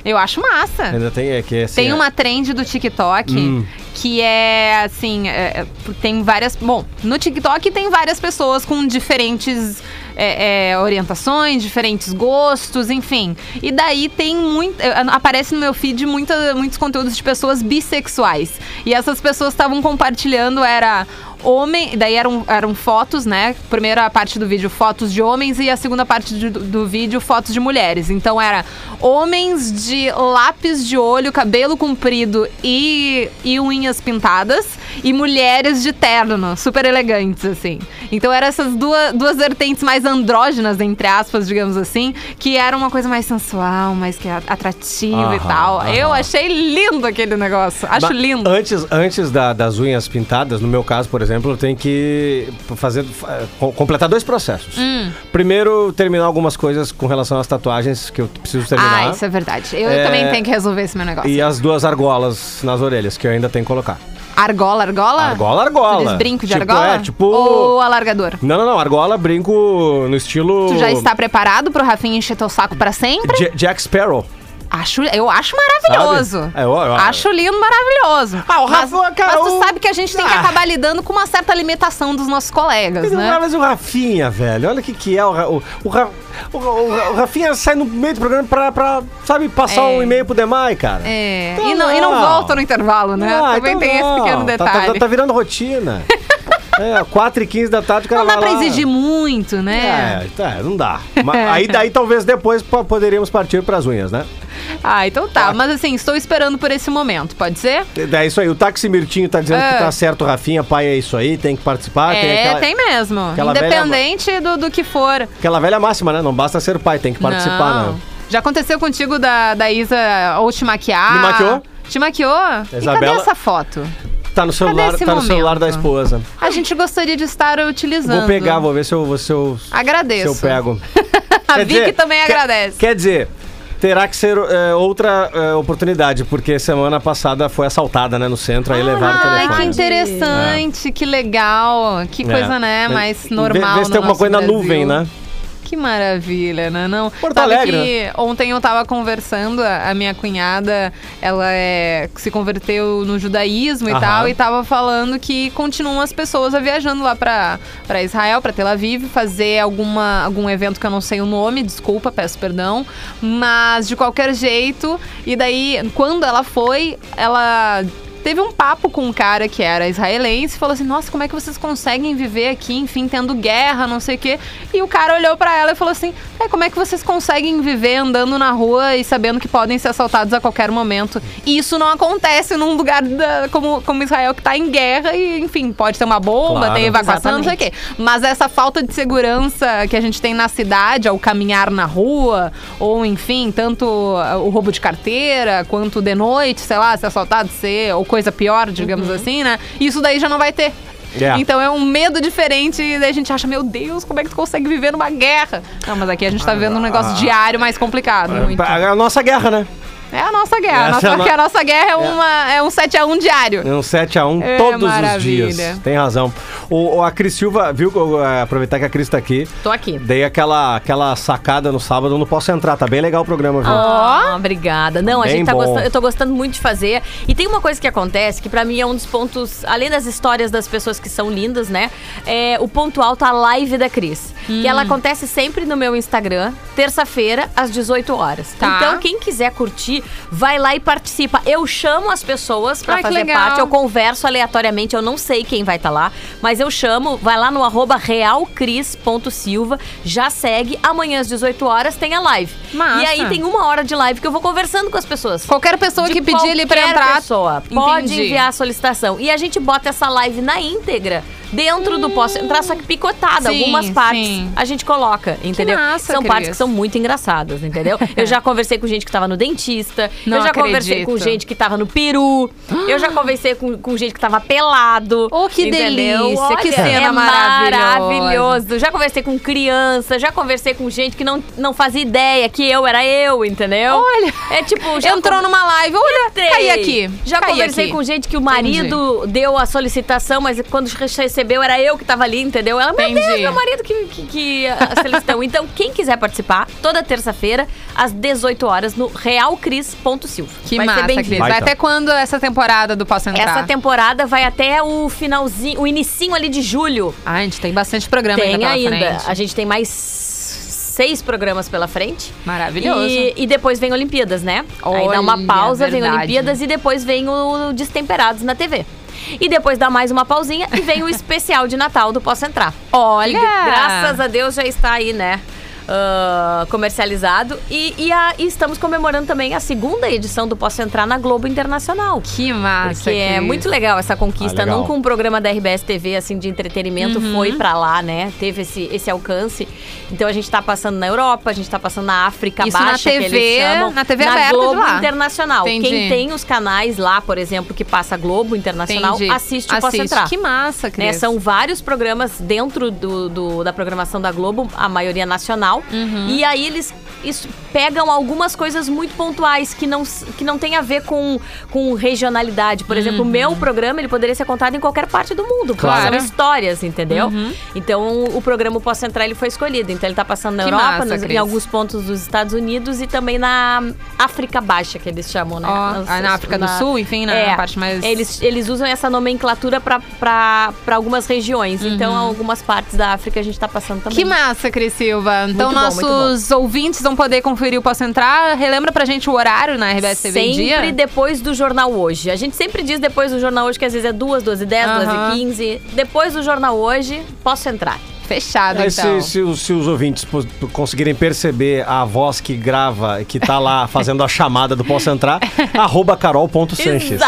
[SPEAKER 6] Eu acho massa.
[SPEAKER 5] Ainda tem é que assim,
[SPEAKER 6] Tem
[SPEAKER 5] é-
[SPEAKER 6] uma trend do TikTok
[SPEAKER 5] Hum.
[SPEAKER 6] que é assim, é, é, tem várias. Bom, no TikTok tem várias pessoas com diferentes é, é, orientações, diferentes gostos, enfim. E daí tem muito. é, Aparece no meu feed muita, muitos conteúdos de pessoas bissexuais. E essas pessoas estavam compartilhando, era homem, daí eram, eram fotos, né? Primeira parte do vídeo, fotos de homens, e a segunda parte de- do, do vídeo, fotos de mulheres. Então era homens de lápis de olho, cabelo comprido e, e unhas pintadas, e mulheres de terno, super elegantes, assim. Então eram essas duas, duas vertentes mais andrógenas, entre aspas, digamos assim, que era uma coisa mais sensual, mais que a- atrativa e
[SPEAKER 5] Aham,
[SPEAKER 6] tal. Eu
[SPEAKER 5] aham.
[SPEAKER 6] achei lindo aquele negócio. Acho
[SPEAKER 5] Ba-
[SPEAKER 6] lindo.
[SPEAKER 5] Antes, antes da- das unhas pintadas, no meu caso, por exemplo, eu tenho que fazer, fa- co- completar dois processos.
[SPEAKER 6] Hum.
[SPEAKER 5] Primeiro, terminar algumas coisas com relação às tatuagens que eu preciso terminar.
[SPEAKER 6] Ah, isso é verdade. Eu
[SPEAKER 5] É,
[SPEAKER 6] também tenho que resolver esse meu negócio.
[SPEAKER 5] E as duas argolas nas orelhas, que eu ainda tenho que colocar.
[SPEAKER 6] Argola, argola?
[SPEAKER 5] Argola, argola.
[SPEAKER 6] Tu diz brinco de
[SPEAKER 5] Tipo,
[SPEAKER 6] argola?
[SPEAKER 5] é, tipo-
[SPEAKER 6] Ou alargador?
[SPEAKER 5] Não, não, não. Argola, brinco no estilo...
[SPEAKER 6] Tu já está preparado pro Rafinha encher teu saco pra sempre?
[SPEAKER 5] Ja- Jack Sparrow.
[SPEAKER 6] Acho, eu acho maravilhoso.
[SPEAKER 5] Sabe? É, eu- eu-
[SPEAKER 6] acho lindo, maravilhoso.
[SPEAKER 5] Ah, o Rafa,
[SPEAKER 6] mas,
[SPEAKER 5] cara,
[SPEAKER 6] mas tu
[SPEAKER 5] o-
[SPEAKER 6] sabe que a gente tem que
[SPEAKER 5] Ah. é
[SPEAKER 6] acabar lidando com uma certa limitação dos nossos colegas, né?
[SPEAKER 5] Mas o Rafinha, velho, olha o que que é o, Ra- o, o, Ra- o, Ra- o Ra- o Rafinha sai no meio do programa pra, pra sabe, passar
[SPEAKER 6] É.
[SPEAKER 5] um e-mail pro Demai, cara.
[SPEAKER 6] É,
[SPEAKER 5] Então
[SPEAKER 6] e, não, e não
[SPEAKER 5] não.
[SPEAKER 6] volta no intervalo, né?
[SPEAKER 5] Ah,
[SPEAKER 6] Também
[SPEAKER 5] então
[SPEAKER 6] tem
[SPEAKER 5] não.
[SPEAKER 6] esse pequeno
[SPEAKER 5] Tá- tá-
[SPEAKER 6] detalhe.
[SPEAKER 5] Tá, tá virando rotina. é, 4 e 15 da tarde o cara
[SPEAKER 6] Não dá
[SPEAKER 5] tá, vai
[SPEAKER 6] pra
[SPEAKER 5] lá.
[SPEAKER 6] exigir muito, né? É.
[SPEAKER 5] É, tá, não dá. Mas aí daí talvez depois po- poderíamos partir pras unhas, né?
[SPEAKER 6] Ah, então tá. Mas assim, estou esperando por esse momento, pode ser?
[SPEAKER 5] É isso aí, o Táxi Mirtinho tá dizendo que
[SPEAKER 6] Ah.
[SPEAKER 5] tá certo, Rafinha, pai, é isso aí, tem que participar. Ah, tem,
[SPEAKER 6] é,
[SPEAKER 5] aquela,
[SPEAKER 6] tem mesmo.
[SPEAKER 5] aquela velha-
[SPEAKER 6] Independente do, do que for.
[SPEAKER 5] aquela velha máxima, né? Não basta ser pai, tem que participar,
[SPEAKER 6] não.
[SPEAKER 5] né?
[SPEAKER 6] Já aconteceu contigo da, da Isa ou te maquiar?
[SPEAKER 5] Me maquiou?
[SPEAKER 6] Te maquiou? E cadê
[SPEAKER 5] Isabela-
[SPEAKER 6] essa foto?
[SPEAKER 5] Tá no celular,
[SPEAKER 6] esse
[SPEAKER 5] tá no celular
[SPEAKER 6] momento?
[SPEAKER 5] da esposa.
[SPEAKER 6] A gente gostaria de estar utilizando.
[SPEAKER 5] Vou pegar, vou ver se eu, vou- se eu, se
[SPEAKER 6] Agradeço.
[SPEAKER 5] eu pego.
[SPEAKER 6] A
[SPEAKER 5] Quer
[SPEAKER 6] Vicky
[SPEAKER 5] dizer,
[SPEAKER 6] também
[SPEAKER 5] quer-
[SPEAKER 6] agradece.
[SPEAKER 5] Quer dizer, terá que ser é, outra é, oportunidade, porque semana passada foi assaltada, né, no centro, aí levaram
[SPEAKER 6] Ah,
[SPEAKER 5] o
[SPEAKER 6] Ai, que
[SPEAKER 5] telefone.
[SPEAKER 6] interessante, que legal. Que
[SPEAKER 5] É.
[SPEAKER 6] coisa, né?
[SPEAKER 5] Vê-
[SPEAKER 6] Mais
[SPEAKER 5] vê-
[SPEAKER 6] normal.
[SPEAKER 5] Vê se tem
[SPEAKER 6] no
[SPEAKER 5] alguma
[SPEAKER 6] nosso
[SPEAKER 5] coisa
[SPEAKER 6] Brasil.
[SPEAKER 5] na nuvem, né?
[SPEAKER 6] Que maravilha, né? Não,
[SPEAKER 5] Porto
[SPEAKER 6] Sabe
[SPEAKER 5] Alegre,
[SPEAKER 6] que ontem eu tava conversando, a a minha cunhada, ela é, se converteu no judaísmo
[SPEAKER 5] Aham.
[SPEAKER 6] e tal, e tava falando que continuam as pessoas a viajando lá pra, pra Israel, pra Tel Aviv, fazer alguma, algum evento que eu não sei o nome, desculpa, peço perdão, mas de qualquer jeito, e daí, quando ela foi, ela Teve um papo com um cara que era israelense e falou assim: Nossa, como é que vocês conseguem viver aqui, enfim, tendo guerra, não sei o quê. E o cara olhou pra ela e falou assim: É, como é que vocês conseguem viver andando na rua e sabendo que podem ser assaltados a qualquer momento? E isso não acontece num lugar da- como, como Israel que tá em guerra e, enfim, pode ter uma bomba,
[SPEAKER 5] Claro.
[SPEAKER 6] tem evacuação, não sei o quê. Mas essa falta de segurança que a gente tem na cidade ao caminhar na rua, ou enfim, tanto ah, o roubo de carteira, quanto de noite, sei lá, ser assaltado, ser, ou coisa pior,
[SPEAKER 3] Uhum.
[SPEAKER 6] digamos assim, né? Isso daí já não vai ter.
[SPEAKER 5] É.
[SPEAKER 6] Então é um medo diferente e daí a gente acha, meu Deus, como é que tu consegue viver numa guerra? Não, mas aqui a gente tá vivendo um
[SPEAKER 5] Ah.
[SPEAKER 6] negócio diário mais complicado. muito.
[SPEAKER 5] A nossa guerra, né?
[SPEAKER 6] É a nossa guerra.
[SPEAKER 5] Ah. Essa
[SPEAKER 6] Nossa,
[SPEAKER 5] é a
[SPEAKER 6] porque a
[SPEAKER 5] no-
[SPEAKER 6] nossa guerra é, uma, é um 7x1 diário.
[SPEAKER 5] É um 7x1
[SPEAKER 6] É,
[SPEAKER 5] todos
[SPEAKER 6] maravilha.
[SPEAKER 5] os dias. Tem razão. O, o- a Cris Silva, viu? que eu- eh, Aproveitar que a Cris tá aqui.
[SPEAKER 3] Tô aqui.
[SPEAKER 5] Dei aquela, aquela sacada no sábado, eu não posso entrar. Tá bem legal o programa, viu?
[SPEAKER 3] Ah, obrigada. Não, a
[SPEAKER 5] Bem
[SPEAKER 3] gente tá
[SPEAKER 5] bom.
[SPEAKER 3] gostando, eu tô gostando muito de fazer. E tem uma coisa que acontece que pra mim é um dos pontos, além das histórias das pessoas que são lindas, né? É o ponto alto a live da Cris, que
[SPEAKER 6] Hum.
[SPEAKER 3] ela acontece sempre no meu Instagram, terça-feira às 18 horas.
[SPEAKER 6] Tá.
[SPEAKER 3] Então quem quiser curtir, vai lá e participa. Eu chamo as pessoas pra
[SPEAKER 6] Ai, que
[SPEAKER 3] fazer
[SPEAKER 6] legal.
[SPEAKER 3] parte, eu converso aleatoriamente, eu não sei quem vai estar lá, mas eu chamo, vai lá no arroba realcris.silva, já segue, amanhã às 18 horas tem a live.
[SPEAKER 6] Massa.
[SPEAKER 3] E aí tem uma hora de live que eu vou conversando com as pessoas.
[SPEAKER 6] Qualquer pessoa
[SPEAKER 3] De
[SPEAKER 6] que pedir ali pra
[SPEAKER 3] qualquer
[SPEAKER 6] entrar.
[SPEAKER 3] pessoa pode
[SPEAKER 6] Entendi.
[SPEAKER 3] enviar a solicitação. E a gente bota essa live na íntegra. Dentro do posso entrar, só que picotada.
[SPEAKER 6] Hum. Sim,
[SPEAKER 3] Algumas partes
[SPEAKER 6] sim.
[SPEAKER 3] a gente coloca, entendeu?
[SPEAKER 6] massa,
[SPEAKER 3] são partes
[SPEAKER 6] Cris.
[SPEAKER 3] que são muito engraçadas, entendeu? eu já conversei com gente que tava no dentista.
[SPEAKER 6] Não
[SPEAKER 3] eu já conversei com
[SPEAKER 6] acredito.
[SPEAKER 3] gente que tava no peru. eu já conversei com, com gente que tava pelado.
[SPEAKER 6] Oh, que
[SPEAKER 3] entendeu?
[SPEAKER 6] delícia, que
[SPEAKER 3] Olha,
[SPEAKER 6] cena
[SPEAKER 3] é
[SPEAKER 6] maravilhosa.
[SPEAKER 3] maravilhoso. Já conversei com criança, já conversei com gente que não, não fazia ideia que eu era eu, entendeu?
[SPEAKER 6] Olha.
[SPEAKER 3] É tipo, já
[SPEAKER 6] Entrou
[SPEAKER 3] con-
[SPEAKER 6] numa live, olha,
[SPEAKER 3] Entrei.
[SPEAKER 6] caí aqui.
[SPEAKER 3] Já
[SPEAKER 6] caí
[SPEAKER 3] conversei
[SPEAKER 6] aqui.
[SPEAKER 3] com gente que o marido deu a solicitação, mas quando recebeu era eu que tava ali, entendeu? Ela, meu Deus,
[SPEAKER 6] Entendi.
[SPEAKER 3] meu marido que, que, que a solicitou. então, quem quiser participar, toda terça-feira, às 18 horas, no realcris.silva.
[SPEAKER 6] Que
[SPEAKER 3] Vai ser
[SPEAKER 6] massa,
[SPEAKER 3] bem-vindo.
[SPEAKER 6] Cris. Vai
[SPEAKER 5] Baita.
[SPEAKER 6] até quando essa temporada do Posso Entrar?
[SPEAKER 3] Essa temporada vai até o finalzinho, o inicinho ali de julho.
[SPEAKER 6] Ah, a gente tem bastante programa
[SPEAKER 3] tem
[SPEAKER 6] ainda tá pela
[SPEAKER 3] ainda. A
[SPEAKER 6] frente.
[SPEAKER 3] gente tem mais seis programas pela frente.
[SPEAKER 6] Maravilhoso.
[SPEAKER 3] E, e depois vem Olimpíadas, né? Aí dá uma
[SPEAKER 6] Olha,
[SPEAKER 3] pausa, vem
[SPEAKER 6] verdade.
[SPEAKER 3] Olimpíadas e depois vem o Destemperados na TV. E depois dá mais uma pausinha e vem o especial de Natal do Posso Entrar.
[SPEAKER 6] Olha!
[SPEAKER 3] Que, graças a Deus já está aí, né? ah, comercializado. E, e a- e estamos comemorando também a segunda edição do Posso Entrar na Globo Internacional.
[SPEAKER 6] Que massa,
[SPEAKER 3] Porque é
[SPEAKER 6] Cris.
[SPEAKER 3] muito legal essa conquista.
[SPEAKER 5] Ah, legal.
[SPEAKER 3] Nunca um programa da RBS TV, assim, de entretenimento
[SPEAKER 6] Uhum.
[SPEAKER 3] foi pra lá, né? Teve esse, esse alcance. Então a gente tá passando na Europa, a gente tá passando na África
[SPEAKER 6] Isso
[SPEAKER 3] Baixa,
[SPEAKER 6] na
[SPEAKER 3] que eles
[SPEAKER 6] TV,
[SPEAKER 3] chamam.
[SPEAKER 6] na TV aberta de
[SPEAKER 3] Globo
[SPEAKER 6] lá.
[SPEAKER 3] Internacional.
[SPEAKER 6] Entendi.
[SPEAKER 3] Quem tem os canais lá, por exemplo, que passa Globo Internacional,
[SPEAKER 6] Entendi.
[SPEAKER 3] assiste o Posso
[SPEAKER 6] Assiste.
[SPEAKER 3] Entrar.
[SPEAKER 6] Que massa,
[SPEAKER 3] Né,
[SPEAKER 6] Cris.
[SPEAKER 3] são vários programas dentro do, do- da programação da Globo, a maioria nacional.
[SPEAKER 6] Uhum.
[SPEAKER 3] E aí eles isso- pegam algumas coisas muito pontuais que não, s- que não tem a ver com, com regionalidade. Por exemplo, o meu programa ele poderia ser contado em qualquer parte do mundo. porque
[SPEAKER 6] Uhum. Claro. Uhum.
[SPEAKER 3] São histórias, entendeu? Então o programa Posso Entrar ele foi escolhido. Então ele tá passando na
[SPEAKER 6] Que
[SPEAKER 3] Europa,
[SPEAKER 6] massa,
[SPEAKER 3] nos- em
[SPEAKER 6] Cris.
[SPEAKER 3] alguns pontos dos Estados Unidos e também na África Baixa, que eles chamam, né?
[SPEAKER 6] Ó,
[SPEAKER 3] Nas-
[SPEAKER 6] ah, na África do
[SPEAKER 3] na-
[SPEAKER 6] Sul, enfim, na
[SPEAKER 3] É.
[SPEAKER 6] parte mais...
[SPEAKER 3] eles, eles usam essa nomenclatura pra- pra pra algumas regiões. Então, algumas partes da África a gente tá passando também.
[SPEAKER 6] Uhum. Que massa, Cris Silva. Então,
[SPEAKER 3] bom,
[SPEAKER 6] nossos ouvintes vão poder conferir o Posso Entrar. Relembra pra gente o horário na RBS TV em
[SPEAKER 3] Sempre
[SPEAKER 6] dia?
[SPEAKER 3] depois do Jornal Hoje. A gente sempre diz depois do Jornal Hoje, que às vezes é 2, 12 10,
[SPEAKER 6] Aham.
[SPEAKER 3] 12 15. Depois do Jornal Hoje, posso entrar.
[SPEAKER 6] Fechado,
[SPEAKER 5] Aí,
[SPEAKER 6] então.
[SPEAKER 5] se, se os- se os ouvintes pos- conseguirem perceber a voz que grava, que tá lá fazendo a chamada do Posso Entrar, arroba carol.sanches.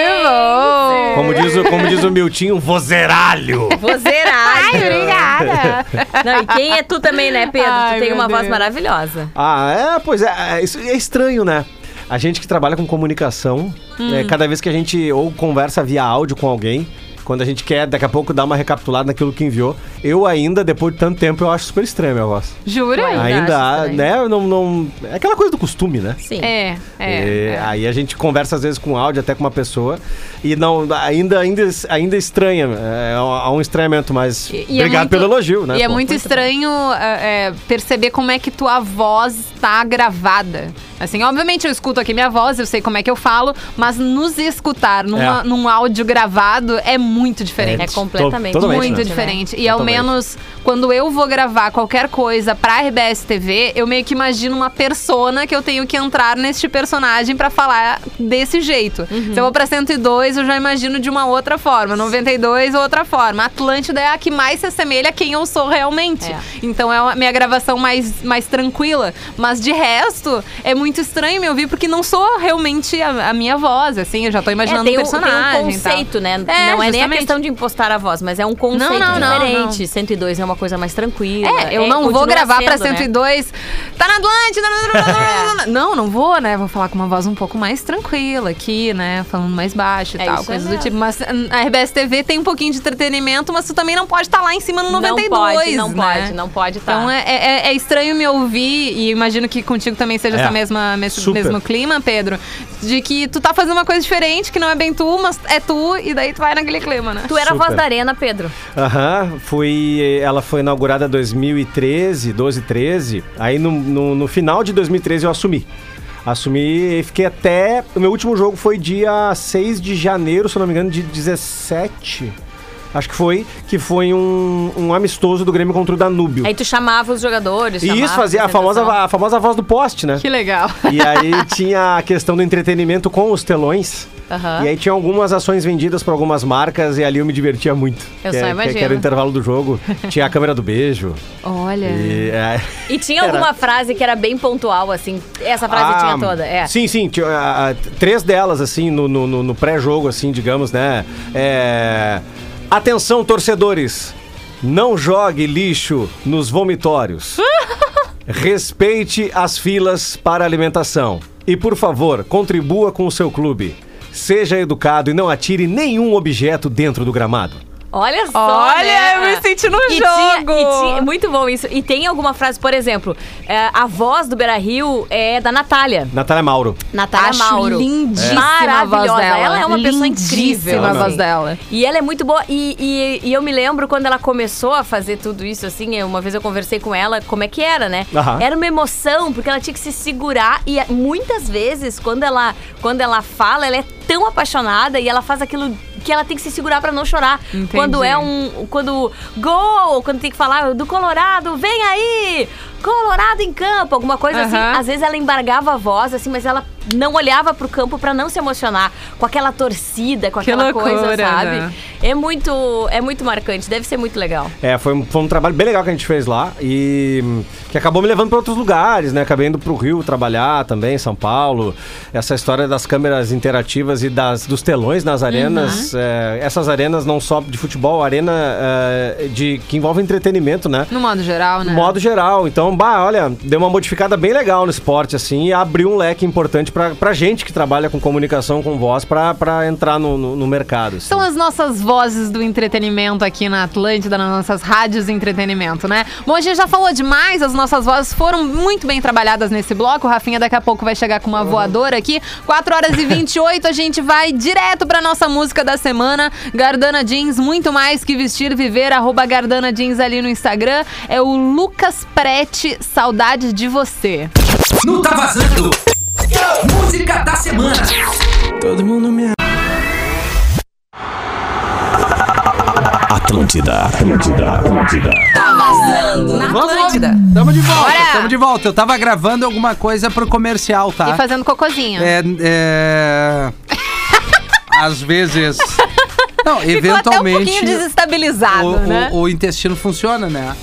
[SPEAKER 3] Exatamente!
[SPEAKER 5] Como diz, o- como diz o Miltinho, vozeralho.
[SPEAKER 3] Vou zerar.
[SPEAKER 6] Obrigada.
[SPEAKER 3] Não, e quem é tu também, né, Pedro?
[SPEAKER 6] Ai,
[SPEAKER 3] tu tem
[SPEAKER 6] meu
[SPEAKER 3] uma voz
[SPEAKER 6] Deus.
[SPEAKER 3] maravilhosa.
[SPEAKER 5] Ah, é, pois é, é, isso é estranho, né? A gente que trabalha com comunicação, né,
[SPEAKER 3] Hum.
[SPEAKER 5] cada vez que a gente ou conversa via áudio com alguém, quando a gente quer daqui a pouco dar uma recapitulada naquilo que enviou, eu ainda, depois de tanto tempo, eu acho super estranho a minha voz.
[SPEAKER 6] Jura?
[SPEAKER 3] Ainda acho
[SPEAKER 5] Ainda, há,
[SPEAKER 3] estranho.
[SPEAKER 5] né? eu Não, não, é aquela coisa do costume, né?
[SPEAKER 3] Sim.
[SPEAKER 6] É, é.
[SPEAKER 5] É, Aí a gente conversa às vezes com áudio, até com uma pessoa, e não, ainda, ainda, ainda estranha, é, há um estranhamento, mas
[SPEAKER 6] E- e é
[SPEAKER 5] obrigado
[SPEAKER 6] muito-
[SPEAKER 5] pelo elogio, né?
[SPEAKER 6] E é
[SPEAKER 5] pô?
[SPEAKER 6] muito estranho é, é, perceber como é que tua voz está gravada. Assim, obviamente eu escuto aqui minha voz, eu sei como é que eu falo, mas nos escutar numa-
[SPEAKER 5] É.
[SPEAKER 6] num áudio gravado é muito diferente.
[SPEAKER 3] É completamente.
[SPEAKER 5] Tô- totalmente,
[SPEAKER 6] Muito
[SPEAKER 5] né?
[SPEAKER 6] diferente. E ao
[SPEAKER 5] Totalmente.
[SPEAKER 6] menos, quando eu vou gravar qualquer coisa pra RBS TV, eu meio que imagino uma persona que eu tenho que entrar neste personagem pra falar desse jeito.
[SPEAKER 3] Uhum.
[SPEAKER 6] Se eu vou pra 102, eu já imagino de uma outra forma. 92, outra forma. Atlântida é a que mais se assemelha a quem eu sou realmente.
[SPEAKER 3] É.
[SPEAKER 6] Então é a minha gravação mais, mais tranquila. Mas de resto, é muito estranho me ouvir porque não sou realmente a, a minha voz, assim. Eu já tô
[SPEAKER 3] É,
[SPEAKER 6] imaginando
[SPEAKER 3] tem,
[SPEAKER 6] o
[SPEAKER 3] um-
[SPEAKER 6] personagem.
[SPEAKER 3] tem um
[SPEAKER 6] e tal.
[SPEAKER 3] conceito, né?
[SPEAKER 6] É,
[SPEAKER 3] não é nem a
[SPEAKER 6] justamente.
[SPEAKER 3] questão de impostar a voz, mas é um conceito
[SPEAKER 6] não, não,
[SPEAKER 3] diferente. 102 é uma coisa mais tranquila.
[SPEAKER 6] É, eu
[SPEAKER 3] É,
[SPEAKER 6] não vou
[SPEAKER 3] continua
[SPEAKER 6] gravar
[SPEAKER 3] sendo,
[SPEAKER 6] pra
[SPEAKER 3] né? É.
[SPEAKER 6] 102. Tá na Atlântida. não, não vou, né? Vou falar com uma voz um pouco mais tranquila aqui, né? Falando mais baixo e
[SPEAKER 3] É
[SPEAKER 6] tal,
[SPEAKER 3] isso aí
[SPEAKER 6] coisas do
[SPEAKER 3] mesmo.
[SPEAKER 6] tipo. Mas hum, a RBS TV tem um pouquinho de entretenimento, mas tu também não pode estar lá em cima no
[SPEAKER 3] Não
[SPEAKER 6] 92.
[SPEAKER 3] pode, não
[SPEAKER 6] né?
[SPEAKER 3] pode, não pode tá.
[SPEAKER 6] Então é, é- é estranho me ouvir, e imagino que contigo também seja
[SPEAKER 5] É.
[SPEAKER 6] essa mesma, mes-
[SPEAKER 5] Super.
[SPEAKER 6] mesmo clima, Pedro, de que tu tá fazendo uma coisa diferente, que não é bem tu, mas é tu, e daí tu vai naquele clima, né?
[SPEAKER 3] Tu era a voz
[SPEAKER 5] Super.
[SPEAKER 3] da arena, Pedro.
[SPEAKER 5] Aham, foi, ela foi inaugurada em 2013, 12, 13. Aí no, no, no final de 2013 eu assumi. Assumi e fiquei até. O meu último jogo foi dia 6 de janeiro, se eu não me engano, de 17. Acho que foi, que foi um, um amistoso do Grêmio contra o Danúbio.
[SPEAKER 3] Aí tu chamava os jogadores.
[SPEAKER 5] e
[SPEAKER 3] chamava
[SPEAKER 5] isso fazia a famosa,
[SPEAKER 3] apresentação.
[SPEAKER 5] a famosa voz do poste, né?
[SPEAKER 6] Que legal.
[SPEAKER 5] E aí tinha a questão do entretenimento com os telões.
[SPEAKER 3] Aham.
[SPEAKER 5] E aí tinha algumas ações vendidas para algumas marcas e ali eu me divertia muito.
[SPEAKER 3] Eu
[SPEAKER 5] que, é,
[SPEAKER 3] só
[SPEAKER 5] que-
[SPEAKER 3] imagino.
[SPEAKER 5] Que era o intervalo do jogo. Tinha a câmera do beijo.
[SPEAKER 6] Olha.
[SPEAKER 5] E, é,
[SPEAKER 3] E tinha alguma frase que era bem pontual, assim. Essa frase
[SPEAKER 5] ah,
[SPEAKER 3] tinha toda. É.
[SPEAKER 5] Sim, sim. tinha, ah, ah, três delas, assim, no, no- no- no pré-jogo, assim, digamos, né? É, Atenção, torcedores! Não jogue lixo nos vomitórios. Respeite as filas para alimentação. E, por favor, contribua com o seu clube. Seja educado e não atire nenhum objeto dentro do gramado.
[SPEAKER 3] Olha só.
[SPEAKER 6] Olha,
[SPEAKER 3] né?
[SPEAKER 6] eu me senti no
[SPEAKER 3] E tinha-
[SPEAKER 6] jogo.
[SPEAKER 3] e tinha- muito bom isso. E tem alguma frase, por exemplo, é, a voz do Beira Rio é da Natália.
[SPEAKER 5] Natália Mauro.
[SPEAKER 3] Natália
[SPEAKER 6] Acho
[SPEAKER 3] Mauro.
[SPEAKER 6] lindíssima a voz
[SPEAKER 3] Maravilhosa.
[SPEAKER 6] dela.
[SPEAKER 3] Ela é uma pessoa incrível.
[SPEAKER 6] Lindíssima a
[SPEAKER 3] assim.
[SPEAKER 6] voz dela.
[SPEAKER 3] E ela é muito boa. E, e- e eu me lembro quando ela começou a fazer tudo isso, assim, uma vez eu conversei com ela, como é que era, né?
[SPEAKER 5] Aham.
[SPEAKER 3] Era uma emoção, porque ela tinha que se segurar. E é, muitas vezes, quando ela, quando ela fala, ela é tão apaixonada e ela faz aquilo que ela tem que se segurar pra não chorar.
[SPEAKER 6] Entendi.
[SPEAKER 3] Quando é um. Quando. Gol! Quando tem que falar do Colorado, vem aí! Colorado em campo, alguma coisa assim.
[SPEAKER 6] Aham.
[SPEAKER 3] Às vezes ela embargava a voz, assim, mas ela não olhava pro campo pra não se emocionar. Com aquela torcida, com
[SPEAKER 6] Que
[SPEAKER 3] aquela coisa,
[SPEAKER 6] loucura,
[SPEAKER 3] sabe?
[SPEAKER 6] né?
[SPEAKER 3] É muito, é muito marcante, deve ser muito legal.
[SPEAKER 5] É, foi um, foi um trabalho bem legal que a gente fez lá e hum, que acabou me levando para outros lugares, né? Acabei indo para o Rio trabalhar também, São Paulo. Essa história das câmeras interativas e das, dos telões nas arenas.
[SPEAKER 4] Uhum.
[SPEAKER 5] é, essas arenas não só de futebol, arena é, de que envolve entretenimento, né?
[SPEAKER 6] No modo geral,
[SPEAKER 4] Uhum.
[SPEAKER 6] né?
[SPEAKER 5] De modo geral. Então, bah, olha, deu uma modificada bem legal no esporte, assim, e abriu um leque importante pra, pra gente que trabalha com comunicação, com voz, pra, pra entrar no, no, no mercado. assim.
[SPEAKER 6] São
[SPEAKER 4] Então,
[SPEAKER 6] as nossas vozes do entretenimento aqui na Atlântida, nas nossas rádios de entretenimento, né? Bom, a gente já falou demais, as nossas vozes foram muito bem trabalhadas nesse bloco. O Rafinha daqui a pouco vai chegar com uma
[SPEAKER 4] Uhum.
[SPEAKER 6] voadora aqui. 4 horas e 28, a gente vai direto pra nossa música da semana. Gardana Jeans, muito mais que vestir, viver, arroba Gardana Jeans ali no Instagram. É o Lucas Prete, saudade de você.
[SPEAKER 2] Não tá vazando. Música da semana.
[SPEAKER 1] Atlântida, Atlântida, Atlântida.
[SPEAKER 6] Na
[SPEAKER 4] Vamos lá.
[SPEAKER 6] Atlântida.
[SPEAKER 4] Tamo de volta,
[SPEAKER 6] Bora!
[SPEAKER 4] tamo de volta. Eu tava gravando alguma coisa pro comercial, tá?
[SPEAKER 6] E fazendo cocozinha.
[SPEAKER 4] É, é... Às vezes... Não,
[SPEAKER 6] Ficou até um pouquinho
[SPEAKER 4] eventualmente...
[SPEAKER 6] desestabilizado,
[SPEAKER 4] o, o-
[SPEAKER 6] né?
[SPEAKER 4] o intestino funciona, né?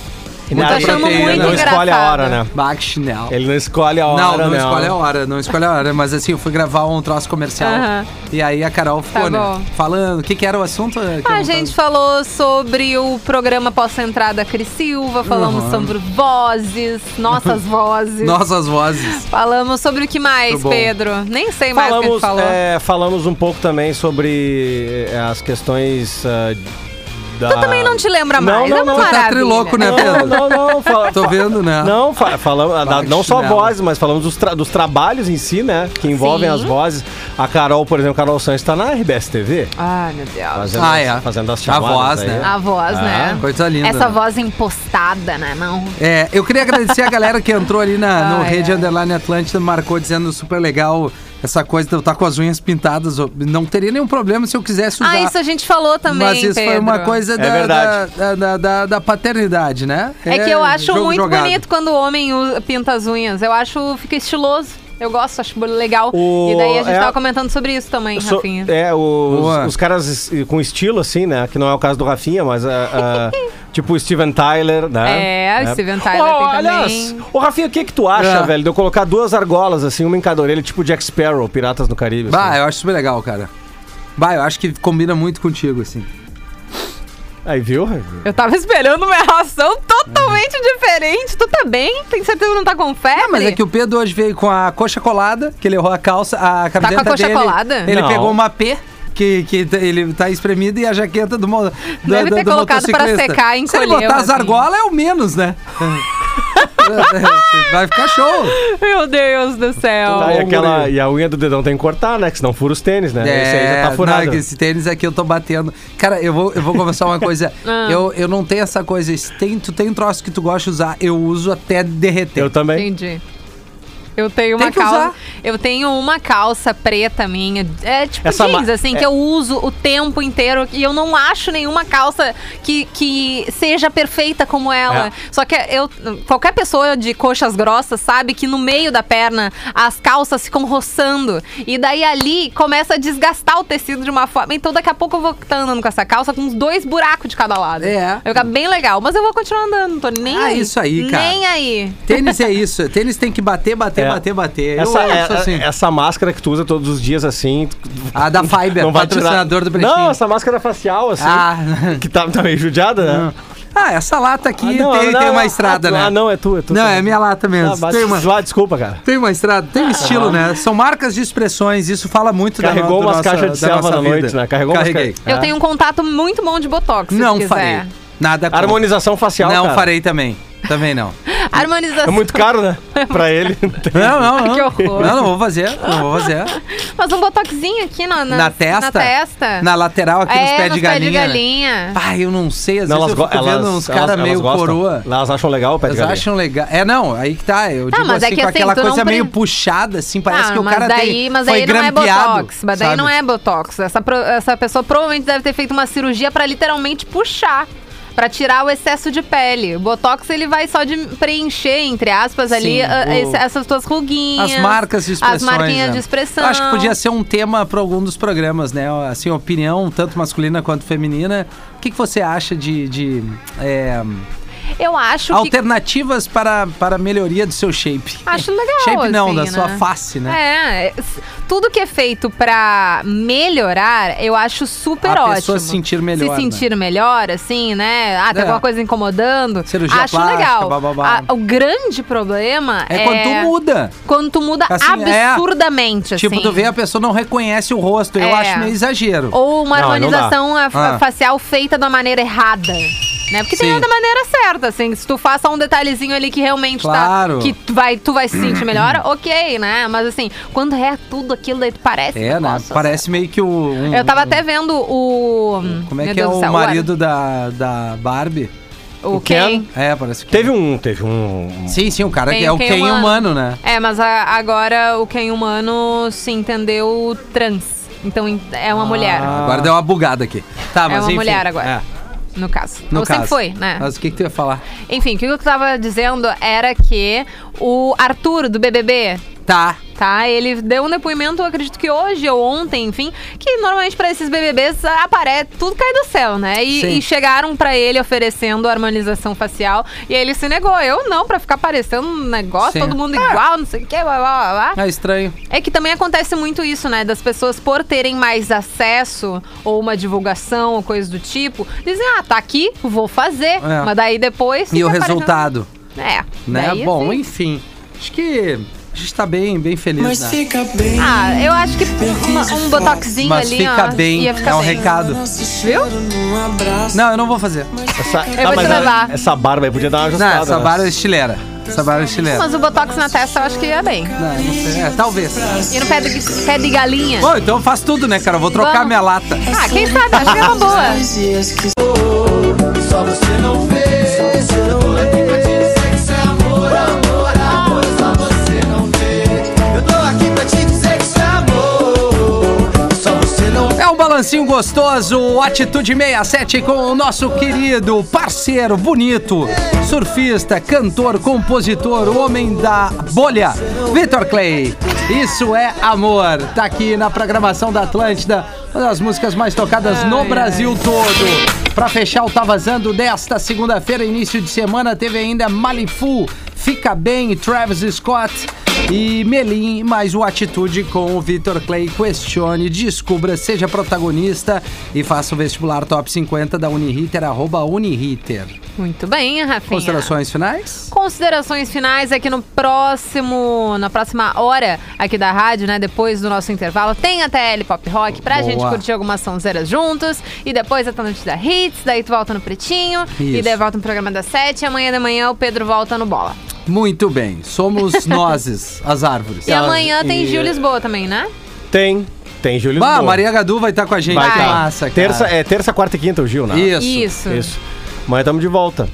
[SPEAKER 5] Nada,
[SPEAKER 4] achando
[SPEAKER 5] ele
[SPEAKER 4] muito
[SPEAKER 5] não escolhe a
[SPEAKER 6] engraçado.
[SPEAKER 5] hora, né?
[SPEAKER 4] Bah, que chinelo.
[SPEAKER 5] Ele não escolhe a hora,
[SPEAKER 4] Não, não,
[SPEAKER 5] né?
[SPEAKER 4] escolhe a hora, não escolhe a hora. Mas assim, eu fui gravar um troço comercial.
[SPEAKER 6] Aham.
[SPEAKER 4] E aí a Carol ficou,
[SPEAKER 6] Tá bom.
[SPEAKER 4] né? Falando. O que, que era o assunto? eh, que eu
[SPEAKER 6] A
[SPEAKER 4] não
[SPEAKER 6] gente falou sobre o programa pós-entrada da Cris Silva, falamos sobre vozes, nossas vozes.
[SPEAKER 4] tava- Nossas vozes.
[SPEAKER 6] Falamos sobre o que mais,
[SPEAKER 4] Muito bom.
[SPEAKER 6] Pedro? Nem sei mais o que a gente
[SPEAKER 5] Falamos,
[SPEAKER 6] falou.
[SPEAKER 5] é, falamos um pouco também sobre eh, as questões ah,
[SPEAKER 6] Tu também não te lembra
[SPEAKER 5] Não,
[SPEAKER 6] mais.
[SPEAKER 5] não,
[SPEAKER 6] é uma
[SPEAKER 5] não, tá
[SPEAKER 6] maravilha.
[SPEAKER 4] triloco, né?
[SPEAKER 5] Não, não, não. Fala,
[SPEAKER 4] Tô vendo, né?
[SPEAKER 5] Não, fa falamos, da- não só
[SPEAKER 4] chinelo.
[SPEAKER 5] vozes, mas falamos dos, tra- dos trabalhos em si, né? Que envolvem
[SPEAKER 6] Sim.
[SPEAKER 5] as vozes. A Carol, por exemplo, Carol Sanches tá na RBS TV.
[SPEAKER 6] Ai, meu Deus.
[SPEAKER 5] Fazendo,
[SPEAKER 4] Ah,
[SPEAKER 5] as-
[SPEAKER 4] é.
[SPEAKER 5] fazendo as
[SPEAKER 4] A
[SPEAKER 5] chamadas.
[SPEAKER 4] voz,
[SPEAKER 5] aí.
[SPEAKER 4] né?
[SPEAKER 6] A voz, né?
[SPEAKER 4] Coisa linda.
[SPEAKER 6] Essa
[SPEAKER 4] né?
[SPEAKER 6] voz impostada, né? Não.
[SPEAKER 4] É, eu queria agradecer a galera que entrou ali na, no
[SPEAKER 6] Ai,
[SPEAKER 4] Rede
[SPEAKER 6] ai.
[SPEAKER 4] Underline Atlântida, marcou dizendo super legal essa coisa de eu estar com as unhas pintadas. Eu Não teria nenhum problema se eu quisesse usar.
[SPEAKER 6] Ah, isso a gente falou também,
[SPEAKER 4] Mas isso foi
[SPEAKER 6] Pedro.
[SPEAKER 4] uma coisa da,
[SPEAKER 5] verdade.
[SPEAKER 4] da, da, da- da paternidade, né?
[SPEAKER 6] É que eu acho
[SPEAKER 4] jogo
[SPEAKER 6] muito
[SPEAKER 4] jogado.
[SPEAKER 6] bonito quando o homem usa- pinta as unhas. Eu acho, fica estiloso. Eu gosto, acho legal.
[SPEAKER 5] O-
[SPEAKER 6] E daí a gente
[SPEAKER 5] é-
[SPEAKER 6] tava comentando sobre isso também,
[SPEAKER 5] So-
[SPEAKER 6] Rafinha.
[SPEAKER 5] é,
[SPEAKER 4] Boa.
[SPEAKER 5] os, os caras es- com estilo, assim, né? Que não é o caso do Rafinha, mas ah, ah, tipo o Steven Tyler, né?
[SPEAKER 6] É, o Steven Tyler tem também.
[SPEAKER 5] Ô, Rafinha, o que que tu acha,
[SPEAKER 4] É.
[SPEAKER 5] velho, de eu colocar duas argolas, assim, uma em cada orelha, tipo Jack Sparrow, Piratas do Caribe?
[SPEAKER 4] Bah,
[SPEAKER 5] assim?
[SPEAKER 4] eu acho super legal, cara. Bah, eu acho que combina muito contigo, assim.
[SPEAKER 5] Aí, viu? Rafinha?
[SPEAKER 6] Eu tava esperando uma reação totalmente diferente. Tu tá bem? Tem certeza que não tá com febre?
[SPEAKER 4] Ah, mas é que o Pedro hoje veio com a coxa colada, que ele errou a calça, a camiseta
[SPEAKER 6] Tá com a coxa
[SPEAKER 4] dele,
[SPEAKER 6] colada?
[SPEAKER 4] Ele
[SPEAKER 5] Não.
[SPEAKER 4] pegou uma P. Que, que t- ele tá espremido e a jaqueta do, mo- do
[SPEAKER 6] Deve
[SPEAKER 4] do-
[SPEAKER 6] ter
[SPEAKER 4] do
[SPEAKER 6] colocado pra
[SPEAKER 4] motociclista.
[SPEAKER 6] secar,
[SPEAKER 4] Se ele
[SPEAKER 6] encolheu,
[SPEAKER 4] botar as
[SPEAKER 6] assim.
[SPEAKER 4] argolas, é o menos, né? Vai ficar show.
[SPEAKER 6] Meu Deus do céu.
[SPEAKER 5] Tá, e, aquela,
[SPEAKER 4] Oh, guri. É,
[SPEAKER 5] e a unha do dedão tem que cortar, né? Que senão fura os tênis, né? Esse aí já tá furado.
[SPEAKER 4] não, que esse tênis aqui eu tô batendo. Cara, eu vou, eu vou conversar uma coisa.
[SPEAKER 6] Ah.
[SPEAKER 4] eu, eu não tenho essa coisa. esse Tem, tu tem um troço que tu gosta de usar, eu uso até derreter.
[SPEAKER 5] Eu também.
[SPEAKER 6] Entendi. Eu tenho uma
[SPEAKER 4] Tem que
[SPEAKER 6] calça.
[SPEAKER 4] usar.
[SPEAKER 6] Eu tenho uma calça preta minha. É tipo
[SPEAKER 5] Essa
[SPEAKER 6] jeans,
[SPEAKER 5] ma-
[SPEAKER 6] assim,
[SPEAKER 5] é.
[SPEAKER 6] que eu uso o tempo inteiro. E eu não acho nenhuma calça que, que seja perfeita como ela.
[SPEAKER 5] É.
[SPEAKER 6] Só que eu. Qualquer pessoa de coxas grossas sabe que no meio da perna as calças ficam roçando. E daí ali começa a desgastar o tecido de uma forma. Então daqui a pouco eu vou tá andando com essa calça com uns dois buracos de cada lado.
[SPEAKER 4] É.
[SPEAKER 6] Eu fico bem legal. Mas eu vou continuar andando, não tô nem
[SPEAKER 4] Ah,
[SPEAKER 6] aí.
[SPEAKER 4] isso aí, cara.
[SPEAKER 6] Nem aí.
[SPEAKER 4] Tênis é isso. Tênis tem que bater, bater,
[SPEAKER 5] É.
[SPEAKER 4] bater, bater.
[SPEAKER 5] Essa,
[SPEAKER 4] eu
[SPEAKER 5] é-
[SPEAKER 4] uso assim.
[SPEAKER 5] essa máscara que tu usa todos os dias assim. tu-
[SPEAKER 4] A Ah, da Fiber,
[SPEAKER 5] não vai
[SPEAKER 4] É patrocinador
[SPEAKER 5] tirar.
[SPEAKER 4] do Pretinho.
[SPEAKER 5] Não, essa máscara facial, assim.
[SPEAKER 4] Ah.
[SPEAKER 5] Que tá, tá meio judiada, né?
[SPEAKER 4] Ah, essa lata aqui
[SPEAKER 5] Ah, não,
[SPEAKER 4] tem,
[SPEAKER 5] não,
[SPEAKER 4] tem uma
[SPEAKER 5] ah,
[SPEAKER 4] estrada,
[SPEAKER 5] ah,
[SPEAKER 4] né?
[SPEAKER 5] Ah, não, é tu, é tu.
[SPEAKER 4] Não,
[SPEAKER 5] também.
[SPEAKER 4] é minha lata mesmo.
[SPEAKER 5] Ah, mas-
[SPEAKER 4] tem, uma,
[SPEAKER 5] Ah, desculpa, cara.
[SPEAKER 4] tem uma estrada, tem um estilo, né? São marcas de expressões, isso fala muito da
[SPEAKER 5] Carregou
[SPEAKER 4] no- do
[SPEAKER 5] umas
[SPEAKER 4] nossa-
[SPEAKER 5] caixas de
[SPEAKER 4] da
[SPEAKER 5] selva
[SPEAKER 4] nossa
[SPEAKER 5] na
[SPEAKER 4] vida.
[SPEAKER 5] noite, né? Carregou umas
[SPEAKER 4] Carreguei.
[SPEAKER 5] caixas.
[SPEAKER 6] Eu
[SPEAKER 5] Ah.
[SPEAKER 6] tenho um contato muito bom de Botox. se
[SPEAKER 4] É? Não
[SPEAKER 6] quiser.
[SPEAKER 4] farei. Nada contra.
[SPEAKER 5] Harmonização facial.
[SPEAKER 4] Não
[SPEAKER 5] cara.
[SPEAKER 4] farei também. Também não.
[SPEAKER 5] É
[SPEAKER 6] Harmonização.
[SPEAKER 5] muito caro, né?
[SPEAKER 4] É
[SPEAKER 5] pra ele.
[SPEAKER 4] Não, não, não.
[SPEAKER 6] Ah, Que horror.
[SPEAKER 4] Não, não vou fazer. Não vou fazer.
[SPEAKER 6] Mas um botoxinho aqui na,
[SPEAKER 4] Na,
[SPEAKER 6] na,
[SPEAKER 4] testa?
[SPEAKER 6] Na testa.
[SPEAKER 4] Na lateral aqui nos
[SPEAKER 6] É,
[SPEAKER 4] pés de
[SPEAKER 6] nos
[SPEAKER 4] galinha.
[SPEAKER 6] pés de
[SPEAKER 4] né?
[SPEAKER 6] galinha.
[SPEAKER 4] Pai, eu não sei. Às
[SPEAKER 5] Não,
[SPEAKER 4] vezes eu
[SPEAKER 5] go-
[SPEAKER 4] fico vendo uns caras meio
[SPEAKER 5] gostam.
[SPEAKER 4] coroa.
[SPEAKER 5] Elas acham legal o pé de
[SPEAKER 4] Eles
[SPEAKER 5] galinha.
[SPEAKER 4] acham legal. É, não, aí que tá. Eu
[SPEAKER 6] Tá,
[SPEAKER 4] digo
[SPEAKER 6] mas
[SPEAKER 4] assim,
[SPEAKER 6] é que
[SPEAKER 4] com
[SPEAKER 6] assim,
[SPEAKER 4] aquela
[SPEAKER 6] tu não
[SPEAKER 4] coisa
[SPEAKER 6] pre-
[SPEAKER 4] meio puxada, assim, parece
[SPEAKER 6] Ah,
[SPEAKER 4] que o
[SPEAKER 6] mas
[SPEAKER 4] cara
[SPEAKER 6] daí,
[SPEAKER 4] tem,
[SPEAKER 6] mas
[SPEAKER 4] foi
[SPEAKER 6] aí não é
[SPEAKER 4] grampeado.
[SPEAKER 6] botox, mas daí
[SPEAKER 4] sabe?
[SPEAKER 6] não é botox. Essa, pro- essa pessoa provavelmente deve ter feito uma cirurgia pra literalmente puxar, Pra tirar o excesso de pele. O botox ele vai só de preencher, entre aspas, ali
[SPEAKER 4] Sim,
[SPEAKER 6] ah,
[SPEAKER 4] o-
[SPEAKER 6] esse- essas tuas ruguinhas.
[SPEAKER 4] As marcas de expressões.
[SPEAKER 6] As marquinhas
[SPEAKER 4] né?
[SPEAKER 6] de expressão.
[SPEAKER 4] Eu Acho que podia ser um tema para algum dos programas, né? Assim, opinião, tanto masculina quanto feminina. O que, que você acha de, de, é,
[SPEAKER 6] Eu acho que
[SPEAKER 4] alternativas para, para a melhoria do seu shape?
[SPEAKER 6] Acho legal,
[SPEAKER 4] Shape não,
[SPEAKER 6] assim,
[SPEAKER 4] da
[SPEAKER 6] né?
[SPEAKER 4] sua face, né?
[SPEAKER 6] É, é, s- tudo que é feito pra melhorar, eu acho super
[SPEAKER 4] A
[SPEAKER 6] ótimo.
[SPEAKER 4] pessoa se sentir melhor, né?
[SPEAKER 6] Se sentir melhor, assim, né? Ah, tem
[SPEAKER 4] É.
[SPEAKER 6] alguma coisa incomodando.
[SPEAKER 4] Cirurgia
[SPEAKER 6] acho
[SPEAKER 4] plástica,
[SPEAKER 6] legal.
[SPEAKER 4] blá, blá, blá.
[SPEAKER 6] A- o grande problema
[SPEAKER 4] É,
[SPEAKER 6] é,
[SPEAKER 4] quando tu muda.
[SPEAKER 6] quando tu muda
[SPEAKER 4] Assim, é.
[SPEAKER 6] absurdamente, assim.
[SPEAKER 4] Tipo, tu vê a pessoa não reconhece o rosto. Eu
[SPEAKER 6] É.
[SPEAKER 4] acho meio exagero.
[SPEAKER 6] Ou uma
[SPEAKER 5] Não, não
[SPEAKER 6] harmonização a-
[SPEAKER 4] Ah.
[SPEAKER 6] facial feita da maneira errada. Né? Porque
[SPEAKER 4] Sim.
[SPEAKER 6] tem da maneira certa, assim. Se tu faça um detalhezinho ali que realmente
[SPEAKER 4] Claro.
[SPEAKER 6] tá. Que tu vai, tu vai se sentir melhor, ok, né? Mas assim, quando é tudo aquilo, daí tu parece.
[SPEAKER 4] É, né?
[SPEAKER 6] Nossa,
[SPEAKER 4] Parece meio que o. um-
[SPEAKER 6] Eu tava até vendo o.
[SPEAKER 4] Como é
[SPEAKER 6] Meu
[SPEAKER 4] que é
[SPEAKER 6] Deus do
[SPEAKER 4] o
[SPEAKER 6] céu,
[SPEAKER 4] marido da, da Barbie?
[SPEAKER 6] O,
[SPEAKER 5] O Ken?
[SPEAKER 6] Ken.
[SPEAKER 4] É, parece que.
[SPEAKER 5] Teve um. Teve um.
[SPEAKER 4] Sim, sim, o cara que
[SPEAKER 6] Ken-
[SPEAKER 4] é o
[SPEAKER 6] Ken
[SPEAKER 4] Ken humano,
[SPEAKER 6] humano,
[SPEAKER 4] né?
[SPEAKER 6] É, mas a- agora o Ken humano se entendeu trans. Então en- é uma mulher.
[SPEAKER 4] Agora deu uma bugada aqui. Tá, mas
[SPEAKER 6] É uma
[SPEAKER 4] Ah, enfim.
[SPEAKER 6] mulher agora.
[SPEAKER 4] É,
[SPEAKER 6] No caso.
[SPEAKER 4] no
[SPEAKER 6] Ou
[SPEAKER 4] caso.
[SPEAKER 6] sempre foi, né?
[SPEAKER 4] Mas o que, que tu ia falar?
[SPEAKER 6] Enfim, o que eu tava dizendo era que o Arthur, do BBB,
[SPEAKER 4] Tá.
[SPEAKER 6] tá? Ele deu um depoimento, eu acredito que hoje ou ontem, enfim, que normalmente pra esses BBBs aparece, tudo cai do céu, né?
[SPEAKER 4] Sim.
[SPEAKER 6] E, e chegaram pra ele oferecendo harmonização facial e ele se negou. Eu não, pra ficar parecendo um negócio,
[SPEAKER 4] Sim. Ah.
[SPEAKER 6] todo mundo igual, não sei o quê, blá, blá, blá, blá.
[SPEAKER 4] É estranho.
[SPEAKER 6] É que também acontece muito isso, né? Das pessoas, por terem mais acesso ou uma divulgação ou coisa do tipo, dizem, ah, tá aqui, vou fazer.
[SPEAKER 4] É.
[SPEAKER 6] Mas daí depois.
[SPEAKER 4] E o
[SPEAKER 6] fica tá parecendo-
[SPEAKER 4] resultado,
[SPEAKER 6] É.
[SPEAKER 4] né?
[SPEAKER 6] daí,
[SPEAKER 4] Bom,
[SPEAKER 6] assim,
[SPEAKER 4] enfim. Acho que A gente tá bem, bem feliz, né?
[SPEAKER 6] Ah, eu acho que uma- um botoxinho
[SPEAKER 4] Mas
[SPEAKER 6] ali,
[SPEAKER 4] fica
[SPEAKER 6] ó,
[SPEAKER 4] bem,
[SPEAKER 6] ia ficar
[SPEAKER 4] é um
[SPEAKER 6] bem.
[SPEAKER 4] recado.
[SPEAKER 6] Viu?
[SPEAKER 4] Não, eu não vou fazer.
[SPEAKER 5] Essa, tá,
[SPEAKER 6] vou te
[SPEAKER 5] mas a-
[SPEAKER 6] levar.
[SPEAKER 5] essa barba aí podia dar uma
[SPEAKER 4] Não,
[SPEAKER 5] ajustada.
[SPEAKER 4] essa
[SPEAKER 5] né?
[SPEAKER 4] barba é estileira. Essa barba é estileira.
[SPEAKER 6] Mas o botox na testa eu acho que ia bem.
[SPEAKER 4] Não, não sei. É, talvez.
[SPEAKER 6] E no pé de, pé de galinha.
[SPEAKER 4] Bom, então eu faço tudo, né, cara? Eu vou trocar
[SPEAKER 6] Vamos.
[SPEAKER 4] minha lata.
[SPEAKER 6] Ah, quem sabe? Acho que é uma boa.
[SPEAKER 4] É um balancinho gostoso, Atitude 67 com o nosso querido parceiro bonito, surfista, cantor, compositor, homem da bolha, Vitor Clay. Isso é amor. Tá aqui na programação da Atlântida, uma das músicas mais tocadas no Brasil todo. Pra fechar o Tá Vazando desta segunda-feira, início de semana, teve ainda Malifu, Fica Bem, Travis Scott. E Melim, mais o Atitude com o Vitor Clay. Questione, descubra, seja protagonista e faça o vestibular top 50 da Uniriter, arroba Uniriter.
[SPEAKER 5] é.
[SPEAKER 6] Muito bem, Rafinha.
[SPEAKER 4] Considerações finais?
[SPEAKER 6] Considerações finais aqui no próximo, na próxima hora aqui da rádio, né? Depois do nosso intervalo, tem a TL Pop Rock pra
[SPEAKER 4] Boa.
[SPEAKER 6] gente curtir algumas sonzeiras juntos. E depois a Atlântida Hits, daí tu volta no Pretinho. E
[SPEAKER 4] Isso.
[SPEAKER 6] daí volta no programa das sete. E amanhã de manhã o Pedro volta no Bola.
[SPEAKER 4] Muito bem, somos nozes, as árvores.
[SPEAKER 6] E amanhã
[SPEAKER 5] e-
[SPEAKER 6] tem Gil Lisboa também, né?
[SPEAKER 5] Tem, tem Júlio
[SPEAKER 4] Bah,
[SPEAKER 5] Lisboa.
[SPEAKER 4] Maria Gadu vai estar com a gente.
[SPEAKER 5] Vai
[SPEAKER 4] que
[SPEAKER 5] tá.
[SPEAKER 4] massa, cara.
[SPEAKER 5] terça, é terça, quarta e quinta o Gil, né?
[SPEAKER 4] Isso.
[SPEAKER 6] Isso.
[SPEAKER 5] Isso. Mas estamos de volta.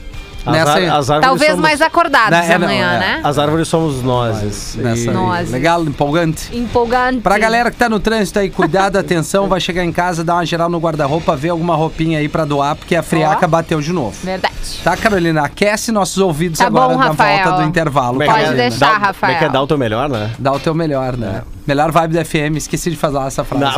[SPEAKER 5] As
[SPEAKER 4] Nessa
[SPEAKER 5] ar-
[SPEAKER 4] aí.
[SPEAKER 5] as árvores
[SPEAKER 6] Talvez
[SPEAKER 5] somos-
[SPEAKER 6] mais acordados
[SPEAKER 4] Não, é, não,
[SPEAKER 6] amanhã,
[SPEAKER 4] é.
[SPEAKER 6] né?
[SPEAKER 5] As árvores somos nós.
[SPEAKER 4] Nessa aí.
[SPEAKER 6] Nozes.
[SPEAKER 4] Legal, empolgante.
[SPEAKER 6] Empolgante.
[SPEAKER 4] Pra galera que tá no trânsito aí, cuidado, atenção, vai chegar em casa, dar uma geral no guarda-roupa, ver alguma roupinha aí pra doar, porque a friaca bateu de novo.
[SPEAKER 6] Verdade.
[SPEAKER 4] Tá, Carolina? Aquece nossos ouvidos
[SPEAKER 6] Tá
[SPEAKER 4] agora
[SPEAKER 6] bom,
[SPEAKER 4] na
[SPEAKER 6] Rafael.
[SPEAKER 4] volta do intervalo.
[SPEAKER 5] Como é que
[SPEAKER 6] Pode
[SPEAKER 5] é?
[SPEAKER 4] Carolina.
[SPEAKER 6] deixar, É.
[SPEAKER 5] Dá- Como é que é
[SPEAKER 6] Rafael.
[SPEAKER 5] dar o teu melhor, né?
[SPEAKER 4] Dá o teu melhor, né? Melhor vibe da FM, esqueci de falar essa frase.
[SPEAKER 5] Não,